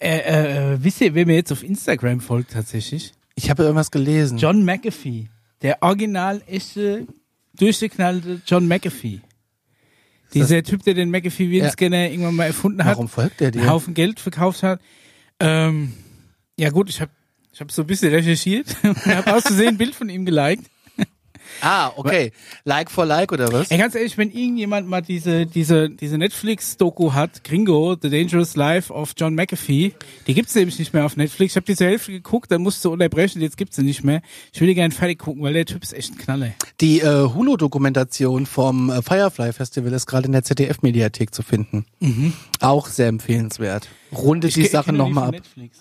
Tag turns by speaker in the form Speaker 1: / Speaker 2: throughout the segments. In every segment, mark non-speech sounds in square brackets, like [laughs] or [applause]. Speaker 1: Äh, äh, wisst ihr, wer mir jetzt auf Instagram folgt tatsächlich?
Speaker 2: Ich habe irgendwas gelesen.
Speaker 1: John McAfee. Der original echte, durchgeknallte John McAfee. Dieser Typ, der den McAfee Virenscanner irgendwann mal erfunden hat,
Speaker 2: Warum folgt er
Speaker 1: einen
Speaker 2: dir?
Speaker 1: Haufen Geld verkauft hat. Ähm, ja gut, ich habe ich hab so ein bisschen recherchiert [laughs] und habe aus Versehen ein Bild von ihm geliked.
Speaker 2: Ah, okay. Like for like oder was?
Speaker 1: Ey, ganz ehrlich, wenn irgendjemand mal diese, diese, diese Netflix-Doku hat, Gringo, The Dangerous Life of John McAfee, die gibt's nämlich nicht mehr auf Netflix. Ich habe die zur Hälfte geguckt, dann musste unterbrechen, jetzt gibt's sie nicht mehr. Ich will die gerne fertig gucken, weil der Typ ist echt ein Knaller.
Speaker 2: Die äh, Hulu-Dokumentation vom äh, Firefly Festival ist gerade in der ZDF-Mediathek zu finden. Auch sehr empfehlenswert. Rundet die
Speaker 1: Mhm. Ich
Speaker 2: Sache
Speaker 1: kenne
Speaker 2: nochmal
Speaker 1: von
Speaker 2: ab.
Speaker 1: Netflix.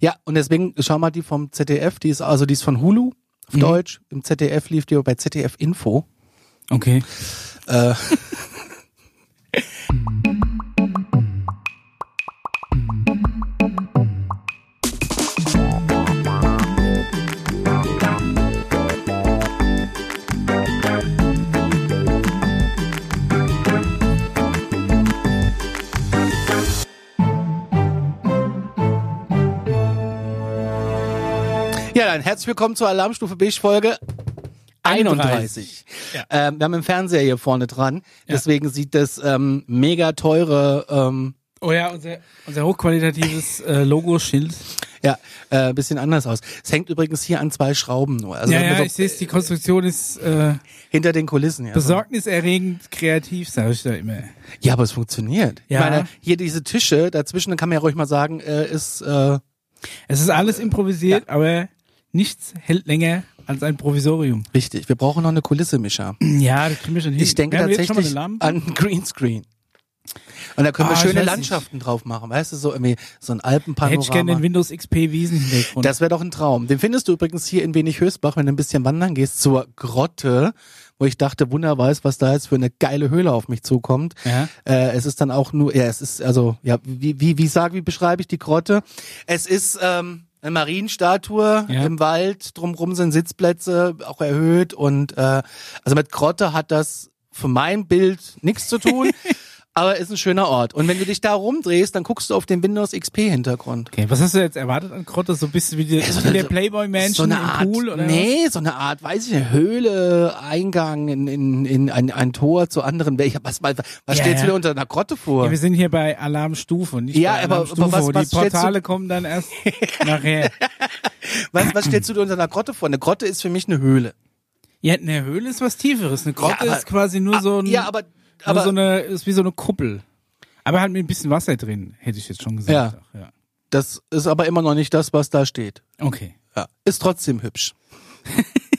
Speaker 2: Ja, und deswegen schau mal die vom ZDF, die ist also die ist von Hulu auf
Speaker 1: Mhm.
Speaker 2: Deutsch. Im ZDF lief die bei ZDF Info.
Speaker 1: Okay.
Speaker 2: Äh. Ja, dann herzlich willkommen zur Alarmstufe Beige Folge 31. Ähm, wir haben einen Fernseher hier vorne dran, deswegen sieht das ähm, mega teure, ähm,
Speaker 1: Oh ja, unser, unser hochqualitatives äh, Logo-Schild.
Speaker 2: ja, äh, bisschen anders aus. Es hängt übrigens hier an zwei Schrauben nur, also
Speaker 1: Ja,
Speaker 2: wenn man
Speaker 1: ja,
Speaker 2: so
Speaker 1: ich sehe die Konstruktion ist äh,
Speaker 2: hinter den Kulissen. Ja,
Speaker 1: besorgniserregend kreativ, sage ich da immer.
Speaker 2: ja aber es funktioniert.
Speaker 1: Ja.
Speaker 2: Ich meine, hier diese Tische dazwischen, dann kann man ja ruhig mal sagen, äh, ist äh,
Speaker 1: Es ist alles improvisiert, aber nichts hält länger als ein Provisorium.
Speaker 2: richtig. Wir brauchen noch eine Kulisse, Mischa.
Speaker 1: Hm. Ja, das kriegen wir schon hin.
Speaker 2: Ich denke
Speaker 1: wir haben jetzt schon mal
Speaker 2: tatsächlich
Speaker 1: eine
Speaker 2: an
Speaker 1: Lampe.
Speaker 2: einen Greenscreen. Und da können wir
Speaker 1: Ah, ich
Speaker 2: schöne
Speaker 1: weiß nicht.
Speaker 2: Landschaften drauf machen, weißt du, so irgendwie so ein
Speaker 1: Hätte ich gerne den
Speaker 2: Alpenpanorama.
Speaker 1: Windows XP Wiesenhintergrund.
Speaker 2: Das wäre doch ein Traum. Den findest du übrigens hier in Wenig Höchstbach, wenn du ein bisschen wandern gehst, zur Grotte, wo ich dachte, Wunder weiß, was da jetzt für eine geile Höhle auf mich zukommt.
Speaker 1: Ja.
Speaker 2: Äh, es ist dann auch nur, ja, es ist, also, ja, wie, wie, wie sag, wie beschreibe ich die Grotte? Es ist ähm, eine Marienstatue
Speaker 1: Ja.
Speaker 2: im Wald, drumrum sind Sitzplätze, auch erhöht und äh, also mit Grotte hat das für mein Bild nichts
Speaker 1: [laughs]
Speaker 2: zu tun. Aber ist ein schöner Ort. Und wenn du dich da rumdrehst, dann guckst du auf den Windows XP Hintergrund.
Speaker 1: Okay, was hast du jetzt erwartet an Grotte? So ein bisschen wie, die, wie der Playboy Mansion
Speaker 2: so eine
Speaker 1: im
Speaker 2: Art,
Speaker 1: Pool oder
Speaker 2: Nee, so eine Art, weiß ich nicht, Höhle, Eingang in, in, in ein, ein Tor zu anderen. Wel- Was, was, was
Speaker 1: Ja,
Speaker 2: steht's
Speaker 1: ja.
Speaker 2: wieder unter einer Grotte
Speaker 1: was?
Speaker 2: vor?
Speaker 1: Ja, wir sind hier bei Alarmstufe, nicht
Speaker 2: Ja,
Speaker 1: bei
Speaker 2: aber- aber
Speaker 1: Alarmstufe.
Speaker 2: was-
Speaker 1: wo
Speaker 2: was
Speaker 1: die
Speaker 2: stellst du-
Speaker 1: Portale kommen dann
Speaker 2: [laughs]
Speaker 1: erst nachher.
Speaker 2: was, was stellst du dir unter einer Grotte vor? Eine Grotte ist für mich eine Höhle.
Speaker 1: Ja, eine Höhle ist was Tieferes. Eine Grotte
Speaker 2: Ja, aber-
Speaker 1: ist quasi nur so ein,
Speaker 2: ja, aber,
Speaker 1: nur
Speaker 2: aber
Speaker 1: so eine, ist wie so eine Kuppel. Aber halt mit ein bisschen Wasser drin, hätte ich jetzt schon gesagt. Ach, ja.
Speaker 2: das ist aber immer noch nicht das, was da steht.
Speaker 1: Okay. [laughs]
Speaker 2: Ja. Ist trotzdem hübsch.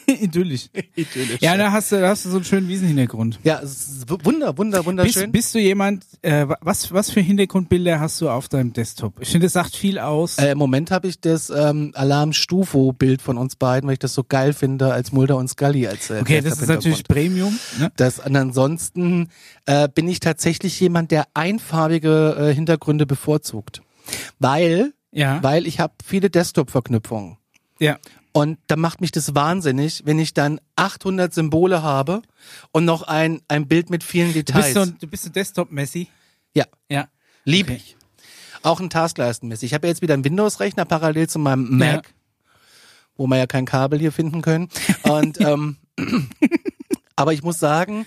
Speaker 1: Idyllisch.
Speaker 2: Idyllisch.
Speaker 1: Ja,
Speaker 2: Ja,
Speaker 1: da hast du, da hast du so einen schönen Wiesenhintergrund.
Speaker 2: ja es ist w- wunder, wunder, wunderschön.
Speaker 1: Bist, bist du jemand, äh, wa- was, was für Hintergrundbilder hast du auf deinem Desktop? Ich finde, das sagt viel aus.
Speaker 2: äh, Im Moment habe ich das ähm, Alarm-Stufo-Bild von uns beiden, weil ich das so geil finde, als Mulder und Scully als äh,
Speaker 1: okay, das ist natürlich Premium. Ne?
Speaker 2: Das und ansonsten äh, bin ich tatsächlich jemand, der einfarbige äh, Hintergründe bevorzugt, weil
Speaker 1: Ja.
Speaker 2: weil ich habe viele Desktop-Verknüpfungen
Speaker 1: ja.
Speaker 2: und da macht mich das wahnsinnig, wenn ich dann 800 Symbole habe und noch ein ein Bild mit vielen
Speaker 1: Du bist
Speaker 2: Details.
Speaker 1: so ein, du bist ein Desktop-Messi.
Speaker 2: ja,
Speaker 1: Ja.
Speaker 2: lieb
Speaker 1: Okay.
Speaker 2: ich. Auch ein Taskleisten-Mist. Ich habe ja jetzt wieder einen Windows-Rechner parallel zu meinem Mac, wo wir ja kein Kabel hier finden können.
Speaker 1: [laughs]
Speaker 2: Und ähm, [clears throat] aber ich muss sagen,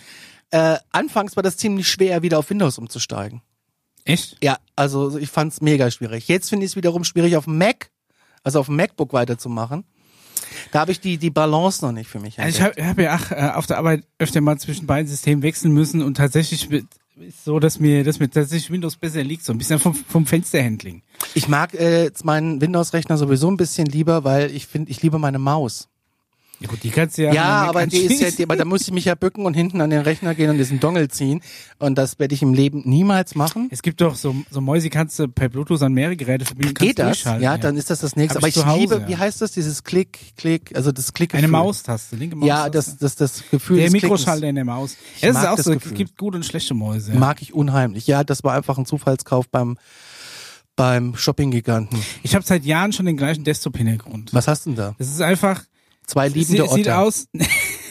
Speaker 2: äh, anfangs war das ziemlich schwer, wieder auf Windows umzusteigen.
Speaker 1: Echt?
Speaker 2: Ja, also ich fand's mega schwierig. Jetzt finde ich es wiederum schwierig, auf dem Mac, also auf dem MacBook weiterzumachen. Da habe ich die, die Balance noch nicht für mich.
Speaker 1: Also ich
Speaker 2: entdeckt.
Speaker 1: habe hab ja ach, äh, auf der Arbeit öfter mal zwischen beiden Systemen wechseln müssen und tatsächlich wird- ist so, dass mir, dass mir tatsächlich Windows besser liegt, so ein bisschen vom, vom Fensterhandling.
Speaker 2: ich mag äh, jetzt meinen Windows-Rechner sowieso ein bisschen lieber, weil ich finde, ich liebe meine Maus.
Speaker 1: Ja gut, die kannst du ja.
Speaker 2: Ja,
Speaker 1: an den Mac
Speaker 2: aber, die ist ja,
Speaker 1: anschließen.
Speaker 2: die, aber da muss ich mich ja bücken und hinten an den Rechner gehen und diesen Dongle ziehen. Und das werde ich im Leben niemals machen.
Speaker 1: Es gibt doch so, so Mäuse, die kannst du per Bluetooth an mehrere Geräte verbinden. kannst
Speaker 2: Geht das? Ja,
Speaker 1: durchschalten,
Speaker 2: dann ist das das nächste.
Speaker 1: Hab
Speaker 2: aber
Speaker 1: ich
Speaker 2: ich,
Speaker 1: zu Hause,
Speaker 2: liebe,
Speaker 1: ja.
Speaker 2: wie heißt das? Dieses Klick, Klick, also das Klick.
Speaker 1: eine Maustaste, linke Maustaste.
Speaker 2: Ja, das, das, das Gefühl
Speaker 1: der
Speaker 2: des Klickens.
Speaker 1: Mikroschalter in der Maus. Ja, das ist
Speaker 2: mag
Speaker 1: auch
Speaker 2: das
Speaker 1: so, es
Speaker 2: Gefühl.
Speaker 1: gibt gute und schlechte Mäuse.
Speaker 2: Mag ich unheimlich. Ja, das war einfach ein Zufallskauf beim, beim Shopping-Giganten.
Speaker 1: Ich habe seit Jahren schon den gleichen Desktop-Hintergrund.
Speaker 2: Was hast du denn da?
Speaker 1: Das ist einfach,
Speaker 2: Zwei
Speaker 1: sie,
Speaker 2: liebende Otter.
Speaker 1: sieht aus,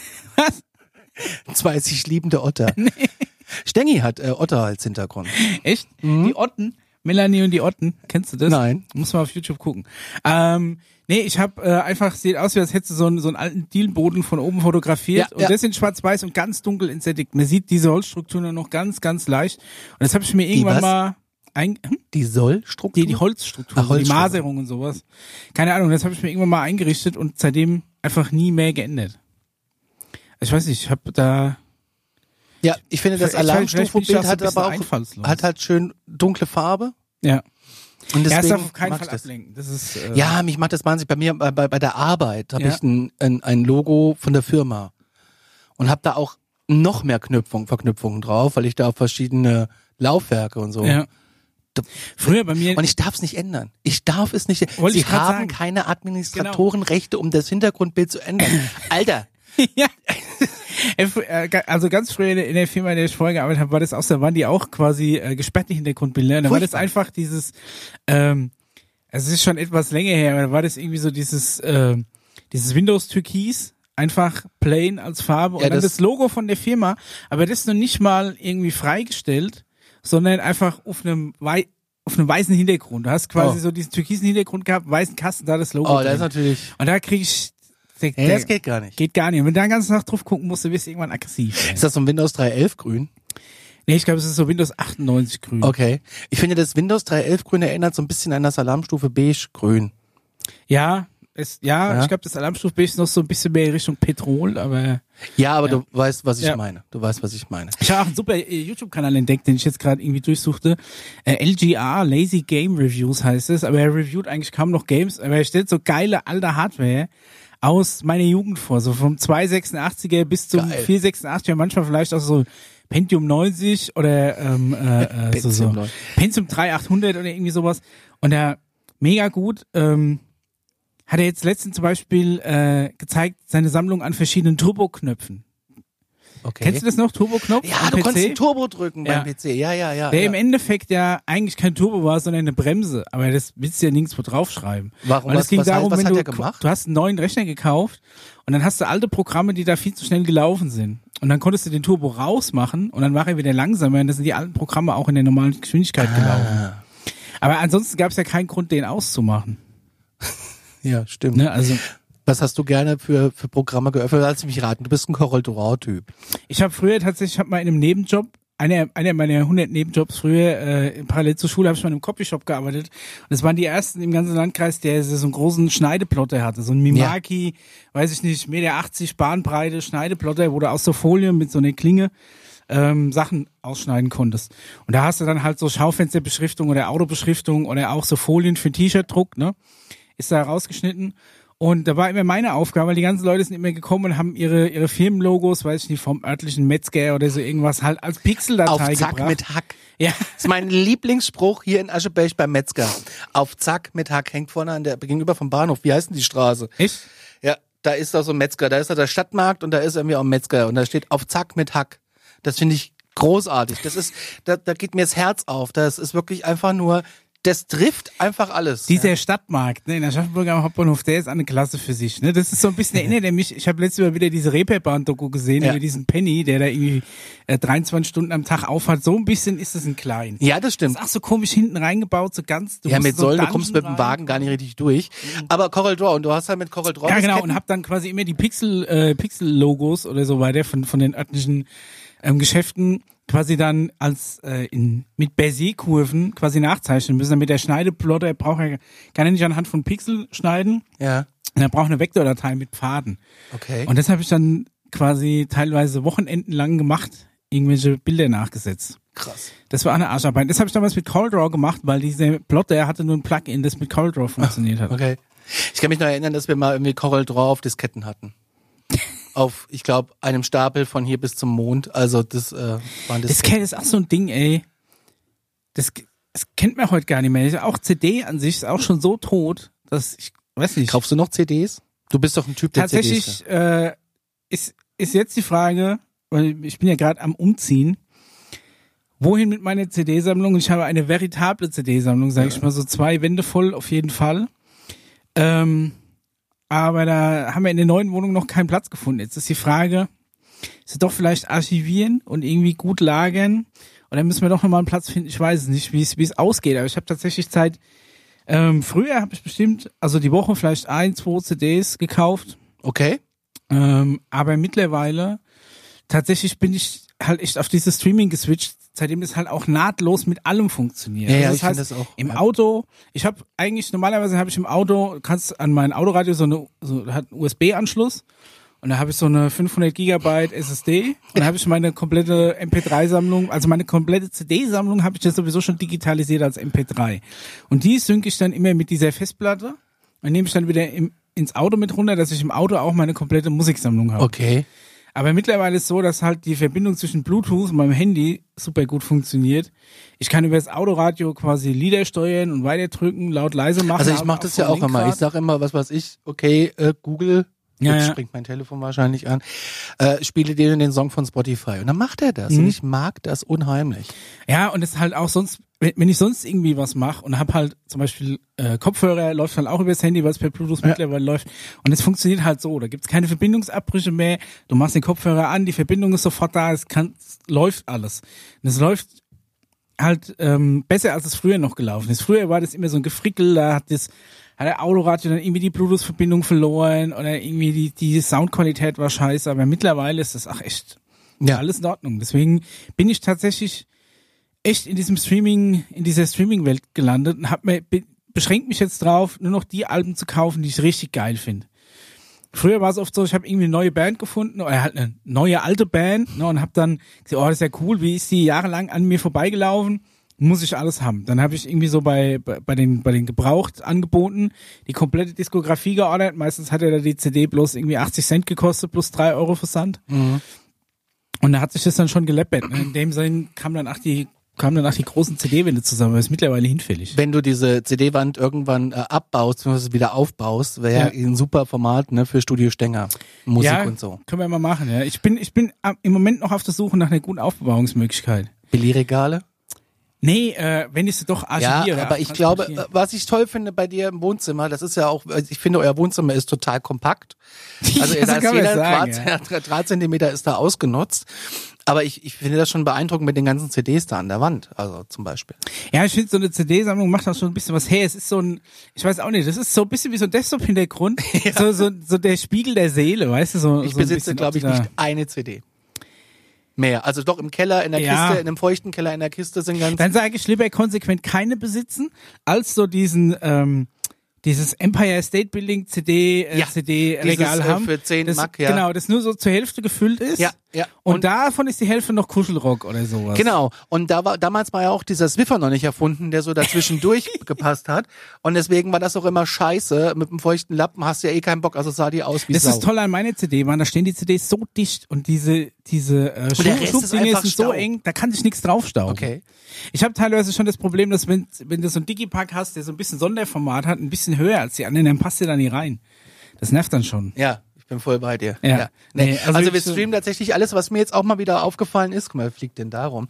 Speaker 1: [laughs]
Speaker 2: [laughs]
Speaker 1: [laughs]
Speaker 2: Zwei sich liebende Otter. Stengi hat äh, Otter als Hintergrund.
Speaker 1: echt, die Otten Melanie und die Otten. Kennst du das?
Speaker 2: Nein.
Speaker 1: Muss man auf YouTube gucken. Ähm, nee, ich habe äh, einfach, sieht aus, wie als hättest du so einen, so einen alten Dielboden von oben fotografiert
Speaker 2: Ja,
Speaker 1: und
Speaker 2: ja.
Speaker 1: das in schwarz-weiß und ganz dunkel entsättigt. Man sieht diese Holzstruktur nur noch ganz, ganz leicht. Und das habe ich mir irgendwann
Speaker 2: was?
Speaker 1: mal ein, hm?
Speaker 2: Die Sollstruktur?
Speaker 1: die, die Holzstruktur,
Speaker 2: Ah,
Speaker 1: so die
Speaker 2: Holzstruktur.
Speaker 1: Maserung und sowas. Keine Ahnung, das habe ich mir irgendwann mal eingerichtet und seitdem einfach nie mehr geändert. Also Ich weiß nicht, ich habe da
Speaker 2: ja, ich finde, das
Speaker 1: Vielleicht- vielleicht bin ich auch
Speaker 2: Alarmstufenbild
Speaker 1: so
Speaker 2: hat
Speaker 1: ein bisschen
Speaker 2: aber auch
Speaker 1: einfallslos.
Speaker 2: hat halt schön dunkle Farbe.
Speaker 1: ja, ja, es
Speaker 2: Und deswegen
Speaker 1: darf auf keinen
Speaker 2: mag ich
Speaker 1: Fall
Speaker 2: das.
Speaker 1: ablenken. Das ist äh,
Speaker 2: Ja, mich macht das wahnsinnig. Bei mir, äh, bei, bei bei der Arbeit habe
Speaker 1: Ja.
Speaker 2: ich ein, ein, ein Logo von der Firma und habe da auch noch mehr Knüpfung, Verknüpfungen drauf, weil ich da auf verschiedene Laufwerke und so.
Speaker 1: ja.
Speaker 2: Da-
Speaker 1: Früher bei mir
Speaker 2: Und ich darf es nicht ändern. Ich darf es nicht.
Speaker 1: Wollte
Speaker 2: Sie
Speaker 1: ich grad
Speaker 2: haben
Speaker 1: sagen. Genau.
Speaker 2: keine Administratorenrechte, um das Hintergrundbild zu ändern.
Speaker 1: [coughs]
Speaker 2: Alter,
Speaker 1: [laughs] ja. Äh, fr- äh, ga- Also ganz früher in der- in der Firma, in der ich vorher gearbeitet habe, war das auch, da waren die auch quasi äh, gesperrte Hintergrundbilder. Und Da war das
Speaker 2: Furchtbar.
Speaker 1: einfach dieses, ähm, also es ist schon etwas länger her, aber da war das irgendwie so dieses, ähm, dieses Windows-Türkis, einfach plain als Farbe und
Speaker 2: Ja,
Speaker 1: dann das,
Speaker 2: das-
Speaker 1: Logo von der Firma, aber das noch nicht mal irgendwie freigestellt, sondern einfach auf einem wei auf einem weißen Hintergrund. Du hast quasi
Speaker 2: Oh.
Speaker 1: so diesen türkisen Hintergrund gehabt, weißen Kasten, da das Logo.
Speaker 2: oh, das
Speaker 1: drin.
Speaker 2: ist natürlich.
Speaker 1: und da kriege ich der-
Speaker 2: Ja,
Speaker 1: der-
Speaker 2: das geht gar nicht.
Speaker 1: Geht gar nicht. Und wenn du da den ganzen Tag drauf gucken musst, dann wirst du irgendwann aggressiv.
Speaker 2: Ist das so ein Windows 3.11 grün?
Speaker 1: Nee, ich glaube, es ist so Windows 98 grün.
Speaker 2: Okay. Ich finde, das Windows 3.11 grün erinnert so ein bisschen an das Alarmstufe beige grün.
Speaker 1: Ja, es, ja,
Speaker 2: Ja.
Speaker 1: ich glaube, das Alarmstufe B ist noch so ein bisschen mehr in Richtung Petrol, aber
Speaker 2: Ja, aber du weißt, was ich
Speaker 1: Ja.
Speaker 2: meine. Du weißt, was ich meine.
Speaker 1: ich habe auch einen super äh, YouTube-Kanal entdeckt, den ich jetzt gerade irgendwie durchsuchte. Äh, LGR, Lazy Game Reviews heißt es, aber er reviewt eigentlich kaum noch Games, aber er stellt so geile alte Hardware aus meiner Jugend vor, so vom 286er bis zum
Speaker 2: Geil.
Speaker 1: 486er, manchmal vielleicht auch so Pentium 90 oder ähm, äh,
Speaker 2: [laughs]
Speaker 1: äh, so, so.
Speaker 2: Pentium 90.
Speaker 1: Pentium 3800 oder irgendwie sowas. Und er mega gut. Ähm, hat er jetzt letztens zum Beispiel äh, gezeigt, seine Sammlung an verschiedenen Turboknöpfen.
Speaker 2: Okay.
Speaker 1: Kennst du das noch, Turboknopf?
Speaker 2: Ja,
Speaker 1: am
Speaker 2: du konntest
Speaker 1: PC?
Speaker 2: den Turbo drücken
Speaker 1: Ja.
Speaker 2: beim PC. Ja, ja, ja.
Speaker 1: Der
Speaker 2: ja.
Speaker 1: im Endeffekt ja eigentlich kein Turbo war, sondern eine Bremse. Aber das willst du ja nirgendwo draufschreiben.
Speaker 2: Warum?
Speaker 1: Weil es
Speaker 2: Was-
Speaker 1: ging
Speaker 2: was-
Speaker 1: darum,
Speaker 2: was
Speaker 1: wenn
Speaker 2: hat
Speaker 1: du,
Speaker 2: der gemacht?
Speaker 1: du hast einen neuen Rechner gekauft und dann hast du alte Programme, die da viel zu schnell gelaufen sind. Und dann konntest du den Turbo rausmachen und dann war er wieder langsamer und dann sind die alten Programme auch in der normalen Geschwindigkeit
Speaker 2: Ah.
Speaker 1: gelaufen. Aber ansonsten gab es ja keinen Grund, den auszumachen.
Speaker 2: ja, stimmt.
Speaker 1: Ne? Also
Speaker 2: Was hast du gerne für, für Programme geöffnet? Lass mich raten, du bist ein Corel Durao-Typ.
Speaker 1: Ich habe früher tatsächlich, ich habe mal in einem Nebenjob, einer, einer meiner 100 Nebenjobs früher, äh, parallel zur Schule, habe ich mal in einem Copyshop gearbeitet. Und das waren die ersten im ganzen Landkreis, der so einen großen Schneideplotter hatte. So ein Mimaki, weiß ich nicht, Meter 80 Bahnbreite Schneideplotter, wo du aus der Folie mit so einer Klinge ähm, Sachen ausschneiden konntest. Und da hast du dann halt so Schaufensterbeschriftung oder Autobeschriftung oder auch so Folien für T-Shirt-Druck, ne? ist da rausgeschnitten. Und da war immer meine Aufgabe, weil die ganzen Leute sind immer gekommen und haben ihre, ihre Firmenlogos, weiß ich nicht, vom örtlichen Metzger oder so irgendwas halt als
Speaker 2: Auf
Speaker 1: Pixeldatei
Speaker 2: Zack
Speaker 1: gebracht.
Speaker 2: mit Hack.
Speaker 1: ja,
Speaker 2: Das ist mein [laughs] Lieblingsspruch hier in Aschebeck beim Metzger. Auf Zack mit Hack hängt vorne an der gegenüber vom Bahnhof. Wie heißt denn die Straße?
Speaker 1: ich?
Speaker 2: Ja, da ist doch so ein Metzger, da ist da der Stadtmarkt und da ist irgendwie auch ein Metzger und da steht auf Zack mit Hack. Das finde ich großartig. Das ist, da, da geht mir das Herz auf. Das ist wirklich einfach nur, das trifft einfach alles.
Speaker 1: Dieser Stadtmarkt, ne, in der Schaffenburger Hauptbahnhof, der ist eine Klasse für sich, ne? Das ist so ein
Speaker 2: [laughs]
Speaker 1: bisschen, erinnert er mich, ich habe letztes Mal wieder diese Reeperbahn-Doku gesehen,
Speaker 2: Ja.
Speaker 1: über diesen Penny, der da irgendwie äh, 23 Stunden am Tag aufhat. So ein bisschen ist es ein klein.
Speaker 2: ja, das stimmt.
Speaker 1: Ist auch so komisch hinten reingebaut, so ganz, du
Speaker 2: Ja,
Speaker 1: musst
Speaker 2: mit
Speaker 1: so
Speaker 2: Säulen, du
Speaker 1: Dungeon
Speaker 2: kommst mit dem
Speaker 1: rein. Mhm.
Speaker 2: Wagen gar nicht richtig durch. Aber Corel Draw, und du hast halt mit Corel Draw
Speaker 1: Ja, genau,
Speaker 2: Disketten-
Speaker 1: und hab dann quasi immer die Pixel, äh, Pixel-Logos oder so weiter von, von den örtlichen ähm, Geschäften quasi dann als äh, in, mit Bezier-Kurven quasi nachzeichnen müssen, damit der Schneideplotter braucht er, kann er nicht anhand von Pixel schneiden,
Speaker 2: Ja,
Speaker 1: und er braucht eine Vektordatei mit Pfaden.
Speaker 2: okay.
Speaker 1: Und das habe ich dann quasi teilweise wochenendenlang gemacht, irgendwelche Bilder nachgesetzt.
Speaker 2: krass.
Speaker 1: Das war eine Arscharbeit. Das habe ich damals mit CallDraw gemacht, weil dieser Plotter hatte nur ein Plugin, das mit CallDraw funktioniert hat.
Speaker 2: Okay. Ich kann mich noch erinnern, dass wir mal irgendwie Corel Draw auf
Speaker 1: [laughs]
Speaker 2: Disketten hatten. auf, ich glaube, einem Stapel von hier bis zum Mond. Also das äh, waren
Speaker 1: Das
Speaker 2: Disketten.
Speaker 1: kennt ist auch so ein Ding, ey. Das, das kennt man heute gar nicht mehr. Auch CD an sich ist auch schon so tot, dass ich weiß nicht.
Speaker 2: Kaufst du noch CDs? Du bist doch ein Typ, der CDs.
Speaker 1: Tatsächlich äh, ist, ist jetzt die Frage, weil ich bin ja gerade am Umziehen. Wohin mit meiner CD-Sammlung? Ich habe eine veritable CD-Sammlung, sage ich mal, so zwei Wände voll auf jeden Fall. Ähm, aber da haben wir in der neuen Wohnung noch keinen Platz gefunden. Jetzt ist die Frage, sie doch vielleicht archivieren und irgendwie gut lagern Und dann müssen wir doch nochmal einen Platz finden. Ich weiß es nicht, wie es wie es ausgeht, aber ich habe tatsächlich Zeit. Ähm, früher habe ich bestimmt, also die Woche vielleicht ein, zwei CDs gekauft.
Speaker 2: Okay.
Speaker 1: Ähm, aber mittlerweile tatsächlich bin ich halt echt auf dieses Streaming geswitcht, seitdem das halt auch nahtlos mit allem funktioniert. Also
Speaker 2: Ja, ja,
Speaker 1: das
Speaker 2: ich find das auch.
Speaker 1: Im
Speaker 2: Ja.
Speaker 1: Auto, ich habe eigentlich normalerweise habe ich im Auto kannst an mein Autoradio so eine so hat einen USB-Anschluss und da habe ich so eine 500 Gigabyte SSD und da habe ich meine komplette MP3-Sammlung, also meine komplette CD-Sammlung habe ich ja sowieso schon digitalisiert als MP3 und die sync ich dann immer mit dieser Festplatte und nehme ich dann wieder im, ins Auto mit runter, dass ich im Auto auch meine komplette Musiksammlung habe.
Speaker 2: Okay.
Speaker 1: Aber mittlerweile ist so, dass halt die Verbindung zwischen Bluetooth und meinem Handy super gut funktioniert. Ich kann über das Autoradio quasi Lieder steuern und weiterdrücken, laut leise machen.
Speaker 2: Also ich
Speaker 1: aber
Speaker 2: mache das
Speaker 1: vom
Speaker 2: ja auch immer. Ich
Speaker 1: Lenkrad.
Speaker 2: sag immer, was weiß ich, okay, äh, Google,
Speaker 1: Ja,
Speaker 2: jetzt
Speaker 1: ja.
Speaker 2: springt mein Telefon wahrscheinlich an, äh, spiele dir den Song von Spotify. Und dann macht er das. Und
Speaker 1: Mhm.
Speaker 2: ich mag das unheimlich.
Speaker 1: ja, und es ist halt auch sonst, wenn wenn ich sonst irgendwie was mache und hab halt zum Beispiel äh, Kopfhörer, läuft halt auch übers Handy, was per Bluetooth mittlerweile läuft. Und es funktioniert halt so. Da gibt's keine Verbindungsabbrüche mehr. Du machst den Kopfhörer an, die Verbindung ist sofort da, es kann, es läuft alles. Und es läuft halt ähm, besser, als es früher noch gelaufen ist. Früher war das immer so ein Gefrickel, da hat das hat der Autoradio dann irgendwie die Bluetooth-Verbindung verloren oder irgendwie die, die Soundqualität war scheiße, aber mittlerweile ist das ach echt
Speaker 2: Ja.
Speaker 1: alles in Ordnung. Deswegen bin ich tatsächlich echt in diesem Streaming, in dieser Streaming-Welt gelandet und hab mir, be- beschränkt mich jetzt drauf, nur noch die Alben zu kaufen, die ich richtig geil finde. Früher war es oft so, ich habe irgendwie eine neue Band gefunden oder halt eine neue alte Band ne, und habe dann gesagt, oh, das ist ja cool, wie ist die jahrelang an mir vorbeigelaufen? Muss ich alles haben. Dann habe ich irgendwie so bei, bei, bei den bei den gebraucht angeboten, die komplette Diskografie geordert. Meistens hat ja da die CD bloß irgendwie 80 Cent gekostet, plus drei Euro Versand.
Speaker 2: Mhm.
Speaker 1: Und da hat sich das dann schon geleppert. Ne? In dem Sinn kam dann auch die kamen dann auch die großen CD-Wände zusammen, weil es mittlerweile hinfällig.
Speaker 2: Wenn du diese CD-Wand irgendwann äh, abbaust, bzw. wieder aufbaust, wäre ja.
Speaker 1: Ja.
Speaker 2: ein super Format ne, für Studio Stenger. Musik
Speaker 1: ja,
Speaker 2: und so.
Speaker 1: Können wir mal machen, ja. Ich bin, ich bin am- im Moment noch auf der Suche nach einer guten Aufbewahrungsmöglichkeit.
Speaker 2: Billigregale?
Speaker 1: Nee, äh, wenn ich sie doch
Speaker 2: Ja,
Speaker 1: archiviere.
Speaker 2: aber ich glaube, äh,
Speaker 1: transportiere.
Speaker 2: was ich toll finde bei dir im Wohnzimmer, das ist ja auch, also ich finde, euer Wohnzimmer ist total kompakt.
Speaker 1: [laughs]
Speaker 2: Also
Speaker 1: Ja, so
Speaker 2: da ist
Speaker 1: kann man
Speaker 2: jeder
Speaker 1: sagen, ja.
Speaker 2: Quadrat- Quadratzentimeter ist da ausgenutzt. Aber ich, ich finde das schon beeindruckend mit den ganzen CDs da an der Wand, also zum Beispiel.
Speaker 1: Ja, ich finde, so eine CD-Sammlung macht auch schon ein bisschen was her. Es ist so ein, ich weiß auch nicht, das ist so ein bisschen wie so ein
Speaker 2: [laughs]
Speaker 1: Desktop-Hintergrund. so, so, so der Spiegel der Seele, weißt du? So,
Speaker 2: Ich
Speaker 1: so ein
Speaker 2: besitze,
Speaker 1: bisschen,
Speaker 2: glaube
Speaker 1: ob
Speaker 2: ich,
Speaker 1: du da-
Speaker 2: nicht eine CD. Mehr. Also doch im Keller, in der
Speaker 1: Ja.
Speaker 2: Kiste, in einem feuchten Keller, in der Kiste sind ganz.
Speaker 1: Dann sage ich lieber konsequent keine besitzen, als so diesen, ähm, dieses Empire State Building CD, äh,
Speaker 2: Ja,
Speaker 1: CD-Regal
Speaker 2: dieses, äh,
Speaker 1: haben.
Speaker 2: für 10
Speaker 1: das,
Speaker 2: Mark, ja.
Speaker 1: Genau, das nur so zur Hälfte gefüllt ist.
Speaker 2: Ja, ja.
Speaker 1: Und,
Speaker 2: Und-
Speaker 1: davon ist die Hälfte noch Kuschelrock oder sowas.
Speaker 2: Genau. Und da war, damals war ja auch dieser Swiffer noch nicht erfunden, der so
Speaker 1: [laughs]
Speaker 2: dazwischen durchgepasst hat. Und deswegen war das auch immer scheiße. Mit dem feuchten Lappen hast du ja eh keinen Bock. Also sah die aus wie
Speaker 1: Das
Speaker 2: Sau.
Speaker 1: ist toll an meiner CD, Mann. Da stehen die CDs so dicht und diese, diese äh,
Speaker 2: der
Speaker 1: Schub
Speaker 2: Rest ist
Speaker 1: Schubdinge
Speaker 2: einfach
Speaker 1: sind so
Speaker 2: Staub.
Speaker 1: eng, da kann sich nichts draufstauben.
Speaker 2: Okay.
Speaker 1: Ich habe teilweise schon das Problem, dass wenn, wenn du so einen Digipack hast, der so ein bisschen Sonderformat hat, ein bisschen höher als die anderen, dann passt der da nie rein. Das nervt dann schon.
Speaker 2: Ja, ich bin voll bei dir.
Speaker 1: Ja.
Speaker 2: Nee.
Speaker 1: Nee, also
Speaker 2: also, wir
Speaker 1: ich, äh,
Speaker 2: streamen tatsächlich alles, was mir jetzt auch mal wieder aufgefallen ist. Guck mal, wer fliegt denn da rum?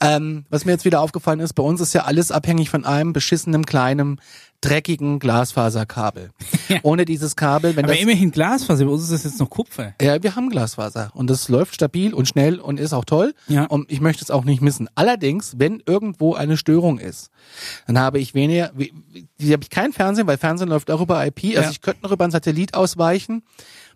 Speaker 2: Ähm, was mir jetzt wieder aufgefallen ist, bei uns ist ja alles abhängig von einem beschissenen, kleinen,
Speaker 1: [laughs]
Speaker 2: dreckigen Glasfaserkabel. Ohne dieses Kabel, wenn
Speaker 1: Aber
Speaker 2: das...
Speaker 1: immerhin Glasfaser, bei uns ist das jetzt noch Kupfer. [laughs]
Speaker 2: Ja, wir haben Glasfaser und das läuft stabil und schnell und ist auch toll.
Speaker 1: Ja.
Speaker 2: Und ich möchte es auch nicht missen. Allerdings, wenn irgendwo eine Störung ist, dann habe ich weniger, wie- wie- habe ich kein Fernsehen, weil Fernsehen läuft auch über IP. Also
Speaker 1: Ja.
Speaker 2: ich könnte noch über einen Satellit ausweichen,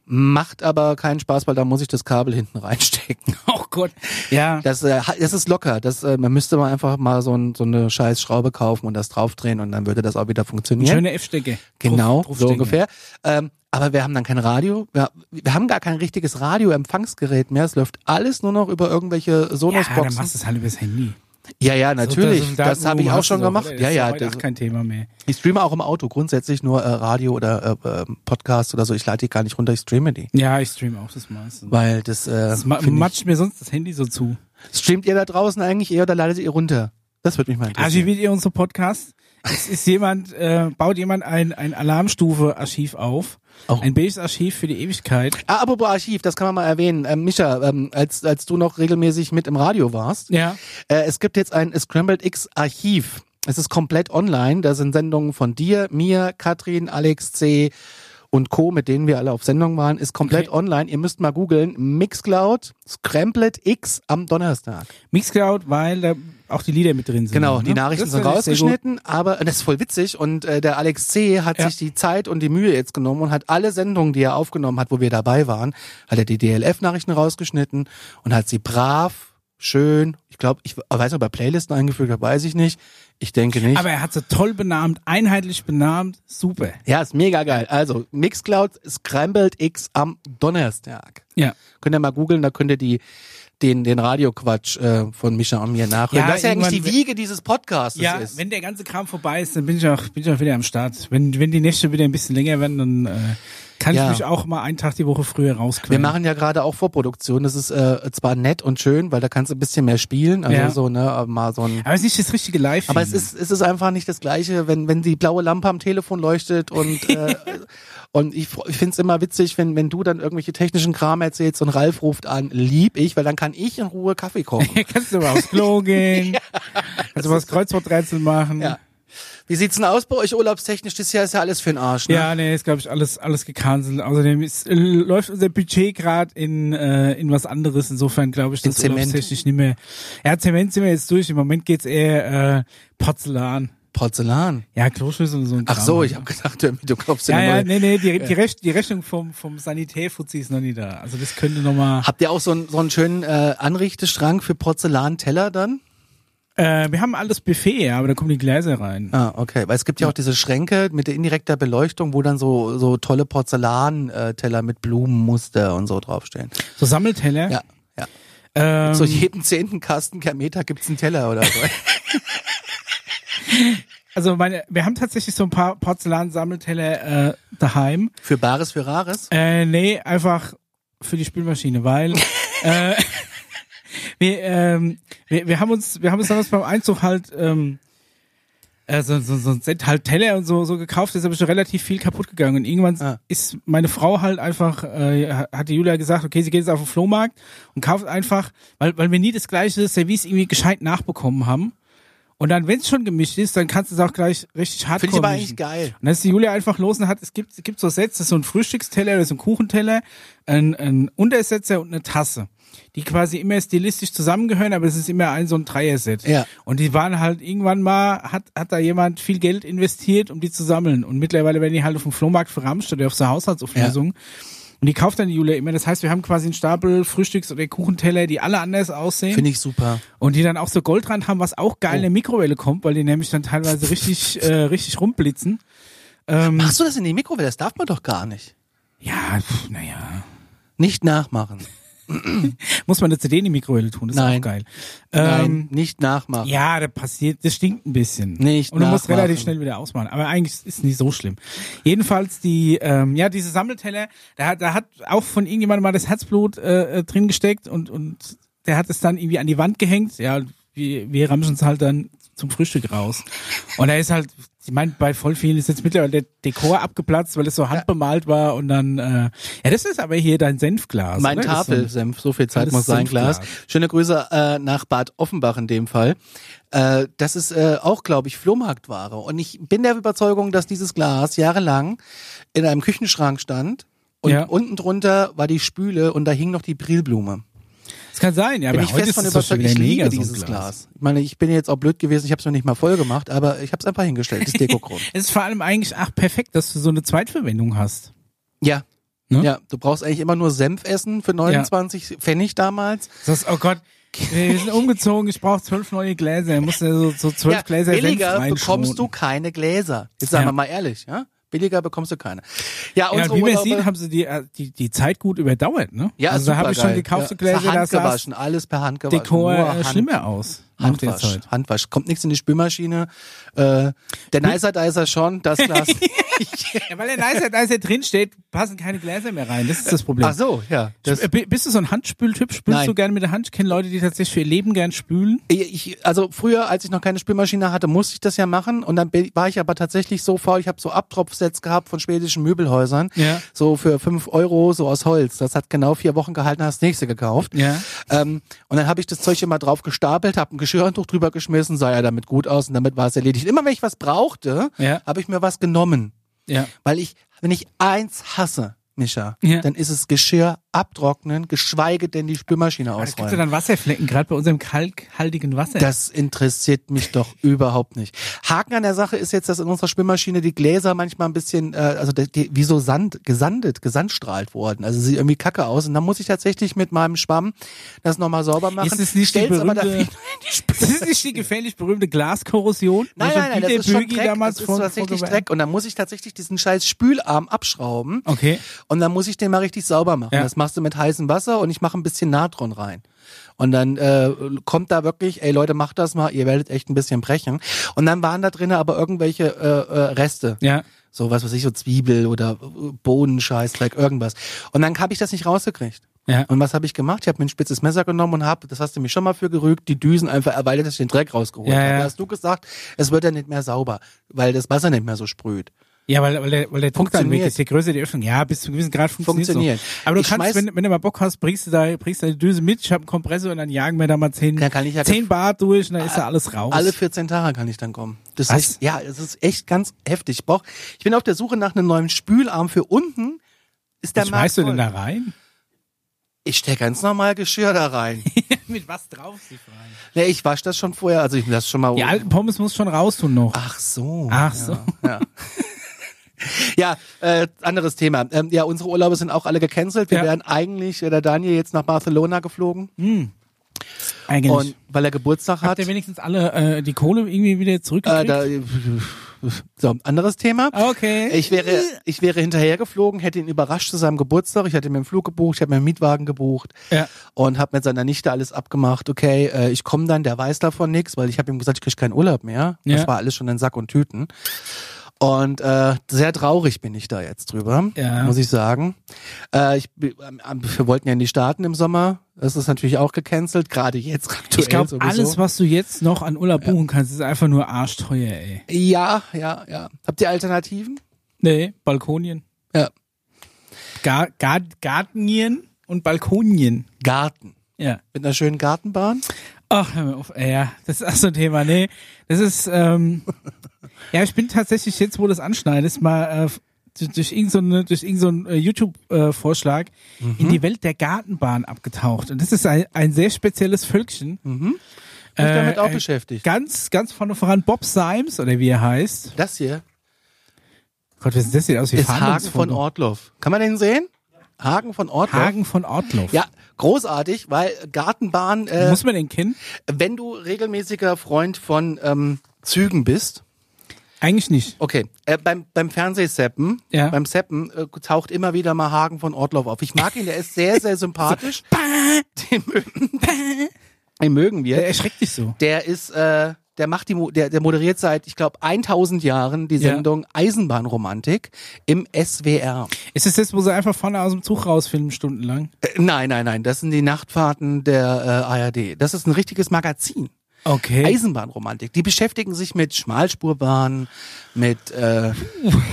Speaker 2: macht aber keinen Spaß, weil da muss ich das Kabel hinten [laughs] reinstecken.
Speaker 1: Oh Gott. Ja.
Speaker 2: Das, äh, ha- das ist locker. Das, äh, man müsste mal einfach mal so, ein, so eine scheiß Schraube kaufen und das draufdrehen und dann würde das auch wieder funktionieren.
Speaker 1: Schöne F-Stecke.
Speaker 2: Genau,
Speaker 1: Drauf- draufstecken.
Speaker 2: so ungefähr. Ähm, aber wir haben dann kein Radio. Wir, wir haben gar kein richtiges Radioempfangsgerät mehr. Es läuft alles nur noch über irgendwelche
Speaker 1: Ja, dann
Speaker 2: Sonos-Boxen.
Speaker 1: machst du es halt übers Handy.
Speaker 2: Ja, ja, natürlich.
Speaker 1: So, da- so
Speaker 2: das habe
Speaker 1: Datenvolumen
Speaker 2: ich auch
Speaker 1: hast
Speaker 2: schon
Speaker 1: du doch,
Speaker 2: gemacht.
Speaker 1: oder? Das
Speaker 2: Ja,
Speaker 1: ist
Speaker 2: ja.
Speaker 1: heute
Speaker 2: Das,
Speaker 1: auch kein Thema mehr.
Speaker 2: ich streame auch im Auto. Grundsätzlich nur äh, Radio oder äh, äh, Podcast oder so. Ich lade die gar nicht runter. Ich streame die.
Speaker 1: Ja, ich streame auch das meiste.
Speaker 2: Weil das, äh,
Speaker 1: Das ma-
Speaker 2: find
Speaker 1: matscht mir sonst das Handy so zu.
Speaker 2: ich, streamt ihr da draußen eigentlich eher oder ladet ihr runter? Das würde mich mal interessieren.
Speaker 1: Archiviert ihr unsere Podcasts? Es ist jemand, äh, baut jemand ein, ein Alarmstufe-Archiv auf.
Speaker 2: Oh.
Speaker 1: Ein Bildungsarchiv für die Ewigkeit.
Speaker 2: Ah, apropos Archiv, das kann man mal erwähnen. Ähm, Micha, ähm, als, als du noch regelmäßig mit im Radio warst,
Speaker 1: Ja.
Speaker 2: Äh, es gibt jetzt ein Scrambled X Archiv. Es ist komplett online. Da sind Sendungen von dir, mir, Katrin, Alex C. und Co., mit denen wir alle auf Sendung waren, ist komplett
Speaker 1: Okay.
Speaker 2: online. Ihr müsst mal googeln, Mixcloud, Scrambled X am Donnerstag.
Speaker 1: Mixcloud, weil da auch die Lieder mit drin sind.
Speaker 2: Genau,
Speaker 1: ne?
Speaker 2: die Nachrichten
Speaker 1: Das
Speaker 2: sind
Speaker 1: finde ich sehr gut.
Speaker 2: rausgeschnitten, aber und das ist voll witzig und äh, der Alex C. hat
Speaker 1: Ja.
Speaker 2: sich die Zeit und die Mühe jetzt genommen und hat alle Sendungen, die er aufgenommen hat, wo wir dabei waren, hat er die DLF-Nachrichten rausgeschnitten und hat sie brav, schön, ich glaube, ich weiß nicht, ob er Playlisten eingefügt hat, weiß ich nicht. Ich denke nicht.
Speaker 1: Aber er hat sie toll benannt, einheitlich benannt, super.
Speaker 2: ja, ist mega geil. Also, Mixcloud Scrambled X am Donnerstag.
Speaker 1: Ja.
Speaker 2: Könnt ihr mal googeln, da könnt ihr die den, den Radioquatsch äh, von Micha und mir nachhören.
Speaker 1: Ja,
Speaker 2: das ist ja eigentlich die
Speaker 1: irgendwann-
Speaker 2: Wiege dieses Podcasts
Speaker 1: Ja,
Speaker 2: ist.
Speaker 1: wenn der ganze Kram vorbei ist, dann bin ich auch, bin ich auch wieder am Start. Wenn, wenn die Nächte wieder ein bisschen länger werden, dann äh, kann
Speaker 2: Ja.
Speaker 1: ich mich auch mal einen Tag die Woche früher
Speaker 2: Wir
Speaker 1: rausquellen.
Speaker 2: machen ja gerade auch Vorproduktion. Das ist äh, zwar nett und schön, weil da kannst du ein bisschen mehr spielen. Also
Speaker 1: Ja.
Speaker 2: so, ne, aber mal so ein.
Speaker 1: Aber es ist nicht das richtige Live.
Speaker 2: Aber es ist, es ist einfach nicht das Gleiche, wenn, wenn die blaue Lampe am Telefon
Speaker 1: [laughs]
Speaker 2: leuchtet und, äh, und ich, fr- ich find's immer witzig, wenn, wenn du dann irgendwelche technischen Kram erzählst und Ralf ruft an, lieb ich, weil dann kann ich in Ruhe
Speaker 1: [laughs]
Speaker 2: Kaffee kochen.
Speaker 1: Hier [laughs] kannst du mal aufs
Speaker 2: [laughs]
Speaker 1: Klo gehen, kannst du mal das Kreuzworträtsel machen.
Speaker 2: Ja. Wie sieht's denn aus bei euch urlaubstechnisch? Das Jahr ist ja alles für den Arsch, ne?
Speaker 1: Ja, nee, ist glaube ich alles alles gecancelt. Außerdem ist, äh, läuft unser Budget gerade in äh, in was anderes. Insofern glaube ich,
Speaker 2: In
Speaker 1: das
Speaker 2: Zement.
Speaker 1: urlaubstechnisch nicht mehr. Ja, Zement sind wir jetzt durch. Im Moment geht's eher äh, Porzellan.
Speaker 2: Porzellan.
Speaker 1: Ja, Kloschüssel und so ein
Speaker 2: Ach
Speaker 1: Kram. halt.
Speaker 2: so, ich habe gedacht, [laughs] du du kaufst dir
Speaker 1: Genau. ja,
Speaker 2: eine
Speaker 1: ja,
Speaker 2: neue-
Speaker 1: nee, nee, die, die, Rech die Rechnung vom, vom Sanitärfuzzi ist noch nie da. Also das könnte nochmal...
Speaker 2: Habt ihr auch so einen, so einen schönen äh, Anrichteschrank für Porzellanteller dann?
Speaker 1: Äh, wir haben alles Buffet, ja, aber da kommen die Gläser rein.
Speaker 2: Ah, okay. Weil es gibt ja auch diese Schränke mit der indirekter Beleuchtung, wo dann so, so tolle Porzellanteller mit Blumenmuster und so draufstehen.
Speaker 1: So Sammelteller.
Speaker 2: Ja. ja.
Speaker 1: Ähm,
Speaker 2: So jeden zehnten Kasten Kilometer gibt's einen Teller oder so.
Speaker 1: also meine, wir haben tatsächlich so ein paar Porzellan-Sammelteller äh, daheim.
Speaker 2: für Bares, für Rares.
Speaker 1: Äh, nee, einfach für die Spülmaschine,
Speaker 2: [laughs]
Speaker 1: weil äh, wir, ähm, wir, wir haben uns, wir haben uns damals beim Einzug halt ähm, äh, so, so, so ein Set halt Teller und so, so gekauft, deshalb ist schon relativ viel kaputt gegangen. Und irgendwann
Speaker 2: Ah.
Speaker 1: ist meine Frau halt einfach, äh, hat die Julia gesagt, okay, sie geht jetzt auf den Flohmarkt und kauft einfach, weil, weil wir nie das gleiche Service irgendwie gescheit nachbekommen haben. Und dann, wenn es schon gemischt ist, dann kannst du es auch gleich richtig hart
Speaker 2: Finde ich aber eigentlich geil.
Speaker 1: und dann ist die Julia einfach los und hat, es gibt, es gibt so Sets, das ist so ein Frühstücksteller oder so ein Kuchenteller, ein, ein Untersetzer und eine Tasse. Die quasi immer stilistisch zusammengehören, aber es ist immer ein so ein Dreier-Set.
Speaker 2: Ja.
Speaker 1: Und die waren halt irgendwann mal, hat, hat da jemand viel Geld investiert, um die zu sammeln. Und mittlerweile werden die halt auf dem Flohmarkt verramscht oder auf so Haushaltsauflösungen. Und die kauft dann die Julia immer. Das heißt, wir haben quasi einen Stapel Frühstücks- oder Kuchenteller, die alle anders aussehen.
Speaker 2: Finde ich super.
Speaker 1: Und die dann auch so Goldrand haben, was auch geil
Speaker 2: Oh.
Speaker 1: in der Mikrowelle kommt, weil die nämlich dann
Speaker 2: [laughs]
Speaker 1: teilweise richtig, äh, richtig rumblitzen.
Speaker 2: Machst du das in die Mikrowelle? Das darf man doch gar nicht.
Speaker 1: Ja, pf, naja.
Speaker 2: Nicht nachmachen.
Speaker 1: Muss man eine CD in die Mikrowelle tun, das
Speaker 2: Nein.
Speaker 1: ist auch geil.
Speaker 2: Nein,
Speaker 1: Ähm,
Speaker 2: nicht nachmachen.
Speaker 1: ja, da passiert, das stinkt ein bisschen.
Speaker 2: Nicht
Speaker 1: Und du musst
Speaker 2: nachmachen.
Speaker 1: relativ schnell wieder ausmachen. Aber eigentlich ist es nicht so schlimm. Jedenfalls die, ähm, ja, diese Sammelteller, da, hat- da hat auch von irgendjemandem mal das Herzblut äh, äh, drin gesteckt und, und der hat es dann irgendwie an die Wand gehängt. Ja, und wir, wir ramschen es halt dann zum Frühstück raus. Und da ist halt, ich meine, bei voll vielen ist jetzt mittlerweile der Dekor abgeplatzt, weil es so handbemalt war und dann, äh, ja, das ist aber hier dein Senfglas.
Speaker 2: Mein
Speaker 1: oder? Das ist so ein-
Speaker 2: Tafelsenf, so viel Zeit
Speaker 1: Alles
Speaker 2: muss sein, Glas.
Speaker 1: Senfglas.
Speaker 2: Schöne Grüße äh, nach Bad Offenbach in dem Fall. Äh, das ist äh, auch, glaube ich, Flohmarktware. Und ich bin der Überzeugung, dass dieses Glas jahrelang in einem Küchenschrank stand und
Speaker 1: Ja.
Speaker 2: unten drunter war die Spüle und da hing noch die Brillblume.
Speaker 1: Das kann sein, ja,
Speaker 2: Bin
Speaker 1: aber
Speaker 2: ich
Speaker 1: heute
Speaker 2: fest
Speaker 1: ist
Speaker 2: von
Speaker 1: es doch schon
Speaker 2: überzeugt, ich
Speaker 1: wieder
Speaker 2: liebe
Speaker 1: mega, so ein
Speaker 2: dieses Glas. Ich meine, ich bin jetzt auch blöd gewesen, ich habe es mir nicht mal voll gemacht, aber ich habe es einfach
Speaker 1: [laughs]
Speaker 2: hingestellt, das Dekogrund.
Speaker 1: Es ist vor allem eigentlich ach perfekt, dass du so eine Zweitverwendung hast.
Speaker 2: ja.
Speaker 1: Ne?
Speaker 2: Ja, du brauchst eigentlich immer nur Senf essen für 29 Pfennig damals.
Speaker 1: Sagst, oh Gott, wir sind umgezogen, ich brauche zwölf neue Gläser. Musst du so, so zwölf Gläser Senf
Speaker 2: billiger bekommst du
Speaker 1: reinschroten.
Speaker 2: keine Gläser. Jetzt sagen
Speaker 1: Ja.
Speaker 2: wir mal ehrlich, ja? Billiger bekommst du keine. Ja,
Speaker 1: Ja,
Speaker 2: unsere
Speaker 1: und wie wir
Speaker 2: Urlaube,
Speaker 1: sehen, haben sie die, äh, die, die Zeit gut überdauert, ne?
Speaker 2: ja,
Speaker 1: also da habe ich schon
Speaker 2: supergeil.
Speaker 1: gekaufte
Speaker 2: Ja,
Speaker 1: Gläser,
Speaker 2: per
Speaker 1: da
Speaker 2: Hand
Speaker 1: sah
Speaker 2: gewaschen, alles per Hand gewaschen.
Speaker 1: Dekor
Speaker 2: nur
Speaker 1: äh,
Speaker 2: Hand,
Speaker 1: schlimmer aus. nach der
Speaker 2: Handwasch,
Speaker 1: Zeit.
Speaker 2: Handwasch. Kommt nichts in die Spülmaschine. Äh, der Nicer Dicer
Speaker 1: [laughs]
Speaker 2: schon, das Glas.
Speaker 1: Ja, weil der Nicer, da er drin steht, passen keine Gläser mehr rein. Das ist das Problem.
Speaker 2: Ach so, ja. Das,
Speaker 1: Äh, bi- Bist du so ein Handspültyp? Spülst
Speaker 2: Nein.
Speaker 1: du gerne mit der Hand? Ich kenne Leute, die tatsächlich für ihr Leben gern spülen.
Speaker 2: ich, also früher, als ich noch keine Spülmaschine hatte, musste ich das ja machen und dann bin, war ich aber tatsächlich so faul. Ich habe so Abtropfsets gehabt von schwedischen Möbelhäusern,
Speaker 1: Ja.
Speaker 2: so für fünf Euro, so aus Holz. Das hat genau vier Wochen gehalten, hast das nächste gekauft.
Speaker 1: Ja.
Speaker 2: Ähm, und dann habe ich das Zeug immer drauf gestapelt, habe ein Geschirrhandtuch drüber geschmissen, sah ja damit gut aus und damit war es erledigt. Immer wenn ich was brauchte,
Speaker 1: Ja.
Speaker 2: habe ich mir was genommen.
Speaker 1: Ja.
Speaker 2: Weil ich, wenn ich eins hasse, Micha,
Speaker 1: Ja.
Speaker 2: dann ist es Geschirr abtrocknen, geschweige denn die Spülmaschine
Speaker 1: Aber da gibt's ja
Speaker 2: ausräumen.
Speaker 1: dann Wasserflecken, gerade bei unserem kalkhaltigen Wasser.
Speaker 2: Das interessiert mich doch überhaupt nicht. Haken an der Sache ist jetzt, dass in unserer Spülmaschine die Gläser manchmal ein bisschen, äh, also die, die, wie so Sand, gesandet, gesandstrahlt wurden. Also sieht irgendwie kacke aus. Und dann muss ich tatsächlich mit meinem Schwamm das nochmal sauber machen.
Speaker 1: Ist es nicht die
Speaker 2: Stell's aber da
Speaker 1: berühmte- [laughs]
Speaker 2: wieder in die
Speaker 1: das
Speaker 2: Spülmaschine.
Speaker 1: ist nicht die gefährlich berühmte Glaskorrosion.
Speaker 2: Nein,
Speaker 1: Wo schon
Speaker 2: nein, nein, das
Speaker 1: Peter
Speaker 2: ist schon
Speaker 1: Bürgi
Speaker 2: Dreck.
Speaker 1: damals
Speaker 2: das ist
Speaker 1: von-
Speaker 2: tatsächlich
Speaker 1: von-
Speaker 2: Dreck. Und dann muss ich tatsächlich diesen scheiß Spülarm abschrauben.
Speaker 1: Okay.
Speaker 2: Und dann muss ich den mal richtig sauber machen.
Speaker 1: Ja.
Speaker 2: Das machst du mit heißem Wasser und ich mache ein bisschen Natron rein. Und dann äh, kommt da wirklich, ey Leute, macht das mal, ihr werdet echt ein bisschen brechen. Und dann waren da drinnen aber irgendwelche äh, äh, Reste.
Speaker 1: Ja.
Speaker 2: So was weiß ich, so Zwiebel oder äh, Bohnenscheißdreck, irgendwas. Und dann habe ich das nicht rausgekriegt.
Speaker 1: Ja.
Speaker 2: Und was habe ich gemacht? Ich habe mir ein spitzes Messer genommen und habe, das hast du mich schon mal für gerügt, die Düsen einfach erweitert, dass ich den Dreck rausgeholt
Speaker 1: Ja,
Speaker 2: habe.
Speaker 1: ja.
Speaker 2: Da hast du gesagt, es wird dann nicht mehr sauber, weil das Wasser nicht mehr so sprüht.
Speaker 1: Ja, weil, weil, der, weil der Druck dann weg
Speaker 2: Funktioniert.
Speaker 1: ist. Je größer die Öffnung, ja, bis zu einem gewissen Grad funktioniert.
Speaker 2: Funktioniert.
Speaker 1: So. Aber du
Speaker 2: Ich
Speaker 1: kannst,
Speaker 2: schmeiß-
Speaker 1: wenn, wenn du mal Bock hast, bringst du da, bringst deine Düse mit, ich habe einen Kompressor und dann jagen wir da mal zehn,
Speaker 2: Da kann ich ja- Ah,
Speaker 1: zehn Bar durch und dann ist da alles raus.
Speaker 2: Alle 14 Tage kann ich dann kommen. Das
Speaker 1: Was?
Speaker 2: ist, ja, es ist echt ganz heftig. Ich, brauch, ich bin auf der Suche nach einem neuen Spülarm für unten. Ist der
Speaker 1: Was
Speaker 2: Markt
Speaker 1: schmeißt du denn
Speaker 2: voll.
Speaker 1: da
Speaker 2: [laughs]
Speaker 1: rein?
Speaker 2: Ich stell ganz normal Geschirr
Speaker 1: [laughs]
Speaker 2: da rein.
Speaker 1: Mit was drauf, sie fragen.
Speaker 2: nee, ich wasche das schon vorher, also ich lasse schon mal.
Speaker 1: Die alten Pommes muss schon raus tun noch.
Speaker 2: Ach so.
Speaker 1: Ach
Speaker 2: ja,
Speaker 1: so.
Speaker 2: Ja. Ja, äh, anderes Thema. Ähm, ja, unsere Urlaube sind auch alle gecancelt. Wir
Speaker 1: Ja.
Speaker 2: wären eigentlich, äh, der Daniel jetzt nach Barcelona geflogen
Speaker 1: Eigentlich.
Speaker 2: und weil er Geburtstag
Speaker 1: Habt
Speaker 2: hat.
Speaker 1: ihr wenigstens alle äh, die Kohle irgendwie wieder
Speaker 2: Äh,
Speaker 1: zurückgekriegt?
Speaker 2: da, so, anderes Thema.
Speaker 1: Ah, okay.
Speaker 2: Ich wäre,
Speaker 1: Äh.
Speaker 2: ich wäre hinterher geflogen, hätte ihn überrascht zu seinem Geburtstag. Ich hatte mir einen Flug gebucht, ich habe mir einen Mietwagen gebucht
Speaker 1: Ja.
Speaker 2: und habe mit seiner Nichte alles abgemacht. Okay, äh, ich komme dann, der weiß davon nichts, weil ich habe ihm gesagt, ich krieg keinen Urlaub mehr.
Speaker 1: Ja.
Speaker 2: Das war alles schon in Sack und Tüten. Und äh, sehr traurig bin ich da jetzt drüber,
Speaker 1: Ja.
Speaker 2: muss ich sagen. Äh, ich, wir wir wollten ja in die Staaten im Sommer. Das ist natürlich auch gecancelt, gerade jetzt [laughs] aktuell
Speaker 1: ich glaube,
Speaker 2: sowieso.
Speaker 1: alles, was du jetzt noch an Urlaub buchen kannst, ist einfach nur arschteuer, ey.
Speaker 2: ja, ja, ja. Habt ihr Alternativen?
Speaker 1: Nee, Balkonien.
Speaker 2: Ja.
Speaker 1: Gar, Gar, Gartenien und Balkonien.
Speaker 2: Garten.
Speaker 1: Ja.
Speaker 2: Mit einer schönen Gartenbahn?
Speaker 1: Ach, hör mir auf. Äh, Ja, das ist auch so ein Thema. Nee, das ist,
Speaker 2: [laughs]
Speaker 1: ähm, ja, ich bin tatsächlich jetzt, wo du das anschneidest, mal äh, durch- durch irgendeinen so eine- durch irgend so einen, äh, YouTube-Vorschlag
Speaker 2: Mhm.
Speaker 1: in die Welt der Gartenbahn abgetaucht. Und das ist ein, ein sehr spezielles Völkchen.
Speaker 2: Bin Mhm. ich damit auch
Speaker 1: äh,
Speaker 2: beschäftigt.
Speaker 1: Ganz, ganz vorne voran Bob Symes, oder wie er heißt.
Speaker 2: Das hier
Speaker 1: Gott, was ist das? Sieht aus wie
Speaker 2: ist Hagen von
Speaker 1: Fahndungsfoto.
Speaker 2: Ortloff. Kann man den sehen? Hagen von Ortloff.
Speaker 1: Hagen von Ortloff.
Speaker 2: Ja, großartig, weil Gartenbahn, äh,
Speaker 1: Muss man den kennen?
Speaker 2: wenn du regelmäßiger Freund von ähm, Zügen bist,
Speaker 1: Eigentlich nicht.
Speaker 2: okay, äh, beim, beim Fernsehseppen,
Speaker 1: Ja.
Speaker 2: beim Seppen äh, taucht immer wieder mal Hagen von Ortloff auf. Ich mag ihn, der ist sehr,
Speaker 1: [laughs]
Speaker 2: sehr sympathisch. den, mögen, [laughs] den mögen wir.
Speaker 1: Der erschreckt dich so.
Speaker 2: Der ist, äh, der macht die, Mo- der, der moderiert seit, ich glaube, 1000 Jahren die
Speaker 1: Ja.
Speaker 2: Sendung Eisenbahnromantik im SWR.
Speaker 1: Ist es das, wo sie einfach vorne aus dem Zug rausfilmen, stundenlang?
Speaker 2: Äh, nein, nein, nein, das sind die Nachtfahrten der äh, ARD. Das ist ein richtiges Magazin.
Speaker 1: Okay.
Speaker 2: Eisenbahnromantik. Die beschäftigen sich mit Schmalspurbahnen, mit äh,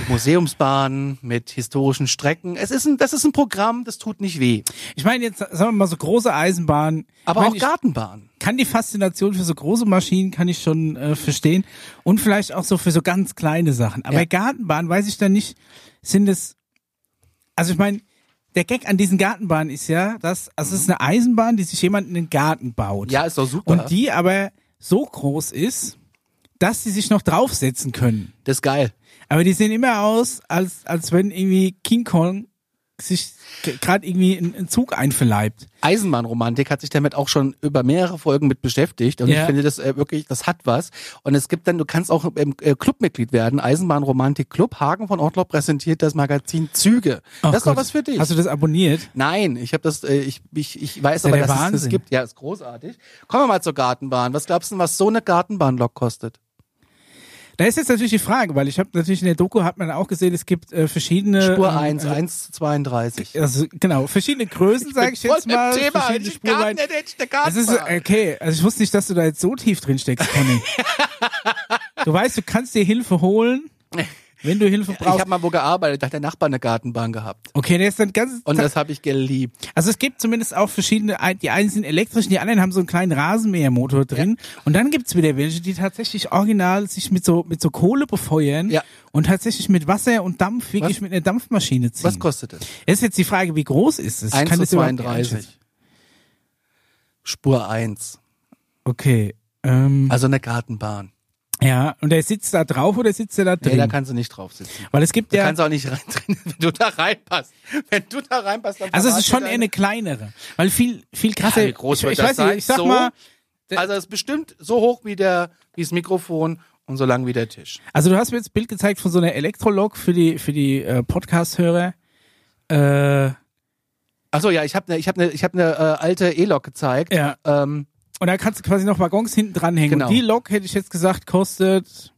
Speaker 2: Museumsbahnen, mit historischen Strecken. Es ist ein, das ist ein Programm, das tut nicht weh.
Speaker 1: Ich meine jetzt, sagen wir mal, so große Eisenbahnen.
Speaker 2: Aber
Speaker 1: ich
Speaker 2: auch
Speaker 1: meine,
Speaker 2: Gartenbahnen.
Speaker 1: ich kann die Faszination für so große Maschinen, kann ich schon äh, verstehen. Und vielleicht auch so für so ganz kleine Sachen. Aber
Speaker 2: Ja.
Speaker 1: Gartenbahnen, weiß ich dann nicht, sind es... Also ich meine, der Gag an diesen Gartenbahnen ist ja, dass also es ist eine Eisenbahn, die sich jemand in den Garten baut.
Speaker 2: Mhm. Ja, ist doch super.
Speaker 1: Und die aber so groß ist, dass sie sich noch draufsetzen können.
Speaker 2: das ist geil.
Speaker 1: Aber die sehen immer aus, als, als wenn irgendwie King Kong sich gerade irgendwie einen einen Zug einverleibt.
Speaker 2: Eisenbahnromantik hat sich damit auch schon über mehrere Folgen mit beschäftigt und
Speaker 1: Ja.
Speaker 2: ich finde das äh, wirklich, das hat was. Und es gibt dann, du kannst auch ähm, äh, Clubmitglied werden, Eisenbahnromantik Club. Hagen von Ortlob präsentiert das Magazin Züge.
Speaker 1: Ach
Speaker 2: das ist doch
Speaker 1: Gott.
Speaker 2: was für dich.
Speaker 1: Hast du das abonniert?
Speaker 2: Nein, ich habe das, äh, ich, ich, ich weiß
Speaker 1: ja
Speaker 2: aber,
Speaker 1: der
Speaker 2: dass es das
Speaker 1: Wahnsinn.
Speaker 2: gibt. Ja, ist großartig. Kommen wir mal zur Gartenbahn. Was glaubst du, denn, was so eine Gartenbahnlok kostet?
Speaker 1: Da ist jetzt natürlich die Frage, weil ich habe natürlich in der Doku hat man auch gesehen, es gibt äh, verschiedene
Speaker 2: Spur
Speaker 1: ähm,
Speaker 2: 1,
Speaker 1: äh,
Speaker 2: 1 zu 32.
Speaker 1: also genau, verschiedene Größen, sage ich jetzt mal,
Speaker 2: Thema,
Speaker 1: verschiedene
Speaker 2: ich Garten,
Speaker 1: Spurweiten.
Speaker 2: hätte ich eine
Speaker 1: Das ist
Speaker 2: Gartenbahn.
Speaker 1: okay, also ich wusste nicht, dass du
Speaker 2: [laughs]
Speaker 1: da jetzt so tief drin steckst, Conny. du weißt, du kannst dir Hilfe holen. Wenn du Hilfe
Speaker 2: Ich habe
Speaker 1: brauchst.
Speaker 2: mal wo gearbeitet, da hat der Nachbar eine Gartenbahn gehabt.
Speaker 1: Okay, der ist dann ganz.
Speaker 2: Und das habe ich geliebt.
Speaker 1: Also es gibt zumindest auch verschiedene, ein- die einen sind elektrisch, die anderen haben so einen kleinen Rasenmähermotor drin. Und dann gibt's wieder welche, die tatsächlich original sich mit so mit so Kohle befeuern
Speaker 2: Ja.
Speaker 1: und tatsächlich mit Wasser und Dampf wirklich mit einer Dampfmaschine ziehen.
Speaker 2: Was kostet das?
Speaker 1: Das ist jetzt die Frage, wie groß ist es? Ich
Speaker 2: 1
Speaker 1: kann
Speaker 2: zu
Speaker 1: das überhaupt nicht
Speaker 2: 32.
Speaker 1: einschätzen.
Speaker 2: Spur 1.
Speaker 1: Okay. Ähm,
Speaker 2: Also eine Gartenbahn.
Speaker 1: ja, und der sitzt da drauf oder sitzt er da drin?
Speaker 2: Nee, da kannst du nicht drauf sitzen.
Speaker 1: Weil es gibt
Speaker 2: Du
Speaker 1: ja.
Speaker 2: kannst auch nicht rein [laughs] drin, wenn du da reinpasst. Wenn du da reinpasst, dann
Speaker 1: Also es ist
Speaker 2: verratst du
Speaker 1: schon eher
Speaker 2: deine-
Speaker 1: eine kleinere. Weil viel, viel krasser.
Speaker 2: wie groß
Speaker 1: ich,
Speaker 2: wird
Speaker 1: ich
Speaker 2: das
Speaker 1: weiß nicht,
Speaker 2: sein?
Speaker 1: ich sag
Speaker 2: So?
Speaker 1: mal,
Speaker 2: Also es ist bestimmt so hoch wie der wie das Mikrofon und so lang wie der Tisch.
Speaker 1: Also du hast mir jetzt ein Bild gezeigt von so einer Elektrolog für die für die äh, Podcast-Hörer. Äh,
Speaker 2: Ach so, ja, ich habe eine ich habe eine ich habe eine äh, alte E-Log gezeigt.
Speaker 1: ja.
Speaker 2: Ähm,
Speaker 1: Und da kannst du quasi noch Waggons hinten dranhängen.
Speaker 2: Genau.
Speaker 1: Und die Lok hätte ich jetzt gesagt kostet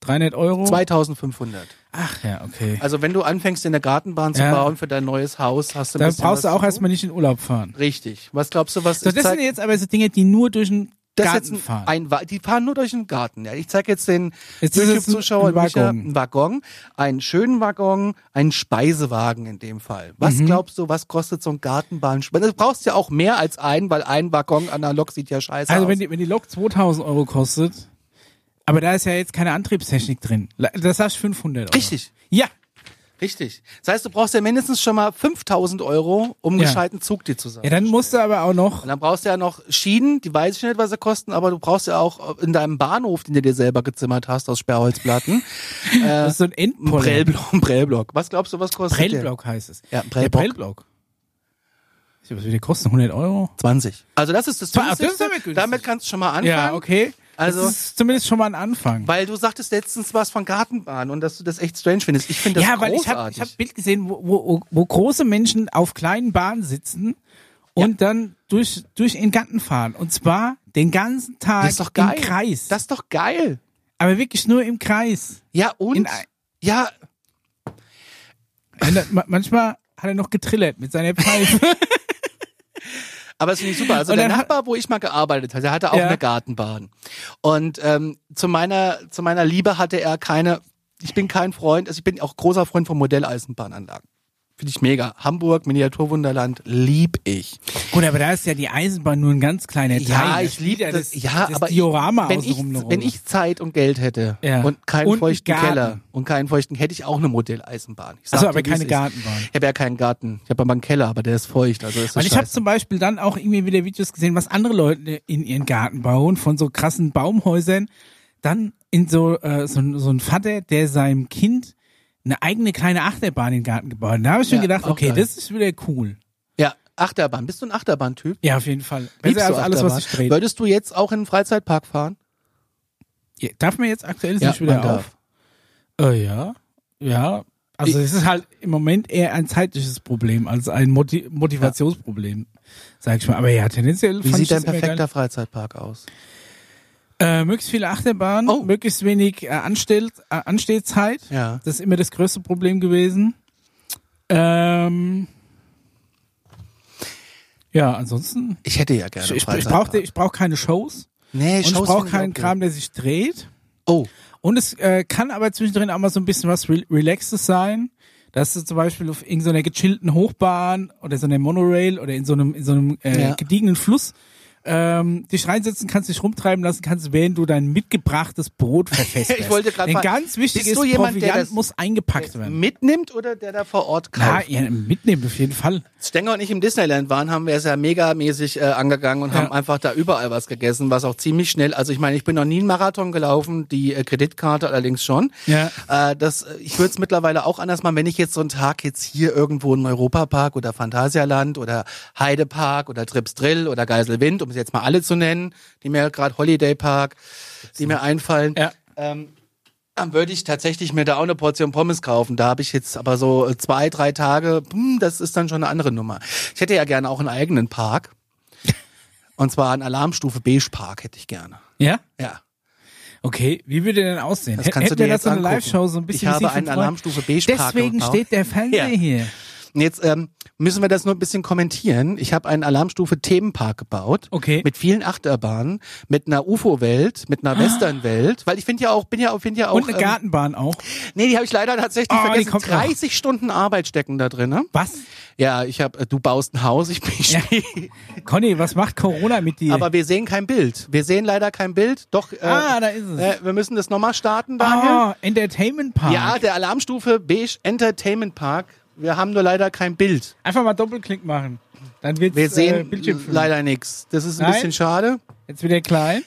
Speaker 1: 300 Euro.
Speaker 2: 2500.
Speaker 1: Ach ja, okay.
Speaker 2: Also wenn du anfängst in der Gartenbahn zu
Speaker 1: Ja.
Speaker 2: bauen für dein neues Haus, hast du ein
Speaker 1: Da
Speaker 2: bisschen
Speaker 1: brauchst du
Speaker 2: was
Speaker 1: auch
Speaker 2: zu-
Speaker 1: erstmal nicht in Urlaub fahren.
Speaker 2: richtig. Was glaubst du, was
Speaker 1: So,
Speaker 2: ich
Speaker 1: das
Speaker 2: zeig-
Speaker 1: sind jetzt aber so Dinge, die nur durch den
Speaker 2: das ist
Speaker 1: Garten
Speaker 2: jetzt ein,
Speaker 1: fahren.
Speaker 2: ein Wa- die fahren nur durch den Garten. Ja, ich zeige jetzt den
Speaker 1: Jetzt ist es ein-
Speaker 2: YouTube-Zuschauern
Speaker 1: ein
Speaker 2: Micha,
Speaker 1: Waggon.
Speaker 2: einen Waggon, einen schönen Waggon, einen Speisewagen in dem Fall. Was
Speaker 1: Mhm.
Speaker 2: glaubst du, was kostet so ein Gartenbahn? Du brauchst ja auch mehr als einen, weil ein Waggon analog sieht ja scheiße
Speaker 1: also
Speaker 2: aus.
Speaker 1: wenn die, wenn die Lok 2000 Euro kostet, aber da ist ja jetzt keine Antriebstechnik drin. Le- Das sagst 500 Euro.
Speaker 2: richtig,
Speaker 1: Ja,
Speaker 2: richtig. Das heißt, du brauchst ja mindestens schon mal 5000 Euro, um einen
Speaker 1: Ja.
Speaker 2: gescheiten Zug dir zusammen.
Speaker 1: ja dann musst du aber auch noch
Speaker 2: Und dann brauchst du ja noch Schienen, die weiß ich nicht, was sie kosten, aber du brauchst ja auch äh, in deinem Bahnhof, den du dir selber gezimmert hast aus Sperrholzplatten, Äh,
Speaker 1: das ist so ein
Speaker 2: einen
Speaker 1: Endpoller.
Speaker 2: Prellblock, [laughs] einen Prellblock. Was glaubst du, was kostet der?
Speaker 1: Prellblock heißt es.
Speaker 2: Ja, ein
Speaker 1: Der
Speaker 2: Prellblock.
Speaker 1: Prellblock. Ich weiß, wie die kosten 100 Euro.
Speaker 2: 20. Also das ist das
Speaker 1: Ach, das
Speaker 2: Günstigste.
Speaker 1: ist aber günstig.
Speaker 2: Damit kannst du schon mal anfangen.
Speaker 1: Ja, okay. Also
Speaker 2: Also-
Speaker 1: das ist zumindest schon mal ein Anfang.
Speaker 2: Weil du sagtest letztens was von Gartenbahn und dass du das echt strange findest. Ich finde das
Speaker 1: ja, weil ich habe
Speaker 2: großartig.
Speaker 1: ich hab ein Bild gesehen, wo, wo, wo große Menschen auf kleinen Bahnen sitzen und dann durch durch den Garten fahren und zwar den ganzen Tag
Speaker 2: das ist doch geil.
Speaker 1: halt im Kreis.
Speaker 2: Das ist doch geil.
Speaker 1: aber wirklich nur im Kreis.
Speaker 2: Ja, und?
Speaker 1: In ein-
Speaker 2: ja,
Speaker 1: Und da- ma- manchmal hat er noch getrillert mit seiner Pfeife.
Speaker 2: [laughs] Aber das finde ich super. Also
Speaker 1: Und
Speaker 2: der
Speaker 1: dann hat-
Speaker 2: Nachbar, wo ich mal gearbeitet hatte, der hatte auch
Speaker 1: Ja.
Speaker 2: eine Gartenbahn. Und ähm, zu meiner zu meiner Liebe hatte er keine. Ich bin kein Freund. Also ich bin auch großer Freund von Modelleisenbahnanlagen. Finde ich mega. Hamburg, Miniaturwunderland, lieb ich.
Speaker 1: Gut, aber da ist ja die Eisenbahn nur ein ganz kleiner Teil. Da spielt
Speaker 2: lieb
Speaker 1: ja das,
Speaker 2: Ja,
Speaker 1: das
Speaker 2: aber
Speaker 1: Diorama
Speaker 2: wenn ich,
Speaker 1: außenrum eine
Speaker 2: wenn
Speaker 1: Rolle.
Speaker 2: ich Zeit und Geld hätte
Speaker 1: Ja.
Speaker 2: und keinen
Speaker 1: Und einen
Speaker 2: feuchten
Speaker 1: Garten.
Speaker 2: Keller und keinen feuchten, hätte ich auch eine Modelleisenbahn. Ich sag
Speaker 1: Also
Speaker 2: dir,
Speaker 1: aber
Speaker 2: wie es
Speaker 1: keine
Speaker 2: ist.
Speaker 1: Gartenbahn.
Speaker 2: Ich habe ja keinen Garten. Ich habe aber einen Keller, aber der ist feucht. Also ist das
Speaker 1: Weil ich habe
Speaker 2: scheiße.
Speaker 1: zum Beispiel dann auch irgendwie wieder Videos gesehen, was andere Leute in ihren Garten bauen, von so krassen Baumhäusern. Dann in so, äh, so, ein- so ein Vater, der seinem Kind eine eigene kleine Achterbahn in den Garten gebaut hat. Da habe ich mir
Speaker 2: Ja,
Speaker 1: gedacht,
Speaker 2: auch
Speaker 1: okay,
Speaker 2: geil.
Speaker 1: das ist wieder cool.
Speaker 2: ja, Achterbahn. Bist du ein Achterbahn-Typ?
Speaker 1: Ja, auf jeden Fall.
Speaker 2: Liebst
Speaker 1: Besser als also
Speaker 2: du
Speaker 1: alles, was
Speaker 2: Achterbahn?
Speaker 1: ich drehe.
Speaker 2: Würdest du jetzt auch in einen Freizeitpark fahren?
Speaker 1: Ja, darf man jetzt aktuell ist nicht wieder
Speaker 2: man
Speaker 1: auf? Äh, ja, ja. Also es ist halt im Moment eher ein zeitliches Problem als ein Moti Motivationsproblem, sag ich mal. Aber ja, tendenziell
Speaker 2: Wie
Speaker 1: fand ich
Speaker 2: sieht dein
Speaker 1: das immer geil.
Speaker 2: perfekter Freizeitpark aus?
Speaker 1: Äh, möglichst viele Achterbahnen,
Speaker 2: Oh.
Speaker 1: möglichst wenig äh, Anstell äh, Anstehzeit.
Speaker 2: Ja.
Speaker 1: Das ist immer das größte Problem gewesen. Ähm, ja, ansonsten.
Speaker 2: Ich hätte ja gerne
Speaker 1: Ich, ich, ich
Speaker 2: Freizeitpark.
Speaker 1: brauche ich brauch keine Shows.
Speaker 2: nee,
Speaker 1: und ich
Speaker 2: Shows
Speaker 1: brauche
Speaker 2: finde
Speaker 1: keinen
Speaker 2: okay.
Speaker 1: Kram, der sich dreht.
Speaker 2: Oh,
Speaker 1: Und es äh, kann aber zwischendrin auch mal so ein bisschen was Re Relaxes sein. Dass du zum Beispiel auf irgendeiner gechillten Hochbahn oder so einer Monorail oder in so einem, in so einem äh,
Speaker 2: Ja.
Speaker 1: gediegenen Fluss ähm, dich reinsetzen kannst, dich rumtreiben lassen kannst, während du dein mitgebrachtes Brot verfestest.
Speaker 2: [laughs] Ich wollte grad
Speaker 1: Denn
Speaker 2: mal-
Speaker 1: ganz wichtig
Speaker 2: Bist
Speaker 1: ist,
Speaker 2: du jemand, der
Speaker 1: Proviant
Speaker 2: das- Äh,
Speaker 1: muss eingepackt werden. Ah,
Speaker 2: mitnimmt oder der da vor Ort
Speaker 1: Ja,
Speaker 2: kauft?
Speaker 1: ja, mitnehmen auf jeden Fall.
Speaker 2: Als Stenger und ich im Disneyland waren, haben wir es ja megamäßig äh, angegangen und
Speaker 1: Ja.
Speaker 2: haben einfach da überall was gegessen, was auch ziemlich schnell, also ich meine, ich bin noch nie einen Marathon gelaufen, die äh, Kreditkarte allerdings schon.
Speaker 1: Ja.
Speaker 2: Äh, das, äh, ich würde es mittlerweile auch anders machen, wenn ich jetzt so einen Tag jetzt hier irgendwo im Europapark oder Phantasialand oder Heidepark oder Trips Drill oder Geiselwind, um es jetzt mal alle zu nennen, die mir gerade Holiday Park, die mir einfallen.
Speaker 1: Ja.
Speaker 2: Ähm, dann würde ich tatsächlich mir da auch eine Portion Pommes kaufen. Da habe ich jetzt aber so äh, zwei, drei Tage, hm, das ist dann schon eine andere Nummer. Ich hätte ja gerne auch einen eigenen
Speaker 1: [laughs]
Speaker 2: Park. Und zwar einen Alarmstufe Beige Park hätte ich gerne.
Speaker 1: Ja?
Speaker 2: Ja.
Speaker 1: Okay, wie würde der denn aussehen?
Speaker 2: Das kannst du
Speaker 1: Hätten wir
Speaker 2: dir
Speaker 1: das
Speaker 2: jetzt
Speaker 1: so eine
Speaker 2: angucken.
Speaker 1: Live-Show so ein bisschen
Speaker 2: Ich habe
Speaker 1: massiv
Speaker 2: einen
Speaker 1: gefreut?
Speaker 2: Alarmstufe Beige Park
Speaker 1: Deswegen
Speaker 2: gebaut.
Speaker 1: steht der Fernseher
Speaker 2: Ja.
Speaker 1: hier.
Speaker 2: Und jetzt ähm, müssen wir das nur ein bisschen kommentieren. Ich habe einen Alarmstufe Themenpark gebaut.
Speaker 1: Okay. Ah.
Speaker 2: Mit vielen Achterbahnen, mit einer UFO-Welt, mit einer Western-Welt, weil ich finde ja auch, bin ja auch, finde ja auch.
Speaker 1: Und eine Gartenbahn auch.
Speaker 2: Ähm, nee, die habe ich leider tatsächlich
Speaker 1: Oh, die
Speaker 2: vergessen.
Speaker 1: kommt noch.
Speaker 2: 30 Stunden Arbeit stecken da drin. Ne?
Speaker 1: Was?
Speaker 2: Ja, ich habe, äh, du baust ein Haus, ich bin
Speaker 1: Ja. [laughs] Conny, was macht Corona mit dir?
Speaker 2: Aber wir sehen kein Bild. Wir sehen leider kein Bild. Doch, äh,
Speaker 1: Ah, da ist es.
Speaker 2: Äh, wir müssen das nochmal starten, Daniel.
Speaker 1: ah, Entertainment Park.
Speaker 2: Ja, der Alarmstufe Beige Entertainment Park. Wir haben nur leider kein Bild.
Speaker 1: Einfach mal Doppelklick machen. Dann wird's
Speaker 2: Wir
Speaker 1: äh,
Speaker 2: sehen
Speaker 1: Bildschirmfüllung.
Speaker 2: leider nichts. Das ist ein
Speaker 1: Nein?
Speaker 2: bisschen schade.
Speaker 1: Jetzt wieder klein.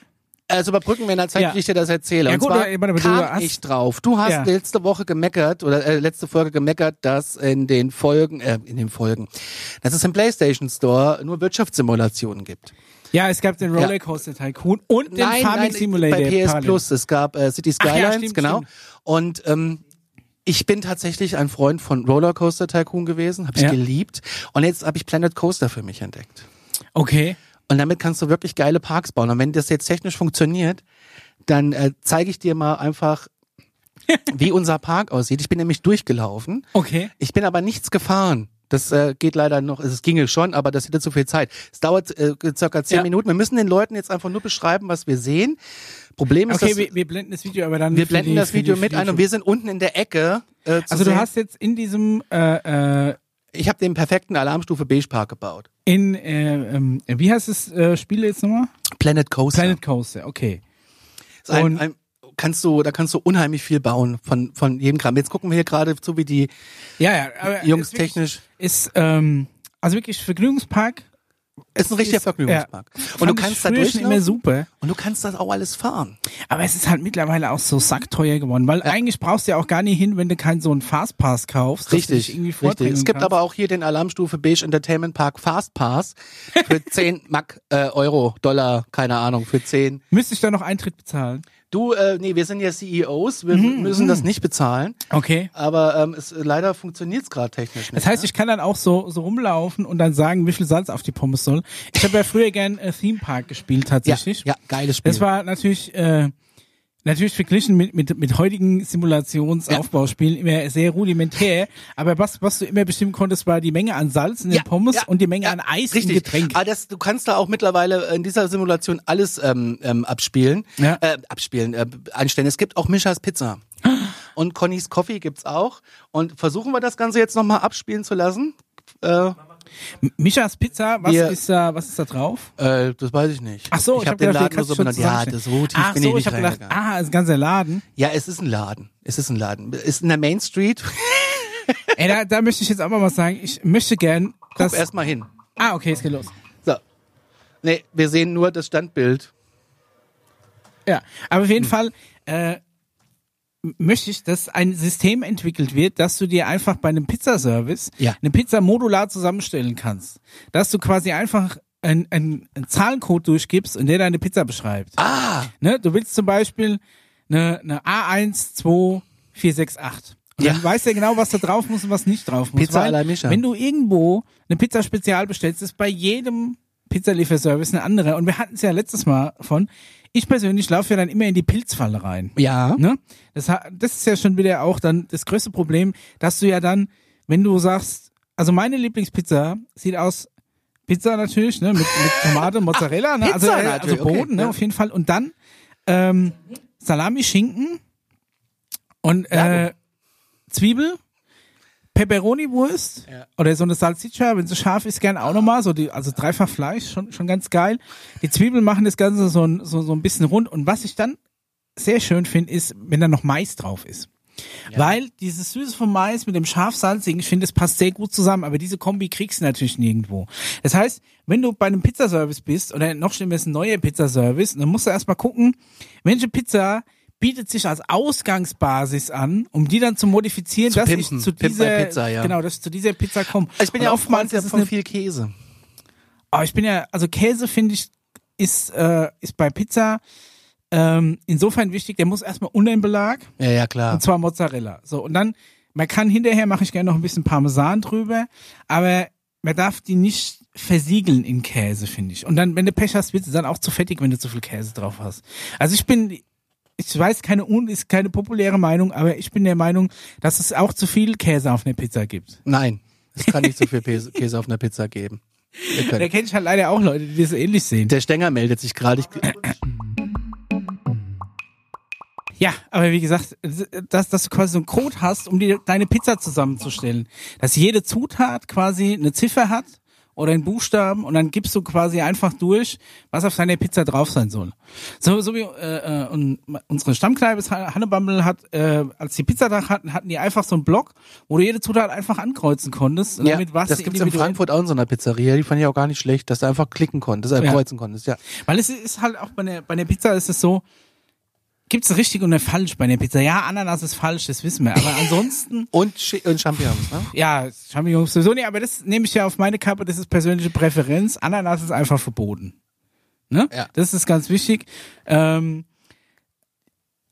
Speaker 2: Also überbrücken wir in der Zeit,
Speaker 1: Ja.
Speaker 2: wie ich dir das erzähle.
Speaker 1: Ja,
Speaker 2: Und
Speaker 1: gut,
Speaker 2: zwar
Speaker 1: aber ich meine, aber du
Speaker 2: kam
Speaker 1: hast-
Speaker 2: ich drauf. Du hast
Speaker 1: Ja.
Speaker 2: letzte Woche gemeckert oder äh, letzte Folge gemeckert, dass in den Folgen, äh, in den Folgen, dass es im PlayStation Store nur Wirtschaftssimulationen gibt.
Speaker 1: Ja, es gab den Rollercoaster Tycoon und den Farming Simulator.
Speaker 2: bei PS
Speaker 1: parallel.
Speaker 2: Plus. Es gab äh, City
Speaker 1: Ach ja,
Speaker 2: Skylines,
Speaker 1: stimmt,
Speaker 2: genau.
Speaker 1: stimmt.
Speaker 2: Und ähm, ich bin tatsächlich ein Freund von Rollercoaster Tycoon gewesen, habe ich
Speaker 1: Ja.
Speaker 2: geliebt. Und jetzt habe ich Planet Coaster für mich entdeckt.
Speaker 1: Okay.
Speaker 2: Und damit kannst du wirklich geile Parks bauen. Und wenn das jetzt technisch funktioniert, dann äh, zeige ich dir
Speaker 1: [laughs]
Speaker 2: mal einfach, wie unser Park aussieht. Ich bin nämlich durchgelaufen.
Speaker 1: Okay.
Speaker 2: Ich bin aber nichts gefahren. Das äh, geht leider noch, es ginge schon, aber das hätte zu viel Zeit. Es dauert äh, circa zehn
Speaker 1: Ja.
Speaker 2: Minuten. Wir müssen den Leuten jetzt einfach nur beschreiben, was wir sehen. Problem ist,
Speaker 1: Okay,
Speaker 2: dass wir,
Speaker 1: wir, wir blenden das Video aber dann. für
Speaker 2: blenden
Speaker 1: die,
Speaker 2: das
Speaker 1: für die-
Speaker 2: Video
Speaker 1: für
Speaker 2: mit
Speaker 1: die-
Speaker 2: ein und wir sind unten in der Ecke. Äh, zu
Speaker 1: Also du
Speaker 2: sehen.
Speaker 1: hast jetzt in diesem äh, äh,
Speaker 2: ich habe den perfekten Alarmstufe Beige Park gebaut.
Speaker 1: in äh, ähm, wie heißt das äh, Spiel jetzt nochmal?
Speaker 2: Planet Coaster.
Speaker 1: Planet Coaster. Okay.
Speaker 2: Ist ein,
Speaker 1: und-
Speaker 2: ein, kannst du, da kannst du unheimlich viel bauen von von jedem Gramm. Jetzt gucken wir hier gerade zu, wie die
Speaker 1: Ja, ja. Aber
Speaker 2: Jungs
Speaker 1: ist wirklich-
Speaker 2: technisch.
Speaker 1: ist ähm, also wirklich Vergnügungspark.
Speaker 2: Ist ein richtiger
Speaker 1: ist-
Speaker 2: Vergnügungspark. Und
Speaker 1: Fand
Speaker 2: du
Speaker 1: ich
Speaker 2: kannst da
Speaker 1: früher schon immer
Speaker 2: durchlaufen
Speaker 1: super.
Speaker 2: und du kannst das auch alles fahren.
Speaker 1: Aber es ist halt mittlerweile auch so sackteuer geworden, weil eigentlich brauchst du ja auch gar nicht hin, wenn du keinen so einen Fastpass kaufst. dass du dich
Speaker 2: Richtig,
Speaker 1: Irgendwie
Speaker 2: richtig.
Speaker 1: vorbringen
Speaker 2: Es gibt
Speaker 1: kannst.
Speaker 2: aber auch hier den Alarmstufe Beige Entertainment Park Fast Pass
Speaker 1: [laughs]
Speaker 2: für 10 Mack, äh, Euro, Dollar, keine Ahnung, für 10.
Speaker 1: Müsste ich da noch Eintritt bezahlen?
Speaker 2: Du, äh, nee, wir sind ja CEOs, wir
Speaker 1: Mhm,
Speaker 2: müssen das nicht bezahlen,
Speaker 1: Okay.
Speaker 2: aber ähm, es, leider funktioniert es gerade technisch nicht.
Speaker 1: Das heißt,
Speaker 2: ne?
Speaker 1: ich kann dann auch so, so rumlaufen und dann sagen, wie viel Salz auf die Pommes soll. Ich habe ja früher gern äh, Theme Park gespielt tatsächlich.
Speaker 2: ja, ja, geiles Spiel.
Speaker 1: Das war natürlich, äh, natürlich verglichen mit, mit, mit heutigen Simulationsaufbauspielen immer sehr rudimentär. Aber was, was du immer bestimmen konntest, war die Menge an Salz in den
Speaker 2: Ja,
Speaker 1: Pommes
Speaker 2: ja,
Speaker 1: und die Menge
Speaker 2: ja,
Speaker 1: an Eis
Speaker 2: Richtig.
Speaker 1: im Getränk.
Speaker 2: Aber das, du kannst da auch mittlerweile äh, in dieser Simulation alles ähm, ähm, abspielen,
Speaker 1: Ja.
Speaker 2: äh, abspielen, äh, einstellen. Es gibt auch
Speaker 1: [gasps]
Speaker 2: Mischas Pizza. Und Connys Coffee gibt's auch. Und versuchen wir das Ganze jetzt nochmal abspielen zu lassen? Äh,
Speaker 1: Michas Pizza, was
Speaker 2: Wir-
Speaker 1: ist da, was ist da drauf?
Speaker 2: äh, das weiß ich nicht.
Speaker 1: Ach so, ich,
Speaker 2: hab
Speaker 1: habe
Speaker 2: den
Speaker 1: gedacht,
Speaker 2: Laden
Speaker 1: ihr
Speaker 2: nur so
Speaker 1: könnt
Speaker 2: benannt.
Speaker 1: schon
Speaker 2: Ja,
Speaker 1: zusammenstellen.
Speaker 2: das so tief
Speaker 1: Ach
Speaker 2: bin
Speaker 1: so,
Speaker 2: ich
Speaker 1: ich
Speaker 2: nicht
Speaker 1: habe gedacht,
Speaker 2: reingegangen.
Speaker 1: ah, ist ein ganzer Laden.
Speaker 2: Ja, es ist ein Laden. Es ist ein Laden. Ist in der Main Street. [laughs]
Speaker 1: Ey, da, da möchte ich jetzt auch mal was sagen. Ich möchte gern,
Speaker 2: Guck
Speaker 1: dass...
Speaker 2: erstmal hin.
Speaker 1: Ah, okay, es geht los.
Speaker 2: So. Nee, wir sehen nur das Standbild.
Speaker 1: Ja, aber auf jeden
Speaker 2: Hm.
Speaker 1: Fall äh, m- möchte ich, dass ein System entwickelt wird, dass du dir einfach bei einem Pizzaservice
Speaker 2: Ja.
Speaker 1: eine Pizza modular zusammenstellen kannst. Dass du quasi einfach einen ein Zahlencode durchgibst und der deine Pizza beschreibt.
Speaker 2: Ah!
Speaker 1: Ne? Du willst zum Beispiel eine, eine A12468. Und
Speaker 2: Ja.
Speaker 1: dann weiß der genau, was da drauf muss und was nicht drauf muss.
Speaker 2: Pizza
Speaker 1: weil
Speaker 2: alla Mischa.
Speaker 1: Wenn du irgendwo eine Pizza spezial bestellst, ist bei jedem Pizzalieferservice eine andere. Und wir hatten es ja letztes Mal von, ich persönlich laufe ja dann immer in die Pilzfalle rein.
Speaker 2: Ja.
Speaker 1: Ne? Das, ha- das ist ja schon wieder auch dann das größte Problem, dass du ja dann, wenn du sagst, also meine Lieblingspizza sieht aus Pizza natürlich, ne, mit, mit Tomate, Mozzarella,
Speaker 2: [laughs]
Speaker 1: ne, also,
Speaker 2: Pizza
Speaker 1: äh, also
Speaker 2: natürlich, okay,
Speaker 1: Boden, ne,
Speaker 2: ja.
Speaker 1: auf jeden Fall. Und dann ähm, Salami, Schinken und äh, Zwiebel, Pepperoni-Wurst
Speaker 2: Ja.
Speaker 1: oder so eine Salsiccia, wenn sie scharf ist, gern auch nochmal, so die, also dreifach Fleisch, schon, schon ganz geil. Die Zwiebeln machen das Ganze so ein, so, so ein bisschen rund und was ich dann sehr schön finde, ist, wenn da noch Mais drauf ist. Weil dieses Süße vom Mais mit dem scharf-salzigen, ich finde, es passt sehr gut zusammen, aber diese Kombi kriegst du natürlich nirgendwo. Das heißt, wenn du bei einem Pizzaservice bist oder noch schlimmer ist ein neuer Pizzaservice, dann musst du erstmal gucken, welche Pizza bietet sich als Ausgangsbasis an, um die dann zu modifizieren,
Speaker 2: Zu
Speaker 1: dass
Speaker 2: pimpen.
Speaker 1: ich zu
Speaker 2: Pimp my
Speaker 1: dieser
Speaker 2: Pizza, ja.
Speaker 1: genau, dass ich zu dieser Pizza komme.
Speaker 2: Ich bin
Speaker 1: Und
Speaker 2: ja
Speaker 1: oftmals
Speaker 2: oftmals
Speaker 1: ist es
Speaker 2: von
Speaker 1: eine
Speaker 2: viel Käse.
Speaker 1: aber ich bin ja, also Käse finde ich, ist, äh, ist bei Pizza ähm, insofern wichtig, der muss erstmal unter den Belag,
Speaker 2: Ja, ja, klar.
Speaker 1: und zwar Mozzarella. So, und dann, man kann hinterher, mache ich gerne noch ein bisschen Parmesan drüber, aber man darf die nicht versiegeln in Käse, finde ich. Und dann, wenn du Pech hast, wird es dann auch zu fettig, wenn du zu viel Käse drauf hast. Also ich bin, ich weiß, keine, un- ist keine populäre Meinung, aber ich bin der Meinung, dass es auch zu viel Käse auf einer Pizza gibt.
Speaker 2: Nein. Es kann nicht so
Speaker 1: [laughs]
Speaker 2: viel Pes- Käse auf einer Pizza geben. Ihr könnt.
Speaker 1: Da kenne ich halt leider auch Leute, die das ähnlich sehen.
Speaker 2: Der Stenger meldet sich gerade. Ich-
Speaker 1: Ja, aber wie gesagt, dass, dass du quasi so einen Code hast, um dir deine Pizza zusammenzustellen. Dass jede Zutat quasi eine Ziffer hat oder einen Buchstaben und dann gibst du quasi einfach durch, was auf deiner Pizza drauf sein soll. So, so wie äh, äh, und ma- unsere Stammkneipe ist Han- Hannebumble hat, äh, als die Pizzatag hatten, hatten die einfach so einen Block, wo du jede Zutat einfach ankreuzen konntest. Und
Speaker 2: Ja,
Speaker 1: damit warst
Speaker 2: das
Speaker 1: du
Speaker 2: gibt's in
Speaker 1: individuell-
Speaker 2: Frankfurt auch in so einer Pizzeria. Die fand ich auch gar nicht schlecht, dass du einfach klicken konntest, äh,
Speaker 1: Ja.
Speaker 2: kreuzen konntest. Ja.
Speaker 1: Weil es ist halt auch bei der, bei der Pizza ist es so, gibt's richtig und falsch bei der Pizza. Ja, Ananas ist falsch, das wissen wir.
Speaker 2: [laughs]
Speaker 1: Aber ansonsten
Speaker 2: Und, Sch- und Champignons, ne?
Speaker 1: Ja, Champignons sowieso nicht, aber das nehme ich ja auf meine Kappe, das ist persönliche Präferenz. Ananas ist einfach verboten. Ne?
Speaker 2: Ja.
Speaker 1: Das ist ganz wichtig. Ähm,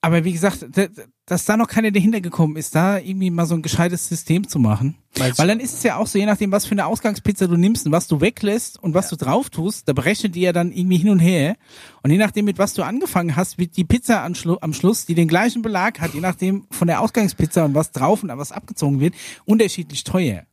Speaker 1: aber wie gesagt, d- d- dass da noch keiner dahinter gekommen ist, da irgendwie mal so ein gescheites System zu machen.
Speaker 2: Meinst du-
Speaker 1: Weil dann ist es ja auch so, je nachdem, was für eine Ausgangspizza du nimmst und was du weglässt und was du drauf tust, da berechnet die ja dann irgendwie hin und her. Und je nachdem, mit was du angefangen hast, wird die Pizza am, Schlu am Schluss, die den gleichen Belag hat, je nachdem von der Ausgangspizza und was drauf und was abgezogen wird, unterschiedlich teuer.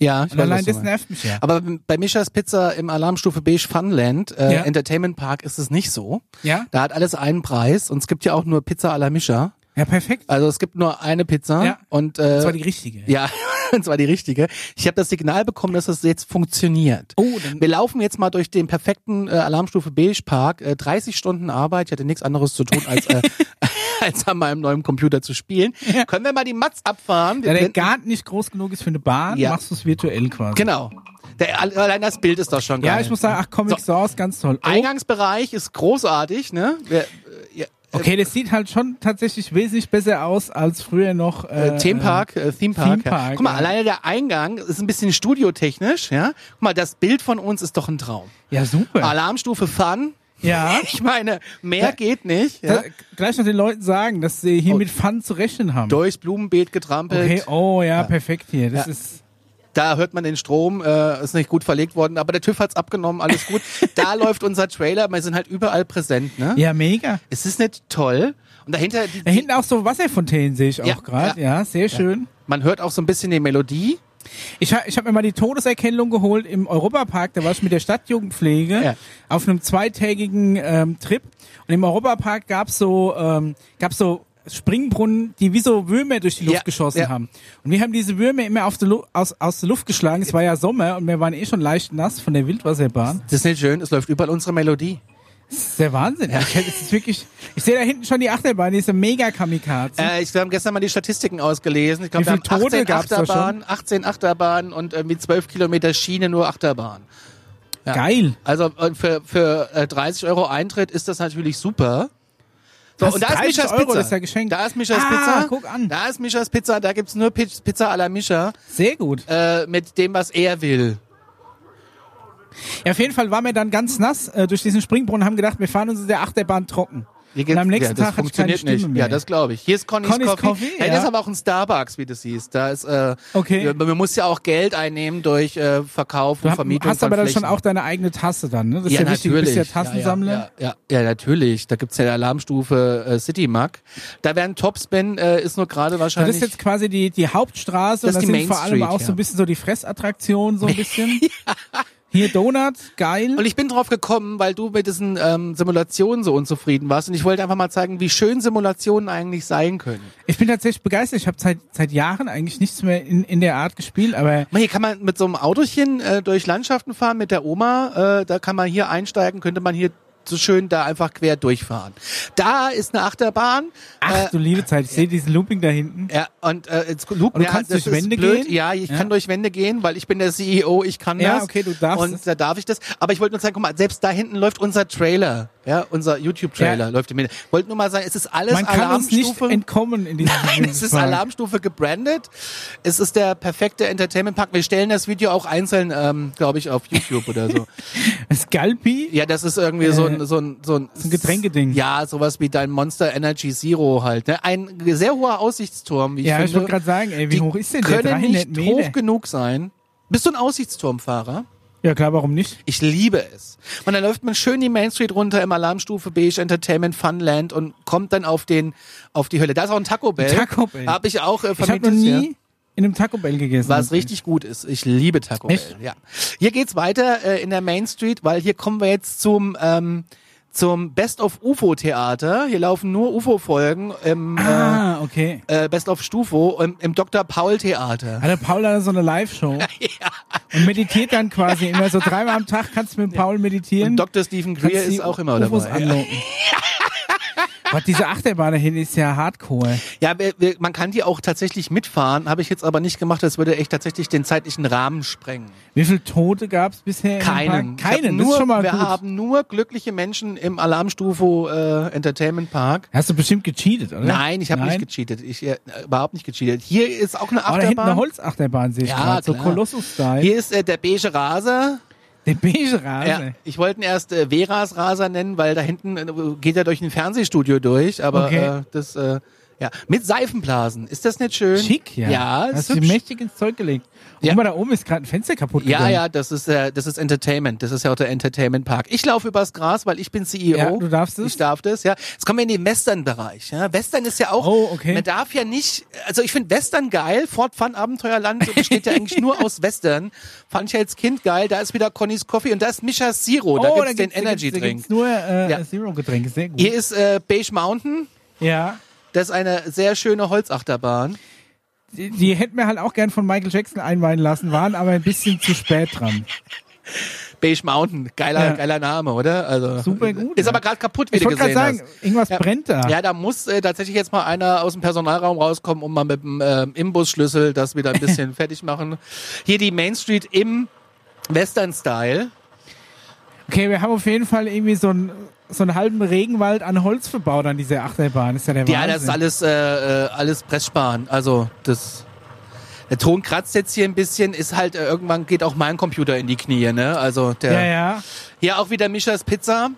Speaker 2: Ja, ich
Speaker 1: Und allein
Speaker 2: weiß, was
Speaker 1: das
Speaker 2: du meinst.
Speaker 1: nervt mich ja.
Speaker 2: Aber bei Mischas Pizza im Alarmstufe Beige Funland äh,
Speaker 1: Ja.
Speaker 2: Entertainment Park ist es nicht so.
Speaker 1: Ja?
Speaker 2: Da hat alles einen Preis und es gibt ja auch nur Pizza à la Mischa.
Speaker 1: Ja, perfekt.
Speaker 2: Also es gibt nur eine Pizza
Speaker 1: Ja.
Speaker 2: und äh,
Speaker 1: Das war die richtige.
Speaker 2: ja, [laughs] und zwar die richtige. Ich habe das Signal bekommen, dass das jetzt funktioniert.
Speaker 1: Oh, dann-
Speaker 2: Wir laufen jetzt mal durch den perfekten äh, Alarmstufe Beige Park. Äh, 30 Stunden Arbeit, ich hatte nichts anderes zu tun,
Speaker 1: [laughs]
Speaker 2: als, äh, [laughs] als an meinem neuen Computer zu spielen. Können wir mal die Mats abfahren? Wir
Speaker 1: Da der
Speaker 2: blenden-
Speaker 1: Garten nicht groß genug ist für eine Bahn,
Speaker 2: Ja.
Speaker 1: machst du es virtuell quasi.
Speaker 2: genau. Der, allein das Bild ist doch schon geil.
Speaker 1: Ja, ich muss sagen, ach, Comic Source, ganz toll. Oh,
Speaker 2: Eingangsbereich ist großartig, ne? Wir, äh, ja,
Speaker 1: okay, das sieht halt schon tatsächlich wesentlich besser aus als früher noch.
Speaker 2: äh,
Speaker 1: Äh,
Speaker 2: Themenpark, äh, Theme
Speaker 1: Theme
Speaker 2: Park.
Speaker 1: Park,
Speaker 2: ja. Guck mal,
Speaker 1: ja.
Speaker 2: alleine der Eingang ist ein bisschen studiotechnisch, ja. Guck mal, das Bild von uns ist doch ein Traum.
Speaker 1: äh, Ja, super.
Speaker 2: Alarmstufe Fun.
Speaker 1: Ja.
Speaker 2: Ich meine, mehr geht nicht. Ja?
Speaker 1: Da, gleich noch den Leuten sagen, dass sie hier
Speaker 2: Oh.
Speaker 1: mit Fun zu rechnen haben.
Speaker 2: Durchs Blumenbeet getrampelt.
Speaker 1: Okay, oh ja, perfekt hier. Das
Speaker 2: Ja.
Speaker 1: ist.
Speaker 2: Da hört man den Strom, äh, ist nicht gut verlegt worden, aber der TÜV hat's abgenommen,
Speaker 1: [laughs]
Speaker 2: alles gut. da läuft unser Trailer, wir sind halt überall präsent, ne?
Speaker 1: Ja, mega.
Speaker 2: Es ist nicht toll. Und dahinter, die,
Speaker 1: Da
Speaker 2: die,
Speaker 1: hinten auch so Wasserfontänen sehe ich
Speaker 2: Ja,
Speaker 1: auch gerade. Ja. sehr schön.
Speaker 2: man hört auch so ein bisschen die Melodie.
Speaker 1: Ich, ha- ich habe mir mal die Todeserkennung geholt im Europapark, da war ich mit der Stadtjugendpflege
Speaker 2: Ja.
Speaker 1: auf einem zweitägigen ähm, Trip. Und im Europapark gab's so, ähm, gab's so Springbrunnen, die wie so Würmer durch die Luft
Speaker 2: Ja,
Speaker 1: geschossen
Speaker 2: ja.
Speaker 1: haben. Und wir haben diese Würmer immer auf die Lu aus, aus der Luft geschlagen. Es war ja Sommer und wir waren eh schon leicht nass von der Wildwasserbahn.
Speaker 2: Das ist nicht schön, es läuft überall unsere Melodie.
Speaker 1: Das ist der Wahnsinn. Ich, das ist wirklich, ich sehe da hinten schon die Achterbahn, die ist ein Mega-Kamikaze.
Speaker 2: Äh, ich, wir haben gestern mal die Statistiken ausgelesen. Ich glaube,
Speaker 1: Hm. Wie
Speaker 2: wir
Speaker 1: viele
Speaker 2: haben
Speaker 1: Tote
Speaker 2: 18
Speaker 1: gab's da schon?
Speaker 2: Achterbahnen, 18 Achterbahnen und irgendwie 12 Kilometer Schiene nur Achterbahn.
Speaker 1: Geil.
Speaker 2: Also äh, für, für äh, 30 Euro Eintritt ist das natürlich super. So,
Speaker 1: Das
Speaker 2: und da ist
Speaker 1: 30
Speaker 2: Mischas
Speaker 1: Euro,
Speaker 2: Pizza.
Speaker 1: das ist ja geschenkt.
Speaker 2: Da ist Mischas
Speaker 1: Ah,
Speaker 2: Pizza.
Speaker 1: guck an.
Speaker 2: Da ist Mischas Pizza, da gibt's nur Pi- Pizza à la Mischa
Speaker 1: Sehr gut.
Speaker 2: äh, mit dem, was er will.
Speaker 1: Ja, auf jeden Fall waren wir dann ganz nass äh, durch diesen Springbrunnen, haben gedacht, wir fahren uns in der Achterbahn trocken.
Speaker 2: Hier
Speaker 1: Und
Speaker 2: gibt's-
Speaker 1: am nächsten Tag
Speaker 2: ja, das
Speaker 1: hatte ich keine
Speaker 2: funktioniert
Speaker 1: Stimme
Speaker 2: nicht.
Speaker 1: mehr.
Speaker 2: Ja, das glaube ich. Hier ist Conny's,
Speaker 1: Conny's
Speaker 2: Coffee.
Speaker 1: Coffee,
Speaker 2: hey,
Speaker 1: ja.
Speaker 2: Das ist aber auch ein Starbucks, wie du siehst. Da ist äh,
Speaker 1: Okay.
Speaker 2: ja, Man muss ja auch Geld einnehmen durch äh, Verkauf
Speaker 1: Du
Speaker 2: und
Speaker 1: hab-
Speaker 2: Vermietung
Speaker 1: hast aber
Speaker 2: von
Speaker 1: dann schon
Speaker 2: Flächen.
Speaker 1: auch deine eigene Tasse dann, ne? Das ist ja, wichtig, du bist ja Tassensammler.
Speaker 2: Ja, ja, ja, ja, natürlich. Da gibt's ja die Alarmstufe äh, City Mag. Da werden Topspin, äh, ist nur gerade
Speaker 1: Das
Speaker 2: wahrscheinlich.
Speaker 1: ist jetzt quasi die, die Hauptstraße
Speaker 2: Das
Speaker 1: und
Speaker 2: ist
Speaker 1: das
Speaker 2: die
Speaker 1: sind vor allem
Speaker 2: Main
Speaker 1: auch
Speaker 2: Street,
Speaker 1: so ein
Speaker 2: ja.
Speaker 1: bisschen so die Fressattraktion, so
Speaker 2: [laughs]
Speaker 1: ein bisschen. Hier Donut, geil.
Speaker 2: und ich bin drauf gekommen, weil du mit diesen ähm, Simulationen so unzufrieden warst. Und ich wollte einfach mal zeigen, wie schön Simulationen eigentlich sein können.
Speaker 1: Ich bin tatsächlich begeistert. Ich habe seit, seit Jahren eigentlich nichts mehr in, in der Art gespielt, aber
Speaker 2: Man, Hier kann man mit so einem Autochen äh, durch Landschaften fahren mit der Oma. Äh, da kann man hier einsteigen, könnte man hier so schön da einfach quer durchfahren. Da ist eine Achterbahn.
Speaker 1: ach du liebe Zeit, ich sehe diesen Looping da hinten.
Speaker 2: Äh, Ja, und äh, jetzt, Luke,
Speaker 1: Und du
Speaker 2: ja,
Speaker 1: kannst
Speaker 2: das
Speaker 1: durch
Speaker 2: ist
Speaker 1: Wände
Speaker 2: blöd.
Speaker 1: gehen?
Speaker 2: Ja, ich
Speaker 1: Ja.
Speaker 2: kann durch Wände gehen, weil ich bin der CEO, ich kann
Speaker 1: Ja,
Speaker 2: das.
Speaker 1: okay, du darfst
Speaker 2: Und
Speaker 1: es.
Speaker 2: da darf ich das. Aber ich wollte nur sagen, guck mal, selbst da hinten läuft unser Trailer. Ja, unser YouTube-Trailer
Speaker 1: Ja.
Speaker 2: läuft im Hintergrund. Wollte nur mal sagen, es ist alles
Speaker 1: Man kann uns nicht
Speaker 2: Alarmstufe.
Speaker 1: entkommen in diesem
Speaker 2: [laughs] Nein, es ist
Speaker 1: Vergnügungspark.
Speaker 2: Alarmstufe gebrandet. Es ist der perfekte Entertainment Park. Wir stellen das Video auch einzeln, ähm, glaube ich, auf YouTube
Speaker 1: [laughs]
Speaker 2: oder so.
Speaker 1: Scalpi?
Speaker 2: Ja, das ist irgendwie so ein so ein so ein,
Speaker 1: Äh, ein Getränkeding.
Speaker 2: Ja, sowas wie dein Monster Energy Zero halt. Ne? Ein sehr hoher Aussichtsturm, wie ich
Speaker 1: Ja,
Speaker 2: finde.
Speaker 1: ich wollte gerade sagen, ey, wie
Speaker 2: Die
Speaker 1: hoch ist denn der?
Speaker 2: können
Speaker 1: 300
Speaker 2: nicht hoch
Speaker 1: Meter?
Speaker 2: genug sein. Bist du ein Aussichtsturmfahrer?
Speaker 1: Ja klar, warum nicht?
Speaker 2: Ich liebe es. Und dann läuft man schön die Main Street runter im Alarmstufe Beige Entertainment Funland und kommt dann auf den auf die Hölle. Da ist auch ein Taco Bell.
Speaker 1: Taco Bell.
Speaker 2: Hab ich auch äh,
Speaker 1: Ich habe noch
Speaker 2: vermietet. ja.
Speaker 1: nie in einem Taco Bell gegessen.
Speaker 2: Was richtig gut ist. Ich liebe Taco
Speaker 1: Echt?
Speaker 2: Bell. Ja. Hier geht's weiter äh, in der Main Street, weil hier kommen wir jetzt zum ähm, zum Best of UFO Theater. Hier laufen nur UFO Folgen im
Speaker 1: Ah, okay.
Speaker 2: äh, äh, Best of Stufo im, im Dr. Paul Theater.
Speaker 1: Hat der Paul dann so eine Live-Show und meditiert dann quasi immer so dreimal am Tag kannst du mit Paul meditieren.
Speaker 2: Und Dr. Stephen Greer
Speaker 1: kannst die
Speaker 2: ist auch immer
Speaker 1: UFOs
Speaker 2: dabei. Ja.
Speaker 1: anlocken. [laughs] Gott, diese Achterbahn dahin ist ja hardcore.
Speaker 2: Ja, wir, wir, man kann die auch tatsächlich mitfahren, habe ich jetzt aber nicht gemacht. Das würde echt tatsächlich den zeitlichen Rahmen sprengen.
Speaker 1: Wie viele Tote gab es bisher? im
Speaker 2: Keinen.
Speaker 1: Park?
Speaker 2: Ich hab
Speaker 1: Äh, Keinen,
Speaker 2: Nur,
Speaker 1: das ist schon mal
Speaker 2: wir
Speaker 1: gut.
Speaker 2: haben nur glückliche Menschen im Alarmstufo äh, Entertainment Park.
Speaker 1: Hast du bestimmt gecheatet, oder?
Speaker 2: Nein, ich habe nicht
Speaker 1: Nein?
Speaker 2: gecheatet. Ich äh, überhaupt nicht gecheatet. Hier ist auch eine
Speaker 1: Aber da hinten eine
Speaker 2: Achterbahn.
Speaker 1: Holzachterbahn sehe ich
Speaker 2: Ja,
Speaker 1: gerade, so
Speaker 2: klar.
Speaker 1: Kolossus-Style.
Speaker 2: Hier ist äh, der beige Raser.
Speaker 1: Der beige Rasen.
Speaker 2: Ja, ich wollte ihn erst äh, Veras Raser nennen, weil da hinten äh, geht er durch ein Fernsehstudio durch. Aber
Speaker 1: Okay.
Speaker 2: äh, das äh, ja mit Seifenblasen. Ist das nicht schön?
Speaker 1: Schick, ja.
Speaker 2: Ja, ist
Speaker 1: Hast du
Speaker 2: hübsch.
Speaker 1: mächtig ins Zeug gelegt. Und
Speaker 2: Ja.
Speaker 1: mal da oben ist gerade ein Fenster kaputt gegangen.
Speaker 2: Ja, ja, das ist äh, das ist Entertainment. Das ist ja auch der Entertainment Park. Ich laufe übers Gras, weil ich bin CEO.
Speaker 1: Ja, du darfst es.
Speaker 2: Ich darf das, ja. Jetzt kommen wir in den Western-Bereich. Ja. Western ist ja auch,
Speaker 1: Oh, okay.
Speaker 2: man darf ja nicht, also ich finde Western geil. Fort Fun Abenteuerland besteht ja eigentlich nur aus Western. Fand ich als Kind geil. Da ist wieder Connys Coffee und da ist Mischa Zero. Da
Speaker 1: oh,
Speaker 2: gibt's
Speaker 1: da
Speaker 2: den
Speaker 1: gibt's, da gibt's, da
Speaker 2: Energy-Drink.
Speaker 1: gibt's nur äh,
Speaker 2: Ja.
Speaker 1: Zero-Getränke, sehr gut.
Speaker 2: Hier ist äh, Beige Mountain.
Speaker 1: ja.
Speaker 2: Das ist eine sehr schöne Holzachterbahn.
Speaker 1: Die, die hätten wir halt auch gern von Michael Jackson einweihen lassen, waren aber ein bisschen zu spät dran.
Speaker 2: Beige Mountain, geiler,
Speaker 1: Ja.
Speaker 2: geiler Name, oder? Also
Speaker 1: Super gut,
Speaker 2: Ist
Speaker 1: ja.
Speaker 2: aber gerade kaputt, wie
Speaker 1: Ich
Speaker 2: du
Speaker 1: wollte gerade
Speaker 2: gesehen
Speaker 1: sagen,
Speaker 2: hast.
Speaker 1: irgendwas brennt da.
Speaker 2: Ja, da muss äh, tatsächlich jetzt mal einer aus dem Personalraum rauskommen und mal mit dem äh, Imbusschlüssel das wieder
Speaker 1: [laughs]
Speaker 2: ein bisschen fertig machen. Hier die Main Street im Western-Style.
Speaker 1: Okay, wir haben auf jeden Fall irgendwie so einen so einen halben Regenwald an Holz verbaut an dieser Achterbahn. Ist ja der
Speaker 2: Ja,
Speaker 1: Wahnsinn.
Speaker 2: das ist alles, äh, äh, alles Presssparen. Also das... Der Ton kratzt jetzt hier ein bisschen, ist halt, äh, irgendwann geht auch mein Computer in die Knie, ne? Also der.
Speaker 1: Ja, ja.
Speaker 2: Hier auch wieder Mischas Pizza.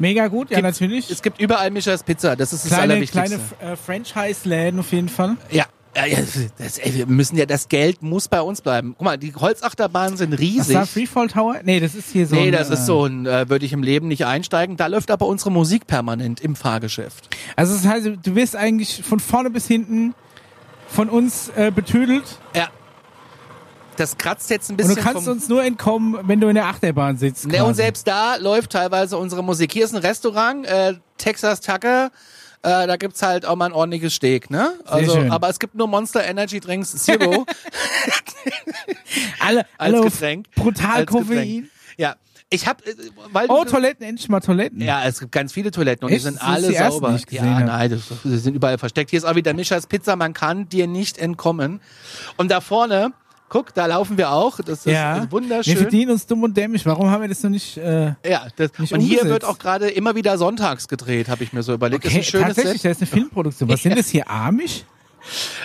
Speaker 1: Mega gut, ja,
Speaker 2: Gibt's-
Speaker 1: natürlich.
Speaker 2: Es gibt überall Mischas Pizza, das ist das
Speaker 1: kleine kleine
Speaker 2: Allerwichtigste.
Speaker 1: äh, Franchise-Läden auf jeden Fall.
Speaker 2: ja. Ja, ja, das, ey, wir müssen ja, das Geld muss bei uns bleiben. Guck mal, die Holzachterbahnen sind
Speaker 1: Was
Speaker 2: riesig.
Speaker 1: war Freefall Tower? Nee, das ist hier so.
Speaker 2: Nee,
Speaker 1: ein,
Speaker 2: das
Speaker 1: äh,
Speaker 2: ist so ein, äh, würde ich im Leben nicht einsteigen. Da läuft aber unsere Musik permanent im Fahrgeschäft.
Speaker 1: Also das heißt, du wirst eigentlich von vorne bis hinten von uns äh, betüdelt
Speaker 2: Ja. Das kratzt jetzt ein
Speaker 1: und
Speaker 2: bisschen
Speaker 1: du kannst
Speaker 2: vom...
Speaker 1: uns nur entkommen, wenn du in der Achterbahn sitzt.
Speaker 2: Ne,
Speaker 1: quasi.
Speaker 2: und selbst da läuft teilweise unsere Musik. Hier ist ein Restaurant, äh, Texas Tucker. Äh, da gibt's halt auch mal ein ordentliches Steak, ne? Also,
Speaker 1: schön.
Speaker 2: aber es gibt nur Monster Energy Drinks
Speaker 1: [laughs]
Speaker 2: Zero
Speaker 1: alle,
Speaker 2: [laughs] als
Speaker 1: alle auf
Speaker 2: Getränk.
Speaker 1: brutal
Speaker 2: als Getränk.
Speaker 1: Koffein.
Speaker 2: Ja. Ich hab, äh, weil du
Speaker 1: Oh,
Speaker 2: das-
Speaker 1: Toiletten, endlich mal Toiletten.
Speaker 2: Ja, es gibt ganz viele Toiletten und die
Speaker 1: Echt?
Speaker 2: sind
Speaker 1: Das ist
Speaker 2: alle
Speaker 1: die erste,
Speaker 2: sauber.
Speaker 1: die ich gesehen
Speaker 2: ja,
Speaker 1: habe.
Speaker 2: nein, das, das, die sind überall versteckt. Hier ist auch wieder Mischas Pizza, man kann dir nicht entkommen. Und da vorne, guck, da laufen wir auch. Das ist
Speaker 1: Ja.
Speaker 2: äh,
Speaker 1: Wir
Speaker 2: wunderschön.
Speaker 1: verdienen uns dumm und dämlich. Warum haben wir das noch nicht? Äh,
Speaker 2: Ja, das, und
Speaker 1: Nicht
Speaker 2: hier
Speaker 1: umgesetzt.
Speaker 2: wird auch gerade immer wieder sonntags gedreht, habe ich mir so überlegt.
Speaker 1: okay,
Speaker 2: das ist ein schönes
Speaker 1: tatsächlich,
Speaker 2: Set.
Speaker 1: da ist eine Filmproduktion. Was sind das hier? Amish?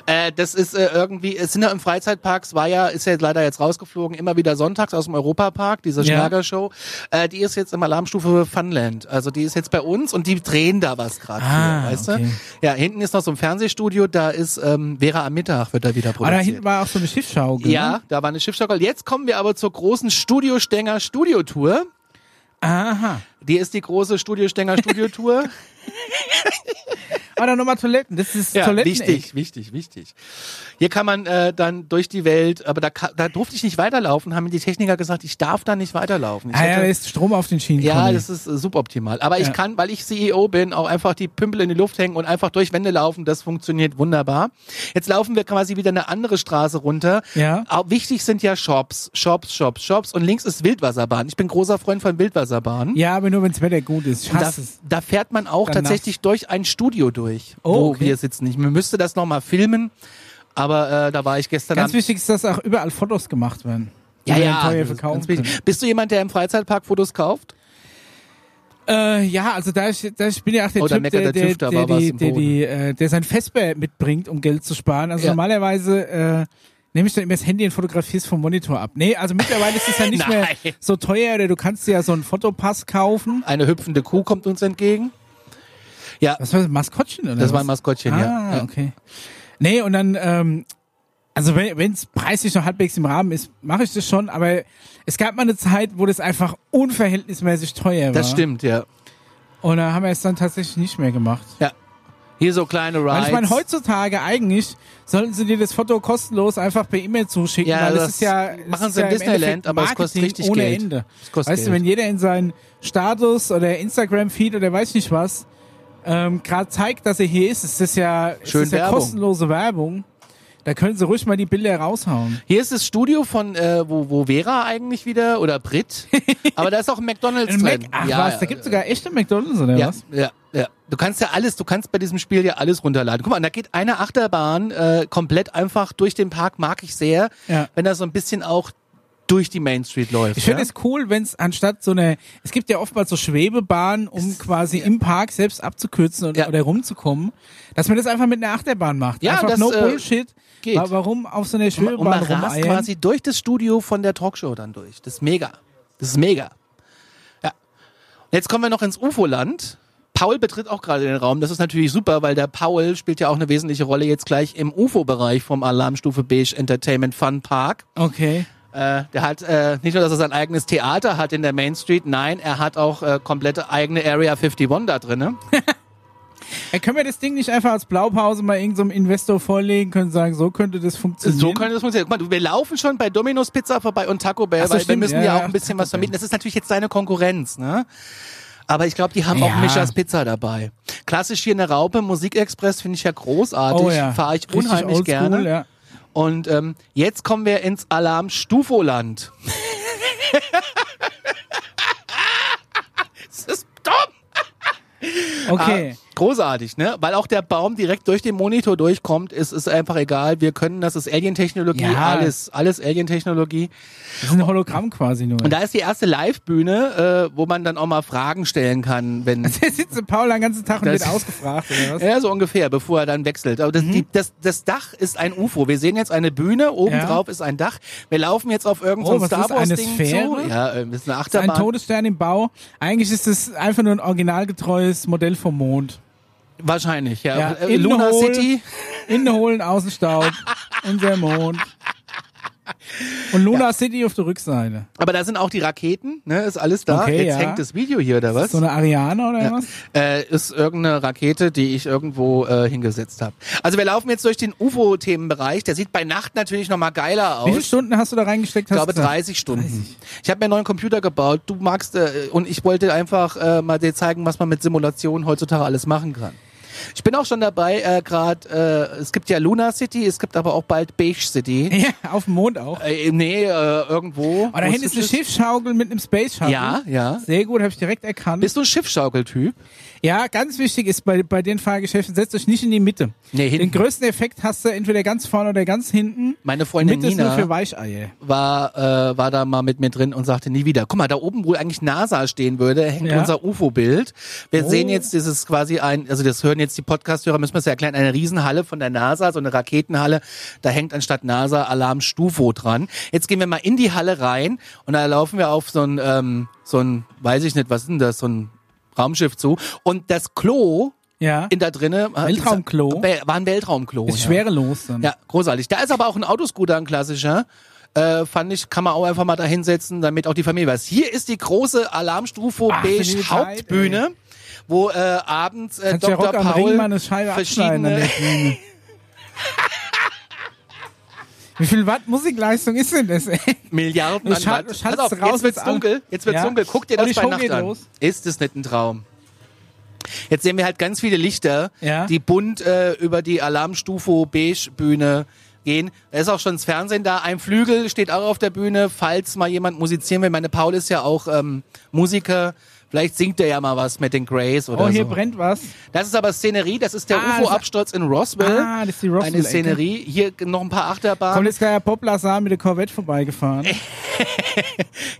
Speaker 2: Äh, das ist äh, irgendwie, es sind ja im Freizeitparks, war ja, ist ja leider jetzt rausgeflogen, immer wieder sonntags aus dem Europapark, diese
Speaker 1: Ja.
Speaker 2: Schlagershow. Äh, die ist jetzt im Alarmstufe Funland. Also die ist jetzt bei uns und die drehen da was gerade
Speaker 1: Ah,
Speaker 2: für, weißt
Speaker 1: okay.
Speaker 2: du? Ja, hinten ist noch so ein Fernsehstudio, da ist ähm, Vera am Mittag, wird da wieder
Speaker 1: Ah, da
Speaker 2: produziert.
Speaker 1: hinten war auch so eine Schiffschaukel.
Speaker 2: ja,
Speaker 1: Ne?
Speaker 2: da war eine Schiffschaukel. Jetzt kommen wir aber zur großen Studio Stenger Studiotour.
Speaker 1: Aha.
Speaker 2: Die ist die große Studio
Speaker 1: [laughs]
Speaker 2: Stenger Studiotour.
Speaker 1: Ah, dann nochmal Toiletten. Das ist
Speaker 2: Ja,
Speaker 1: Toiletten.
Speaker 2: wichtig, wichtig, wichtig. Hier kann man äh, dann durch die Welt, aber da, ka- da durfte ich nicht weiterlaufen, haben mir die Techniker gesagt, ich darf da nicht weiterlaufen. Ich
Speaker 1: Ah, ja,
Speaker 2: hätte-
Speaker 1: da ist Strom auf den Schienen.
Speaker 2: ja,
Speaker 1: Conny.
Speaker 2: das ist äh, suboptimal. Aber
Speaker 1: Ja.
Speaker 2: ich kann, weil ich CEO bin, auch einfach die Pümpel in die Luft hängen und einfach durch Wände laufen. Das funktioniert wunderbar. Jetzt laufen wir quasi wieder eine andere Straße runter.
Speaker 1: Ja.
Speaker 2: Auch wichtig sind ja Shops, Shops, Shops, Shops. Und links ist Wildwasserbahn. Ich bin großer Freund von Wildwasserbahn.
Speaker 1: ja, aber nur wenn das Wetter gut ist. Ich
Speaker 2: Und Da,
Speaker 1: hasse es.
Speaker 2: da fährt man auch
Speaker 1: Dann
Speaker 2: tatsächlich durch ein Studio durch,
Speaker 1: Oh,
Speaker 2: wo
Speaker 1: okay.
Speaker 2: wir sitzen. Ich müsste das nochmal filmen, aber äh, da war ich gestern
Speaker 1: Ganz
Speaker 2: Abend.
Speaker 1: wichtig ist, dass auch überall Fotos gemacht werden. die
Speaker 2: Ja,
Speaker 1: wir
Speaker 2: ja,
Speaker 1: dann teuer
Speaker 2: das ist
Speaker 1: verkaufen
Speaker 2: ganz wichtig. Bist du jemand, der im Freizeitpark Fotos kauft?
Speaker 1: können. Äh, ja, also da ich, da ich bin ja auch der
Speaker 2: Oh, da
Speaker 1: Typ,
Speaker 2: meckert
Speaker 1: der,
Speaker 2: der
Speaker 1: der,
Speaker 2: Typ, da
Speaker 1: der,
Speaker 2: war was
Speaker 1: die,
Speaker 2: im
Speaker 1: der,
Speaker 2: Boden.
Speaker 1: die, äh, der sein Festbär mitbringt, um Geld zu sparen. Also
Speaker 2: Ja.
Speaker 1: normalerweise äh, nehme ich dann immer das Handy und fotografiere es vom Monitor ab. Nee, also mittlerweile ist es ja
Speaker 2: [laughs]
Speaker 1: nicht mehr
Speaker 2: Nein.
Speaker 1: so teuer. Oder du kannst dir ja so einen Fotopass kaufen.
Speaker 2: Eine hüpfende Kuh kommt uns entgegen. Ja,
Speaker 1: Was war das? Maskottchen oder
Speaker 2: das
Speaker 1: was?
Speaker 2: war ein Maskottchen,
Speaker 1: Ah,
Speaker 2: ja. ja.
Speaker 1: okay. Nee, und dann, ähm, also wenn es preislich noch halbwegs im Rahmen ist, mache ich das schon, aber es gab mal eine Zeit, wo das einfach unverhältnismäßig teuer war.
Speaker 2: Das stimmt, ja.
Speaker 1: Und da haben wir es dann tatsächlich nicht mehr gemacht.
Speaker 2: ja. Hier so kleine Rides.
Speaker 1: Weil ich meine, heutzutage eigentlich sollten sie dir das Foto kostenlos einfach per E-Mail zuschicken,
Speaker 2: Ja,
Speaker 1: weil das,
Speaker 2: das
Speaker 1: ist ja. das
Speaker 2: machen
Speaker 1: ist
Speaker 2: sie
Speaker 1: ja
Speaker 2: im Disneyland,
Speaker 1: Endeffekt
Speaker 2: aber es kostet
Speaker 1: Marketing
Speaker 2: richtig
Speaker 1: ohne
Speaker 2: Geld.
Speaker 1: Ende.
Speaker 2: Es kostet
Speaker 1: weißt du,
Speaker 2: Geld.
Speaker 1: wenn jeder in seinen Status oder Instagram-Feed oder weiß nicht was ähm, gerade zeigt, dass er hier ist, ist das ja,
Speaker 2: Schön
Speaker 1: ist das ja
Speaker 2: Werbung.
Speaker 1: kostenlose Werbung. Da können sie ruhig mal die Bilder raushauen.
Speaker 2: Hier ist das Studio von, äh, wo, wo Vera eigentlich wieder,
Speaker 1: [laughs]
Speaker 2: oder Brit. Aber da ist auch ein McDonalds
Speaker 1: Ein Mac,
Speaker 2: drin.
Speaker 1: ach was, da gibt's sogar echte McDonalds oder
Speaker 2: ja,
Speaker 1: was?
Speaker 2: ja, ja. Du kannst ja alles, du kannst bei diesem Spiel ja alles runterladen. Guck mal, da geht eine Achterbahn äh, komplett einfach durch den Park, mag ich sehr,
Speaker 1: Ja.
Speaker 2: wenn das so ein bisschen auch durch die Main Street läuft.
Speaker 1: Ich finde
Speaker 2: ja?
Speaker 1: es cool, wenn es anstatt so eine, es gibt ja oftmals so Schwebebahnen, um quasi im Park selbst abzukürzen und,
Speaker 2: Ja.
Speaker 1: oder rumzukommen, dass man das einfach mit einer Achterbahn macht.
Speaker 2: Ja,
Speaker 1: einfach
Speaker 2: das,
Speaker 1: no
Speaker 2: äh,
Speaker 1: bullshit.
Speaker 2: geht.
Speaker 1: Wa- Warum auf so einer Schwebebahn
Speaker 2: Und man rast
Speaker 1: rumeiern?
Speaker 2: quasi durch das Studio von der Talkshow dann durch. Das ist mega. Das ist mega. Ja. Jetzt kommen wir noch ins UFO-Land. Paul betritt auch gerade den Raum. Das ist natürlich super, weil der Paul spielt ja auch eine wesentliche Rolle jetzt gleich im UFO-Bereich vom Alarmstufe Beige Entertainment Fun Park.
Speaker 1: Okay.
Speaker 2: Äh, der hat äh, nicht nur, dass er sein eigenes Theater hat in der Main Street, nein, er hat auch äh, komplette eigene Area 51 da drin. Ne?
Speaker 1: Mhm. Ja, können wir das Ding nicht einfach als Blaupause mal irgendeinem so Investor vorlegen, können sagen, so könnte das funktionieren?
Speaker 2: So könnte das funktionieren. Guck mal, du, wir laufen schon bei Domino's Pizza vorbei und Taco Bell,
Speaker 1: Ach so,
Speaker 2: weil wir
Speaker 1: stimmt.
Speaker 2: müssen ja,
Speaker 1: Ja,
Speaker 2: auch
Speaker 1: ja,
Speaker 2: ein bisschen
Speaker 1: Taco
Speaker 2: was vermitteln. Das ist natürlich jetzt seine Konkurrenz, ne? Aber ich glaube, die haben auch
Speaker 1: Ja.
Speaker 2: Mischas Pizza dabei. Klassisch hier in der Raupe, Musikexpress finde ich ja großartig.
Speaker 1: oh ja.
Speaker 2: Fahre ich
Speaker 1: Richtig
Speaker 2: unheimlich
Speaker 1: oldschool,
Speaker 2: gerne.
Speaker 1: Ja.
Speaker 2: Und ähm, jetzt kommen wir ins
Speaker 1: [laughs]
Speaker 2: Alarm Stufoland. [laughs] das ist dumm.
Speaker 1: Okay.
Speaker 2: Ah, großartig, ne? Weil auch der Baum direkt durch den Monitor durchkommt, ist, ist einfach egal. Wir können, das ist Alien-Technologie,
Speaker 1: Ja.
Speaker 2: alles, alles Alien-Technologie.
Speaker 1: Das ist ein Hologramm quasi nur.
Speaker 2: Und da ist die erste Live-Bühne, äh, wo man dann auch mal Fragen stellen kann, wenn.
Speaker 1: [laughs] [laughs] da sitzt der Paul den ganzen Tag und
Speaker 2: Das-
Speaker 1: wird ausgefragt,
Speaker 2: [laughs]
Speaker 1: oder was?
Speaker 2: Ja, so ungefähr, bevor er dann wechselt. Aber
Speaker 1: Mhm.
Speaker 2: das, die, das, das Dach ist ein UFO. Wir sehen jetzt eine Bühne, oben
Speaker 1: Ja.
Speaker 2: drauf ist ein Dach. Wir laufen jetzt auf irgendein
Speaker 1: Oh, was
Speaker 2: Star
Speaker 1: ist eine
Speaker 2: Wars-Ding zu.
Speaker 1: Sphäre?
Speaker 2: Ja, äh, das ist eine
Speaker 1: Das ist ein
Speaker 2: Achterbahn.
Speaker 1: Todesstern im Bau. Eigentlich ist es einfach nur ein originalgetreues Modell vom Mond.
Speaker 2: Wahrscheinlich, ja.
Speaker 1: Ja,
Speaker 2: Äh,
Speaker 1: innen
Speaker 2: Luna
Speaker 1: hohl.
Speaker 2: City.
Speaker 1: Innen holen, außen Staub. Unser Mond. Und Luna City auf der Rückseite.
Speaker 2: Aber da sind auch die Raketen, ne? Ist alles da.
Speaker 1: Okay,
Speaker 2: jetzt
Speaker 1: ja.
Speaker 2: hängt das Video hier, oder was?
Speaker 1: So eine Ariane oder was?
Speaker 2: äh, ist irgendeine Rakete, die ich irgendwo äh, hingesetzt habe. Also wir laufen jetzt durch den UFO-Themenbereich. Der sieht bei Nacht natürlich nochmal geiler aus.
Speaker 1: Wie viele Stunden hast du da reingesteckt?
Speaker 2: ich
Speaker 1: hast
Speaker 2: glaube
Speaker 1: du gesagt?
Speaker 2: 30 Stunden. Ich habe mir einen neuen Computer gebaut. Du magst äh, und ich wollte einfach äh, mal dir zeigen, was man mit Simulationen heutzutage alles machen kann. Ich bin auch schon dabei, äh, gerade, äh, es gibt ja Luna City, es gibt aber auch bald Beige City.
Speaker 1: [laughs] Ja, auf dem Mond auch.
Speaker 2: Äh, nee, äh, irgendwo.
Speaker 1: Oh, da hinten ist eine Schiffschaukel mit einem Space Shuttle.
Speaker 2: Ja, ja.
Speaker 1: Sehr gut, habe ich direkt erkannt.
Speaker 2: Bist du ein Schiffschaukeltyp?
Speaker 1: ja, ganz wichtig ist bei, bei den Fahrgeschäften, setzt euch nicht in die Mitte.
Speaker 2: Nee, hinten.
Speaker 1: Den größten Effekt hast du entweder ganz vorne oder ganz hinten.
Speaker 2: Meine Freundin
Speaker 1: Mitte ist nur
Speaker 2: Nina.
Speaker 1: für Weicheier.
Speaker 2: war, äh, war da mal mit mir drin und sagte nie wieder. Guck mal, da oben, wo eigentlich NASA stehen würde, hängt
Speaker 1: Ja.
Speaker 2: unser UFO-Bild. Wir
Speaker 1: Oh.
Speaker 2: sehen jetzt, das ist quasi ein, also das hören jetzt die Podcast-Hörer, müssen wir es ja erklären, eine Riesenhalle von der NASA, so eine Raketenhalle. Da hängt anstatt NASA Alarm Stufo dran. Jetzt gehen wir mal in die Halle rein und da laufen wir auf so ein, ähm, so ein, weiß ich nicht, was ist denn das, so ein Raumschiff zu. Und das Klo
Speaker 1: Ja.
Speaker 2: in da drinnen. äh,
Speaker 1: Weltraumklo?
Speaker 2: War ein Weltraumklo.
Speaker 1: Ist
Speaker 2: ja.
Speaker 1: schwerelos dann.
Speaker 2: Ja, großartig. Da ist aber auch ein Autoscooter ein klassischer. Äh, fand ich, kann man auch einfach mal da hinsetzen, damit auch die Familie weiß. Hier ist die große Alarmstufe
Speaker 1: Ach, für die
Speaker 2: Beige
Speaker 1: Zeit,
Speaker 2: Hauptbühne, wo äh, abends äh,
Speaker 1: Kannst du ja
Speaker 2: Dr.
Speaker 1: Rock am
Speaker 2: Paul
Speaker 1: Ring mal eine Scheibe abschneiden. an
Speaker 2: verschiedene
Speaker 1: der Bühne. [laughs] Wie viel Watt Musikleistung ist denn das? ey?
Speaker 2: Milliarden
Speaker 1: Ich
Speaker 2: an
Speaker 1: schal-
Speaker 2: Watt.
Speaker 1: schalt's
Speaker 2: Pass auf,
Speaker 1: raus,
Speaker 2: jetzt wird's
Speaker 1: jetzt alle-
Speaker 2: dunkel. Jetzt wird's
Speaker 1: Ja.
Speaker 2: dunkel. Guck dir
Speaker 1: Und
Speaker 2: das
Speaker 1: die
Speaker 2: bei
Speaker 1: Show
Speaker 2: Nacht
Speaker 1: geht
Speaker 2: an.
Speaker 1: los.
Speaker 2: Ist es nicht ein Traum? Jetzt sehen wir halt ganz viele Lichter,
Speaker 1: Ja.
Speaker 2: die bunt äh, über die Alarmstufe Beige Bühne gehen. Da ist auch schon das Fernsehen da. Ein Flügel steht auch auf der Bühne, falls mal jemand musizieren will. Meine Paul ist ja auch ähm, Musiker. Vielleicht singt er ja mal was mit den Grays oder
Speaker 1: Oh, hier
Speaker 2: so.
Speaker 1: brennt was.
Speaker 2: Das ist aber Szenerie. Das ist der
Speaker 1: Ah,
Speaker 2: UFO-Absturz in Roswell.
Speaker 1: Ah, das ist die Roswell-Ecke.
Speaker 2: Eine Szenerie. Hier noch ein paar Achterbahnen.
Speaker 1: Kommt jetzt gleich der Bob Lazar mit der Corvette vorbeigefahren.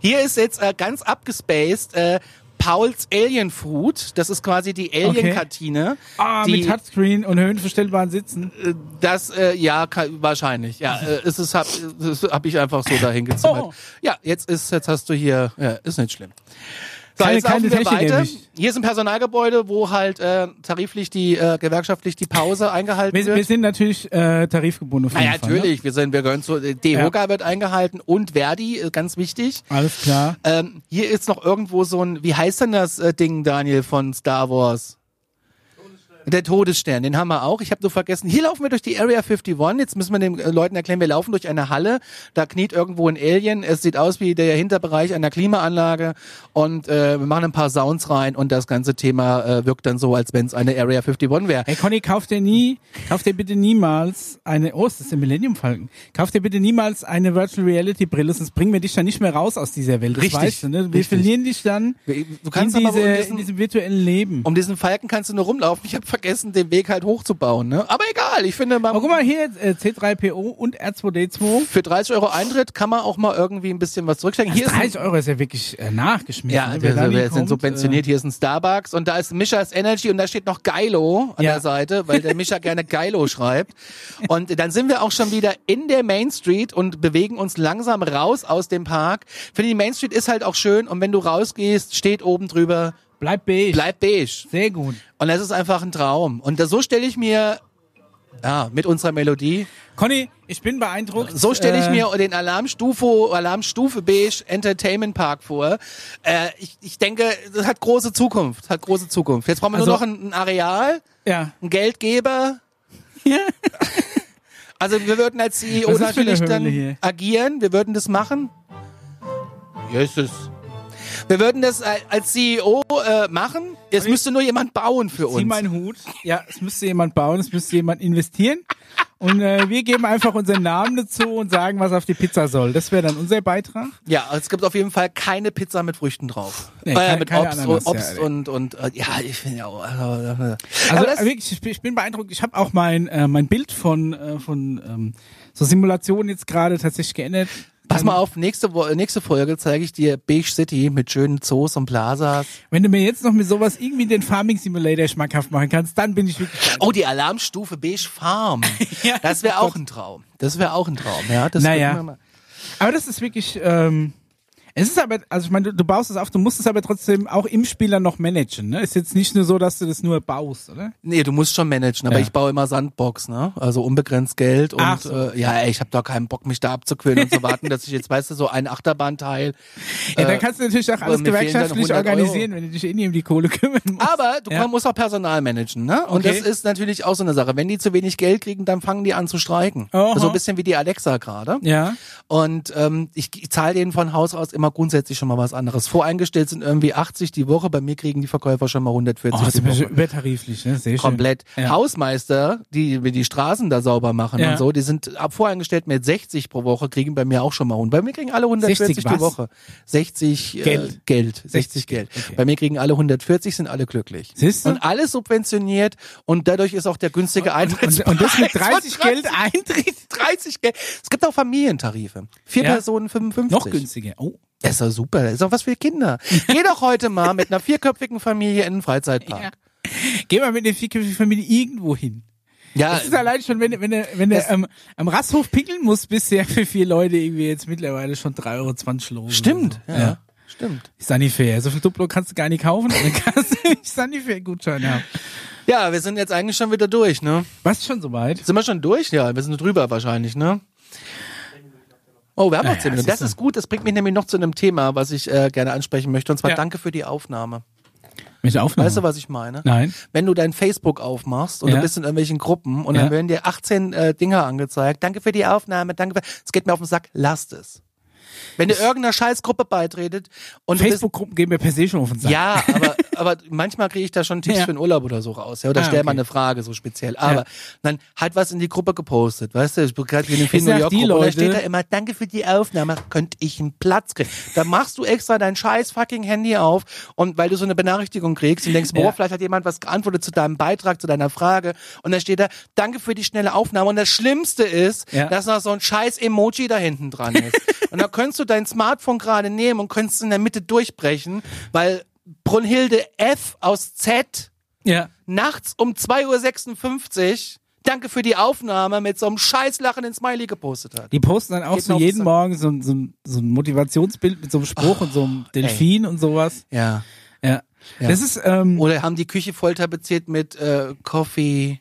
Speaker 2: Hier ist jetzt äh, ganz abgespaced äh, Pauls Alien Food. Das ist quasi die Alien-Kartine.
Speaker 1: Ah,
Speaker 2: die,
Speaker 1: mit Touchscreen und höhenverstellbaren Sitzen.
Speaker 2: äh, das, äh, ja, ka- wahrscheinlich. Ja, äh, es ist, hab, das hab ich einfach so dahin gezimmert.
Speaker 1: Oh.
Speaker 2: Ja, jetzt ist, jetzt hast du hier, ja, ist nicht schlimm. So,
Speaker 1: Keine-
Speaker 2: jetzt laufen
Speaker 1: keine
Speaker 2: wir
Speaker 1: Technik
Speaker 2: weiter.
Speaker 1: erwischt.
Speaker 2: Hier ist ein Personalgebäude, wo halt äh, tariflich die, äh, gewerkschaftlich die Pause eingehalten
Speaker 1: Wir,
Speaker 2: wird.
Speaker 1: wir sind natürlich äh, tarifgebunden. Auf jeden
Speaker 2: Ja,
Speaker 1: Fall, ne?
Speaker 2: natürlich, wir sind, wir gehören zu, die
Speaker 1: Ja.
Speaker 2: Hoga wird eingehalten und Verdi, äh, ganz wichtig.
Speaker 1: Ne? Alles klar.
Speaker 2: Ähm, hier ist noch irgendwo so ein, wie heißt denn das äh, Ding, Daniel, von Star Wars? Der Todesstern, den haben wir auch. Ich habe nur vergessen, hier laufen wir durch die Area 51. Jetzt müssen wir den äh, Leuten erklären, wir laufen durch eine Halle. Da kniet irgendwo ein Alien. Es sieht aus wie der Hinterbereich einer Klimaanlage. Und äh, wir machen ein paar Sounds rein und das ganze Thema äh, wirkt dann so, als wenn es eine Area 51 wäre.
Speaker 1: Hey Conny, kauf dir nie, kauf dir bitte niemals eine, oh, das ist der Millennium Falcon. Kauf dir bitte niemals eine Virtual Reality Brille, sonst bringen wir dich dann nicht mehr raus aus dieser Welt. Das
Speaker 2: Richtig,
Speaker 1: weißt du, ne? Wir
Speaker 2: richtig.
Speaker 1: verlieren dich dann
Speaker 2: Du
Speaker 1: in,
Speaker 2: kannst aber
Speaker 1: diese,
Speaker 2: um
Speaker 1: in
Speaker 2: diesen,
Speaker 1: diesem virtuellen Leben.
Speaker 2: um diesen Falken kannst du nur rumlaufen. Ich habe vergessen, den Weg halt hochzubauen. Ne? Aber egal, ich finde, man,
Speaker 1: Aber guck mal hier, äh, C3PO und R2D2.
Speaker 2: für 30 Euro Eintritt kann man auch mal irgendwie ein bisschen was zurückstecken. Hier ist ein
Speaker 1: 30 Euro ist ja wirklich äh, nachgeschmissen.
Speaker 2: Ja,
Speaker 1: ne? Wer
Speaker 2: wir,
Speaker 1: da nie
Speaker 2: wir sind äh
Speaker 1: kommt,
Speaker 2: subventioniert. Hier ist ein Starbucks und da ist Mischas Energy und da steht noch Geilo an
Speaker 1: Ja.
Speaker 2: der Seite, weil der Mischa gerne Geilo schreibt. Und dann sind wir auch schon wieder in der Main Street und bewegen uns langsam raus aus dem Park. Finde die Main Street ist halt auch schön und wenn du rausgehst, steht oben drüber,
Speaker 1: Äh, bleib beige.
Speaker 2: bleib beige.
Speaker 1: Sehr gut.
Speaker 2: Und das ist einfach ein Traum. Und das, so stelle ich mir, ja, mit unserer Melodie,
Speaker 1: Conny, ich bin beeindruckt.
Speaker 2: so stelle ich
Speaker 1: äh,
Speaker 2: mir den Alarmstufe, Alarmstufe Beige Entertainment Park vor. Äh, ich, ich denke, das hat große Zukunft, hat große Zukunft. Jetzt brauchen wir nur noch
Speaker 1: Also-
Speaker 2: ein, ein Areal,
Speaker 1: Äh, Ja.
Speaker 2: einen Geldgeber.
Speaker 1: ja.
Speaker 2: [laughs] Also wir würden als
Speaker 1: Was ist
Speaker 2: CEO
Speaker 1: für eine
Speaker 2: natürlich dann
Speaker 1: Höhle hier?
Speaker 2: agieren, wir würden das machen. Jesus. Wir würden das al- als CEO äh, machen. Jetzt müsste nur jemand bauen für
Speaker 1: Zieh
Speaker 2: uns.
Speaker 1: meinen Hut. Ja, es müsste jemand bauen, es müsste jemand investieren. Und äh, wir geben einfach unseren Namen dazu und sagen, was auf die Pizza soll. Das wäre dann unser Beitrag.
Speaker 2: Ja, es gibt auf jeden Fall keine Pizza mit Früchten drauf.
Speaker 1: Nee,
Speaker 2: äh,
Speaker 1: keine-
Speaker 2: mit
Speaker 1: keine
Speaker 2: Obst,
Speaker 1: Ananas,
Speaker 2: Obst
Speaker 1: ja, ey.
Speaker 2: und und äh, ja, ich finde ja auch. Also,
Speaker 1: Also wirklich, ich bin, ich bin beeindruckt. Ich habe auch mein äh, mein Bild von äh, von ähm, so Simulationen jetzt gerade tatsächlich geändert.
Speaker 2: Pass mal auf, nächste, Wo- nächste Folge zeige ich dir Beige City mit schönen Zoos und Plazas.
Speaker 1: Wenn du mir jetzt noch mit sowas irgendwie den Farming Simulator schmackhaft machen kannst, dann bin ich wirklich.
Speaker 2: Oh, die Alarmstufe Beige Farm.
Speaker 1: [laughs] Ja. oh
Speaker 2: Das wäre auch ein Traum. Das wäre auch ein Traum, ja. Das
Speaker 1: Naja.
Speaker 2: würden wir mal-
Speaker 1: Aber das ist wirklich. Ähm, es ist aber, also ich meine, du, du baust es auf, du musst es aber trotzdem auch im Spiel dann noch managen. Ne? Ist jetzt nicht nur so, dass du das nur baust, oder?
Speaker 2: Nee, du musst schon managen, aber
Speaker 1: Ja.
Speaker 2: ich baue immer Sandbox, ne? Also unbegrenzt Geld und
Speaker 1: Ach so.
Speaker 2: äh, ja, ey, ich habe da keinen Bock, mich da abzuquälen und zu warten, dass ich jetzt, weißt du, so einen Achterbahnteil.
Speaker 1: Ja,
Speaker 2: äh,
Speaker 1: dann kannst du natürlich auch alles
Speaker 2: mir fehlen dann
Speaker 1: gewerkschaftlich
Speaker 2: 100 Euro. Ah.
Speaker 1: organisieren, wenn du dich eh nie um die Kohle kümmern musst.
Speaker 2: Aber du
Speaker 1: Ja.
Speaker 2: musst auch Personal managen, ne? Und
Speaker 1: Okay.
Speaker 2: das ist natürlich auch so eine Sache. Wenn die zu wenig Geld kriegen, dann fangen die an zu streiken.
Speaker 1: Aha.
Speaker 2: So ein bisschen wie die Alexa gerade.
Speaker 1: ja.
Speaker 2: Und ähm, ich, ich zahle denen von Haus aus immer grundsätzlich schon mal was anderes. Voreingestellt sind irgendwie 80 die Woche, bei mir kriegen die Verkäufer schon mal 140
Speaker 1: Oh, das
Speaker 2: die
Speaker 1: ist
Speaker 2: Woche.
Speaker 1: übertariflich, ne? Sehr schön.
Speaker 2: Komplett.
Speaker 1: Ja.
Speaker 2: Hausmeister, die die die Straßen da sauber machen
Speaker 1: Ja.
Speaker 2: und so, die sind ab voreingestellt mit 60 pro Woche, kriegen bei mir auch schon mal 100. Bei mir kriegen alle 140
Speaker 1: 60
Speaker 2: die
Speaker 1: was?
Speaker 2: Woche. 60 Äh,
Speaker 1: Geld.
Speaker 2: Geld. 60 Geld.
Speaker 1: okay.
Speaker 2: Bei mir kriegen alle 140, sind alle glücklich.
Speaker 1: Siehst du?
Speaker 2: Und alles subventioniert und dadurch ist auch der günstige Eintritt.
Speaker 1: Und, und das
Speaker 2: [laughs]
Speaker 1: mit 30 Geld Eintritt.
Speaker 2: 30 Geld. Es gibt auch Familientarife. Vier
Speaker 1: Ja.
Speaker 2: Personen 55.
Speaker 1: Noch günstiger. Oh.
Speaker 2: Das ist doch super. Das ist doch was für Kinder. Geh doch heute mal mit einer vierköpfigen Familie in den
Speaker 1: Ja.
Speaker 2: Freizeitpark.
Speaker 1: Geh mal mit der vierköpfigen Familie irgendwo hin.
Speaker 2: Ja,
Speaker 1: Das ist allein schon, wenn, wenn, du- wenn du
Speaker 2: Ah, Das-
Speaker 1: am, am Rasthof pinkeln musst, bist du ja für vier Leute irgendwie jetzt mittlerweile schon 3,20 Euro los.
Speaker 2: stimmt.
Speaker 1: So.
Speaker 2: Ja, stimmt.
Speaker 1: Ist dann nicht fair. So viel Duplo kannst du gar nicht kaufen. Dann kannst du [laughs] nicht Sunnyfair-Gutschein haben.
Speaker 2: Ja, wir sind jetzt eigentlich schon wieder durch, ne?
Speaker 1: Was schon soweit?
Speaker 2: Sind wir schon durch? Ja, wir sind drüber wahrscheinlich, ne? Oh, wir haben noch
Speaker 1: Naja,
Speaker 2: zehn Minuten.
Speaker 1: siehst
Speaker 2: Das ist gut. Das bringt mich nämlich noch zu einem Thema, was ich äh, gerne ansprechen möchte. Und zwar
Speaker 1: Ja.
Speaker 2: danke für die Aufnahme.
Speaker 1: Welche Aufnahme?
Speaker 2: Weißt du, was ich meine?
Speaker 1: Nein.
Speaker 2: Wenn du dein Facebook aufmachst und
Speaker 1: Ja.
Speaker 2: du bist in irgendwelchen Gruppen und
Speaker 1: Ja.
Speaker 2: dann werden dir 18 äh, Dinger angezeigt. Danke für die Aufnahme, danke für. Es geht mir auf den Sack, lasst es. Wenn ihr irgendeiner Scheißgruppe beitretet und du bist-
Speaker 1: Facebook-Gruppen gehen mir per se schon auf den Sack.
Speaker 2: ja, aber, aber manchmal kriege ich da schon Tipps
Speaker 1: Ja.
Speaker 2: für den Urlaub oder so raus. Ja, oder
Speaker 1: Ah,
Speaker 2: stell mal
Speaker 1: okay.
Speaker 2: eine Frage so speziell. Aber
Speaker 1: Ja.
Speaker 2: dann halt was in die Gruppe gepostet, weißt du? Ich bin gerade in den Film
Speaker 1: sag,
Speaker 2: New York
Speaker 1: die
Speaker 2: Gruppe und da
Speaker 1: Leute-
Speaker 2: steht da immer, danke für die Aufnahme, könnte ich einen Platz kriegen. Da machst du extra dein scheiß fucking Handy auf und weil du so eine Benachrichtigung kriegst und denkst, boah,
Speaker 1: Ja.
Speaker 2: vielleicht hat jemand was geantwortet zu deinem Beitrag, zu deiner Frage und dann steht da, danke für die schnelle Aufnahme und das Schlimmste ist,
Speaker 1: Ja.
Speaker 2: dass noch so ein scheiß Emoji da hinten dran ist.
Speaker 1: [laughs]
Speaker 2: und da könntest du dein Smartphone gerade nehmen und könntest in der Mitte durchbrechen, weil Brunhilde F aus Z
Speaker 1: Ja.
Speaker 2: nachts um 2.56 Uhr Danke für die Aufnahme mit so einem scheiß lachenden Smiley gepostet hat.
Speaker 1: Die posten dann auch
Speaker 2: Geht
Speaker 1: so
Speaker 2: noch
Speaker 1: jeden
Speaker 2: so-
Speaker 1: Morgen so, ein- so, ein- so ein Motivationsbild mit so einem Spruch
Speaker 2: Oh,
Speaker 1: und so einem Delfin und sowas.
Speaker 2: Ja.
Speaker 1: Ja. Das ist, ähm,
Speaker 2: Oder haben die Küche voll tapeziert mit äh,
Speaker 1: [laughs]
Speaker 2: Coffee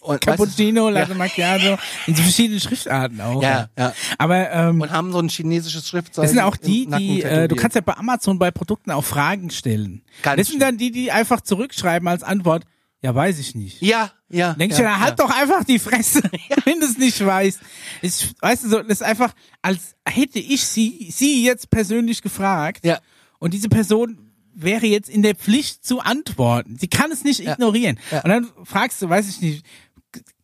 Speaker 2: und, weißt
Speaker 1: Cappuccino, Latte Macchiato, in so verschiedenen Schriftarten auch.
Speaker 2: du, ja, ja.
Speaker 1: Aber ähm,
Speaker 2: und haben so ein chinesisches Schriftzeichen.
Speaker 1: das sind auch die,
Speaker 2: im Nacken
Speaker 1: die, äh,
Speaker 2: tätowiert.
Speaker 1: du kannst ja bei Amazon bei Produkten auch Fragen stellen.
Speaker 2: Ganz
Speaker 1: das sind dann die, die einfach zurückschreiben als Antwort, Ja, weiß ich nicht.
Speaker 2: Ja, ja.
Speaker 1: Denk
Speaker 2: ja,
Speaker 1: ich, dann halt
Speaker 2: ja.
Speaker 1: doch einfach die Fresse, [laughs] wenn du es nicht weißt. Ich, weißt du, so, das ist einfach, als hätte ich sie, sie jetzt persönlich gefragt.
Speaker 2: Ja.
Speaker 1: Und diese Person wäre jetzt in der Pflicht zu antworten. Sie kann es nicht ignorieren.
Speaker 2: Ja.
Speaker 1: Und dann fragst du, weiß ich nicht,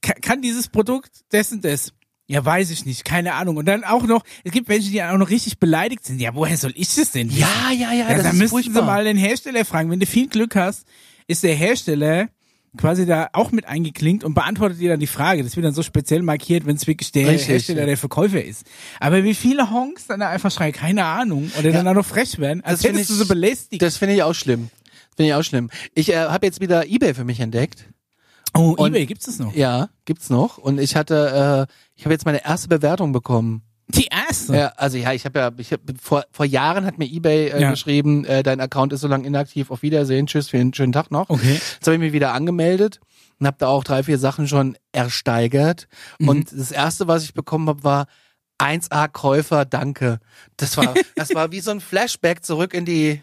Speaker 1: ka- kann dieses Produkt dessen das? Ja, weiß ich nicht, keine Ahnung. Und dann auch noch, es gibt Menschen, die auch noch richtig beleidigt sind. Ja, woher soll ich das denn? wissen?
Speaker 2: Ja, ja, ja,
Speaker 1: Ja,
Speaker 2: das
Speaker 1: dann
Speaker 2: ist
Speaker 1: müssen
Speaker 2: furchtbar.
Speaker 1: sie mal den Hersteller fragen. Wenn du viel Glück hast, ist der Hersteller quasi da auch mit eingeklinkt und beantwortet dir dann die Frage. Das wird dann so speziell markiert, wenn es wirklich der
Speaker 2: Richtig,
Speaker 1: Hersteller,
Speaker 2: ja.
Speaker 1: der Verkäufer ist. Aber wie viele Honks dann da einfach schreien, keine Ahnung, oder dann auch noch frech werden, als
Speaker 2: find
Speaker 1: hättest du
Speaker 2: ich-
Speaker 1: sie belästigt.
Speaker 2: Das finde ich auch schlimm. Finde ich auch schlimm. Ich äh, habe jetzt wieder eBay für mich entdeckt.
Speaker 1: oh,
Speaker 2: und-
Speaker 1: Ebay, gibt's das noch?
Speaker 2: Ja, gibt's noch. Und ich hatte, äh, ich habe jetzt meine erste Bewertung bekommen.
Speaker 1: Die erste.
Speaker 2: Ja, also ja, ich habe ja, ich hab, vor, vor Jahren hat mir eBay äh,
Speaker 1: Ja.
Speaker 2: geschrieben, äh, dein Account ist so lange inaktiv. Auf Wiedersehen, tschüss, für einen schönen Tag noch.
Speaker 1: Okay. [laughs]
Speaker 2: Jetzt habe ich mich wieder angemeldet und habe da auch drei, vier Sachen schon ersteigert.
Speaker 1: Mhm.
Speaker 2: Und das erste, was ich bekommen habe, war 1A Käufer, danke.
Speaker 1: [laughs]
Speaker 2: Das war, das war wie so ein Flashback zurück in die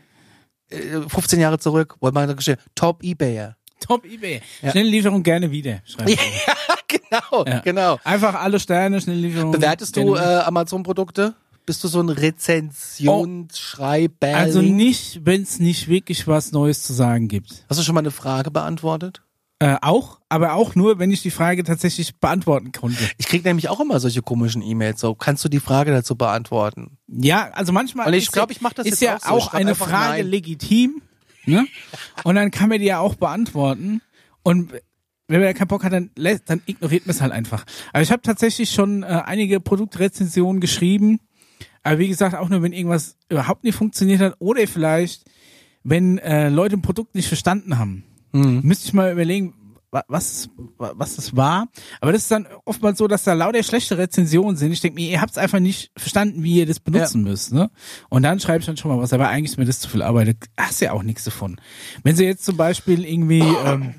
Speaker 2: äh, 15 Jahre zurück, wo man da geschrieben hat, Top Ebayer.
Speaker 1: Top Ebay. Schnelle Lieferung gerne wieder, schreibt
Speaker 2: [laughs] Ja,
Speaker 1: er.
Speaker 2: genau,
Speaker 1: Ja.
Speaker 2: genau.
Speaker 1: Einfach alle Sterne, schnelle Lieferung.
Speaker 2: Bewertest du
Speaker 1: gerne
Speaker 2: äh, Amazon-Produkte? Bist du so ein Rezensionsschreiber?
Speaker 1: Also nicht, wenn es nicht wirklich was Neues zu sagen gibt.
Speaker 2: Hast du schon mal eine Frage beantwortet?
Speaker 1: Äh, auch, aber auch nur, wenn ich die Frage tatsächlich beantworten konnte.
Speaker 2: Ich krieg nämlich auch immer solche komischen E-Mails. So, kannst du die Frage dazu beantworten?
Speaker 1: Ja, also manchmal
Speaker 2: Und ich
Speaker 1: ist
Speaker 2: glaub,
Speaker 1: ja-
Speaker 2: ich mach das
Speaker 1: ist
Speaker 2: jetzt
Speaker 1: ja
Speaker 2: auch so. Ich schreib
Speaker 1: eine
Speaker 2: einfach
Speaker 1: Frage
Speaker 2: nein.
Speaker 1: legitim. Ne? Und dann kann man die ja auch beantworten. Und wenn man da keinen Bock hat, dann, lässt, dann ignoriert man es halt einfach. Aber ich habe tatsächlich schon äh, einige Produktrezensionen geschrieben. Aber wie gesagt, auch nur, wenn irgendwas überhaupt nicht funktioniert hat oder vielleicht, wenn äh, Leute ein Produkt nicht verstanden haben.
Speaker 2: Mhm.
Speaker 1: Müsste ich mal überlegen, wa- was, wa- was das war. Aber das ist dann oftmals so, dass da lauter schlechte Rezensionen sind. Ich denke mir, ihr habt es einfach nicht verstanden, wie ihr das benutzen müsst. Ne? Und dann schreibe ich dann schon mal was. Aber eigentlich ist mir das zu viel Arbeit. Da hast du ja auch nichts davon. Wenn sie jetzt zum Beispiel irgendwie, ähm,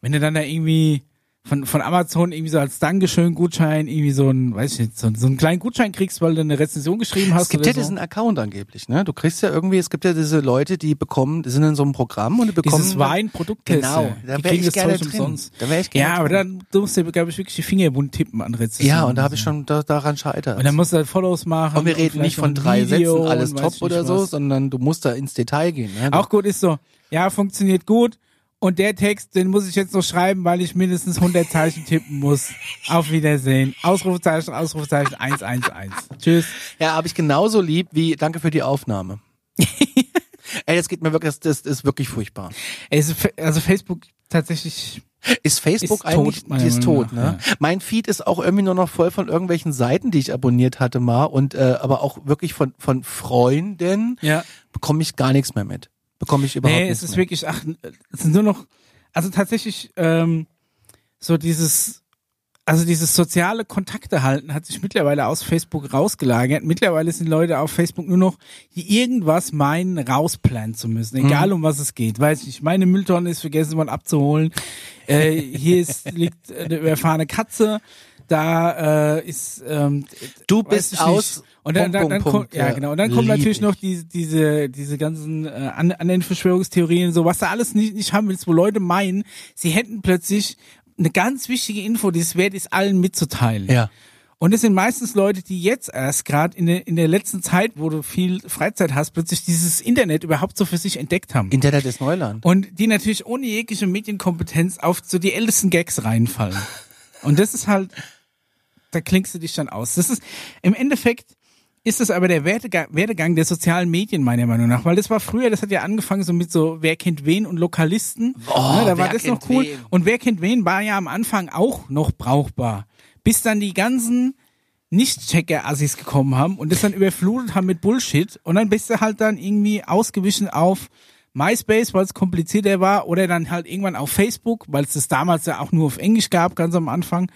Speaker 1: wenn du dann da irgendwie von, von Amazon irgendwie so als Dankeschön-Gutschein irgendwie so einen, weiß ich nicht, so, so einen kleinen Gutschein kriegst, weil du eine Rezension geschrieben hast.
Speaker 2: Es gibt
Speaker 1: oder
Speaker 2: ja
Speaker 1: so.
Speaker 2: diesen Account angeblich, ne? Du kriegst ja irgendwie, es gibt ja diese Leute, die bekommen, die sind in so einem Programm und die bekommen.
Speaker 1: Dieses Weinprodukttest.
Speaker 2: Genau, da
Speaker 1: die
Speaker 2: wär
Speaker 1: kriegen
Speaker 2: ich
Speaker 1: das
Speaker 2: gerne
Speaker 1: Zeug
Speaker 2: drin.
Speaker 1: umsonst.
Speaker 2: Da wär ich gerne
Speaker 1: ja, aber
Speaker 2: drin.
Speaker 1: dann musst du, glaube ich, wirklich die Finger im Mund tippen an Rezensionen.
Speaker 2: Ja, und da habe ich schon da, daran scheitert.
Speaker 1: Und dann musst du halt Follows machen.
Speaker 2: und wir reden nicht
Speaker 1: vielleicht noch
Speaker 2: von
Speaker 1: ein
Speaker 2: drei
Speaker 1: Video
Speaker 2: Sätzen, alles
Speaker 1: und weiß
Speaker 2: top
Speaker 1: ich
Speaker 2: oder
Speaker 1: nicht
Speaker 2: so,
Speaker 1: was.
Speaker 2: sondern du musst da ins Detail gehen. Ne?
Speaker 1: Auch gut ist so, ja, funktioniert gut. Und der Text, den muss ich jetzt noch schreiben, weil ich mindestens 100 Zeichen tippen muss. Auf Wiedersehen. Ausrufezeichen, Ausrufezeichen, 111. Tschüss.
Speaker 2: Ja, habe ich genauso lieb wie Danke für
Speaker 1: [laughs]
Speaker 2: die Aufnahme. Ey, das geht mir wirklich, das, das ist wirklich furchtbar.
Speaker 1: Es ist, fa- also Facebook tatsächlich,
Speaker 2: Ist Facebook
Speaker 1: Ist tot,
Speaker 2: eigentlich
Speaker 1: meiner
Speaker 2: die ist
Speaker 1: Meinung
Speaker 2: tot,
Speaker 1: nach,
Speaker 2: ne? Mein Feed ist auch irgendwie nur noch voll von irgendwelchen Seiten, die ich abonniert hatte mal und äh, aber auch wirklich von von Freunden
Speaker 1: ja.
Speaker 2: bekomme ich gar nichts mehr mit. Bekomme ich überhaupt
Speaker 1: Nee,
Speaker 2: nichts
Speaker 1: es ist
Speaker 2: mehr.
Speaker 1: wirklich, ach, es sind nur noch, also tatsächlich, ähm, so dieses, also dieses soziale Kontakte halten hat sich mittlerweile aus Facebook rausgelagert. Mittlerweile sind Leute auf Facebook nur noch, die irgendwas meinen, rausplanen zu müssen,
Speaker 2: Mhm.
Speaker 1: egal um was es geht. Weiß nicht, meine Mülltonne ist vergessen worden abzuholen. Äh, hier
Speaker 2: [laughs]
Speaker 1: ist, liegt eine überfahrene Katze. Da äh, ist ähm,
Speaker 2: Du
Speaker 1: weiß
Speaker 2: bist
Speaker 1: ich
Speaker 2: aus.
Speaker 1: nicht. Und dann, dann,
Speaker 2: Punkt,
Speaker 1: dann
Speaker 2: Punkt,
Speaker 1: kommt,
Speaker 2: Punkt.
Speaker 1: ja, genau. Und dann kommen
Speaker 2: Lieb
Speaker 1: natürlich
Speaker 2: ich.
Speaker 1: noch die, diese, diese ganzen äh, an, anderen Verschwörungstheorien, so was du alles nicht, nicht haben willst, wo Leute meinen, sie hätten plötzlich eine ganz wichtige Info, die es wert ist, allen mitzuteilen.
Speaker 2: Ja.
Speaker 1: Und es sind meistens Leute, die jetzt erst gerade in der, in der letzten Zeit, wo du viel Freizeit hast, plötzlich dieses Internet überhaupt so für sich entdeckt haben.
Speaker 2: Internet ist Neuland.
Speaker 1: Und die natürlich ohne jegliche Medienkompetenz auf so die ältesten Gags reinfallen.
Speaker 2: [laughs]
Speaker 1: Und das ist halt, da klingst du dich dann aus. Das ist, im Endeffekt ist das aber der Werdegang, Werdegang der sozialen Medien meiner Meinung nach, weil das war früher, das hat ja angefangen so mit so Wer kennt wen und Lokalisten. ne, da
Speaker 2: wer
Speaker 1: war das noch
Speaker 2: kennt
Speaker 1: cool.
Speaker 2: wen?
Speaker 1: Und Wer kennt wen war ja am Anfang auch noch brauchbar. Bis dann die ganzen nicht-Checker-Assis gekommen haben und das dann überflutet haben mit Bullshit und dann bist du halt dann irgendwie ausgewichen auf MySpace, weil es komplizierter war oder dann halt irgendwann auf Facebook, weil es das damals ja auch nur auf Englisch gab, ganz am Anfang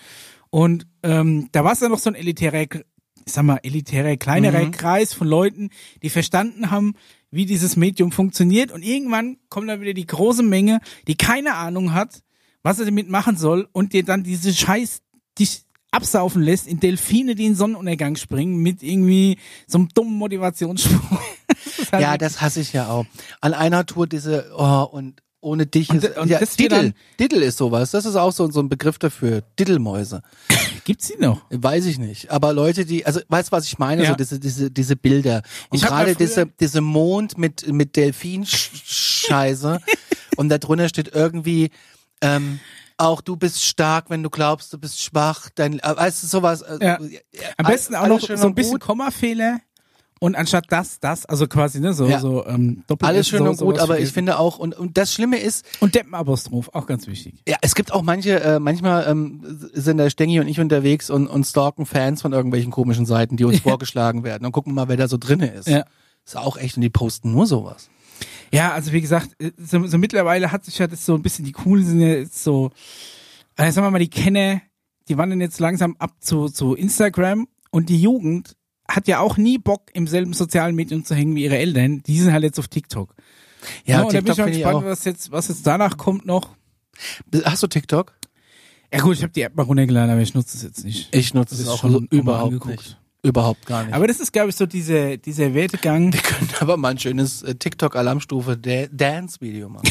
Speaker 1: und ähm, da war es dann noch so ein elitärer, ich sag mal, elitärer, kleinerer Kreis von Leuten, die verstanden haben, wie dieses Medium funktioniert und irgendwann kommt dann wieder die große Menge, die keine Ahnung hat, was er damit machen soll und dir dann diese Scheiß dich absaufen lässt in Delfine, die in den Sonnenuntergang springen mit irgendwie so einem dummen Motivationsspruch. [laughs] Das ist halt
Speaker 2: Ja,
Speaker 1: wirklich-
Speaker 2: das hasse ich ja auch. An einer Tour diese, oh, und Ohne dich
Speaker 1: Und
Speaker 2: ist.
Speaker 1: d- und
Speaker 2: ja,
Speaker 1: das geht
Speaker 2: Diddle.
Speaker 1: dann-
Speaker 2: Diddle ist sowas. Das ist auch so, so ein Begriff dafür. Diddelmäuse.
Speaker 1: Gibt's die noch?
Speaker 2: Weiß ich nicht. Aber Leute, die, also weißt du, was ich meine?
Speaker 1: Ja.
Speaker 2: So diese, diese, diese Bilder. Und
Speaker 1: Ich hab mal
Speaker 2: gerade
Speaker 1: früher-
Speaker 2: diese, diese Mond mit,
Speaker 1: [laughs]
Speaker 2: mit Delfin-Scheiße. und da drunter steht irgendwie, ähm, auch du bist stark, wenn du glaubst, du bist schwach. Dein, äh, weißt du, sowas. äh,
Speaker 1: Ja. Am
Speaker 2: all-
Speaker 1: besten auch
Speaker 2: alles
Speaker 1: noch
Speaker 2: schön
Speaker 1: so ein
Speaker 2: und
Speaker 1: bisschen
Speaker 2: gut.
Speaker 1: Kommafehler und anstatt das, das, also quasi, ne, so,
Speaker 2: Ja.
Speaker 1: so ähm, doppelt
Speaker 2: Alles schön
Speaker 1: so,
Speaker 2: und gut,
Speaker 1: sowas
Speaker 2: aber ich
Speaker 1: vergessen.
Speaker 2: finde auch, und, und das Schlimme ist,
Speaker 1: Und Deppenapostroph, auch ganz wichtig.
Speaker 2: Ja, es gibt auch manche, äh, manchmal ähm, sind da Stengi und ich unterwegs und, und stalken Fans von irgendwelchen komischen
Speaker 1: [laughs]
Speaker 2: Seiten, die uns vorgeschlagen werden. Dann gucken wir mal, wer da so drinne ist.
Speaker 1: Ja.
Speaker 2: Ist auch echt und die posten nur sowas.
Speaker 1: Ja, also wie gesagt, äh, so, so mittlerweile hat sich ja das so ein bisschen, die coolen sind ja jetzt so, äh, sagen wir mal, die Kenner, die wandern jetzt langsam ab zu, zu Instagram und die Jugend hat ja auch nie Bock, im selben sozialen Medium zu hängen wie ihre Eltern. Die sind halt jetzt auf TikTok. Ne,
Speaker 2: Ja,
Speaker 1: und da bin
Speaker 2: TikTok
Speaker 1: ich mal
Speaker 2: finde ich
Speaker 1: gespannt,
Speaker 2: auch.
Speaker 1: was jetzt, was jetzt danach kommt noch.
Speaker 2: Hast du TikTok?
Speaker 1: Ja gut, ich habe die App mal runtergeladen, aber ich nutze es jetzt nicht.
Speaker 2: Ich nutze
Speaker 1: Das
Speaker 2: es
Speaker 1: ist
Speaker 2: auch
Speaker 1: schon
Speaker 2: so
Speaker 1: mal
Speaker 2: überhaupt
Speaker 1: angeguckt.
Speaker 2: nicht. Überhaupt gar nicht.
Speaker 1: Aber das ist, glaube ich, so diese, dieser Wertegang. [laughs]
Speaker 2: [laughs] wir können aber mal ein schönes äh, TikTok-Alarmstufe Da-
Speaker 1: [laughs]
Speaker 2: Dance-Video machen.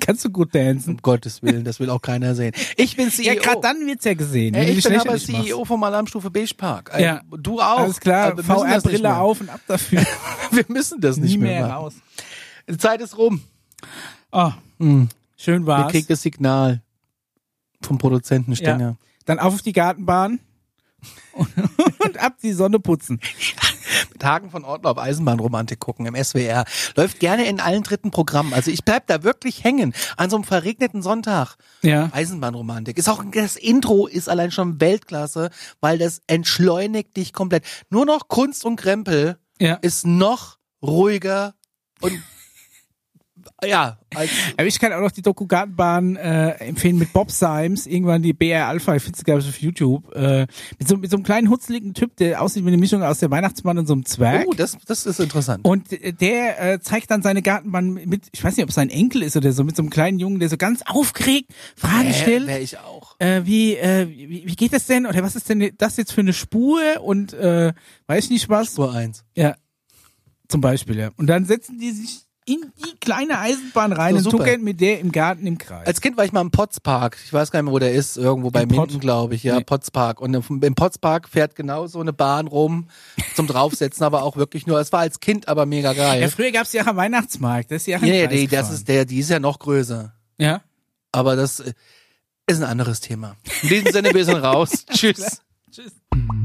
Speaker 1: Kannst du gut dancen?
Speaker 2: um Gottes Willen, das will auch keiner sehen. Ich bin CEO.
Speaker 1: Ja, gerade dann wird's E ja gesehen.
Speaker 2: Ey,
Speaker 1: wenn du
Speaker 2: ich
Speaker 1: dich
Speaker 2: bin aber
Speaker 1: lächerlich machst.
Speaker 2: CEO vom Alarmstufe Beige Park. Ey,
Speaker 1: Ja.
Speaker 2: Du auch.
Speaker 1: Alles klar,
Speaker 2: Aber wir müssen das nicht
Speaker 1: VR-Brille
Speaker 2: mehr.
Speaker 1: auf und ab dafür.
Speaker 2: [laughs] Wir müssen das nicht
Speaker 1: Nie
Speaker 2: mehr,
Speaker 1: mehr
Speaker 2: machen.
Speaker 1: raus.
Speaker 2: Die Zeit ist rum.
Speaker 1: Oh, schön
Speaker 2: hm. Wir
Speaker 1: war's.
Speaker 2: kriegen das Signal vom Produzenten Stenger.
Speaker 1: Dann auf die
Speaker 2: [laughs]
Speaker 1: Gartenbahn und, und ab die Sonne putzen.
Speaker 2: Mit Hagen von Ortlaub Eisenbahnromantik gucken im SWR. Läuft gerne in allen dritten Programmen. Also ich bleib da wirklich hängen an so einem verregneten Sonntag.
Speaker 1: Ja.
Speaker 2: Eisenbahnromantik. Ist auch das Intro ist allein schon Weltklasse, weil das entschleunigt dich komplett. Nur noch Kunst und Krempel
Speaker 1: Ja.
Speaker 2: ist noch ruhiger und ja, als
Speaker 1: Aber ich kann auch noch die Doku Gartenbahn äh, empfehlen mit Bob Symes, irgendwann die BR Alpha, ich finde sie, glaube ich, auf YouTube. Äh, mit, so, mit so einem kleinen hutzeligen Typ, der aussieht wie eine Mischung aus der Weihnachtsmann und so einem Zwerg.
Speaker 2: Oh, das, das ist interessant.
Speaker 1: Und äh, der äh, zeigt dann seine Gartenbahn mit, ich weiß nicht, ob es sein Enkel ist oder so, mit so einem kleinen Jungen, der so ganz aufgeregt Fragen stellt.
Speaker 2: Wäre ich auch.
Speaker 1: äh, wie, äh, wie, wie geht das denn? Oder was ist denn das jetzt für eine Spur? Und äh, weiß ich nicht was.
Speaker 2: Spur eins.
Speaker 1: Ja. Zum Beispiel, ja. Und dann setzen die sich in die kleine Eisenbahn rein
Speaker 2: So,
Speaker 1: und
Speaker 2: super. Also,
Speaker 1: tuckern mit der im Garten im Kreis.
Speaker 2: Als Kind war ich mal im Potzpark. Ich weiß gar nicht mehr, wo der ist. Irgendwo bei
Speaker 1: Im Pott?
Speaker 2: Minden, glaube ich. Ja,
Speaker 1: Nee.
Speaker 2: Potzpark. Und im im Potzpark fährt genau so eine Bahn rum zum Draufsetzen, [laughs] aber auch wirklich nur. Es war als Kind aber mega
Speaker 1: ja,
Speaker 2: geil.
Speaker 1: früher gab's die auch am Weihnachtsmarkt. Das ist ja auch im
Speaker 2: nee,
Speaker 1: Kreis
Speaker 2: nee, das
Speaker 1: gefahren.
Speaker 2: ist der, die ist ja noch größer.
Speaker 1: Ja.
Speaker 2: Aber das äh, ist ein anderes Thema. In diesem Sinne, wir sind raus. Tschüss.
Speaker 1: Tschüss.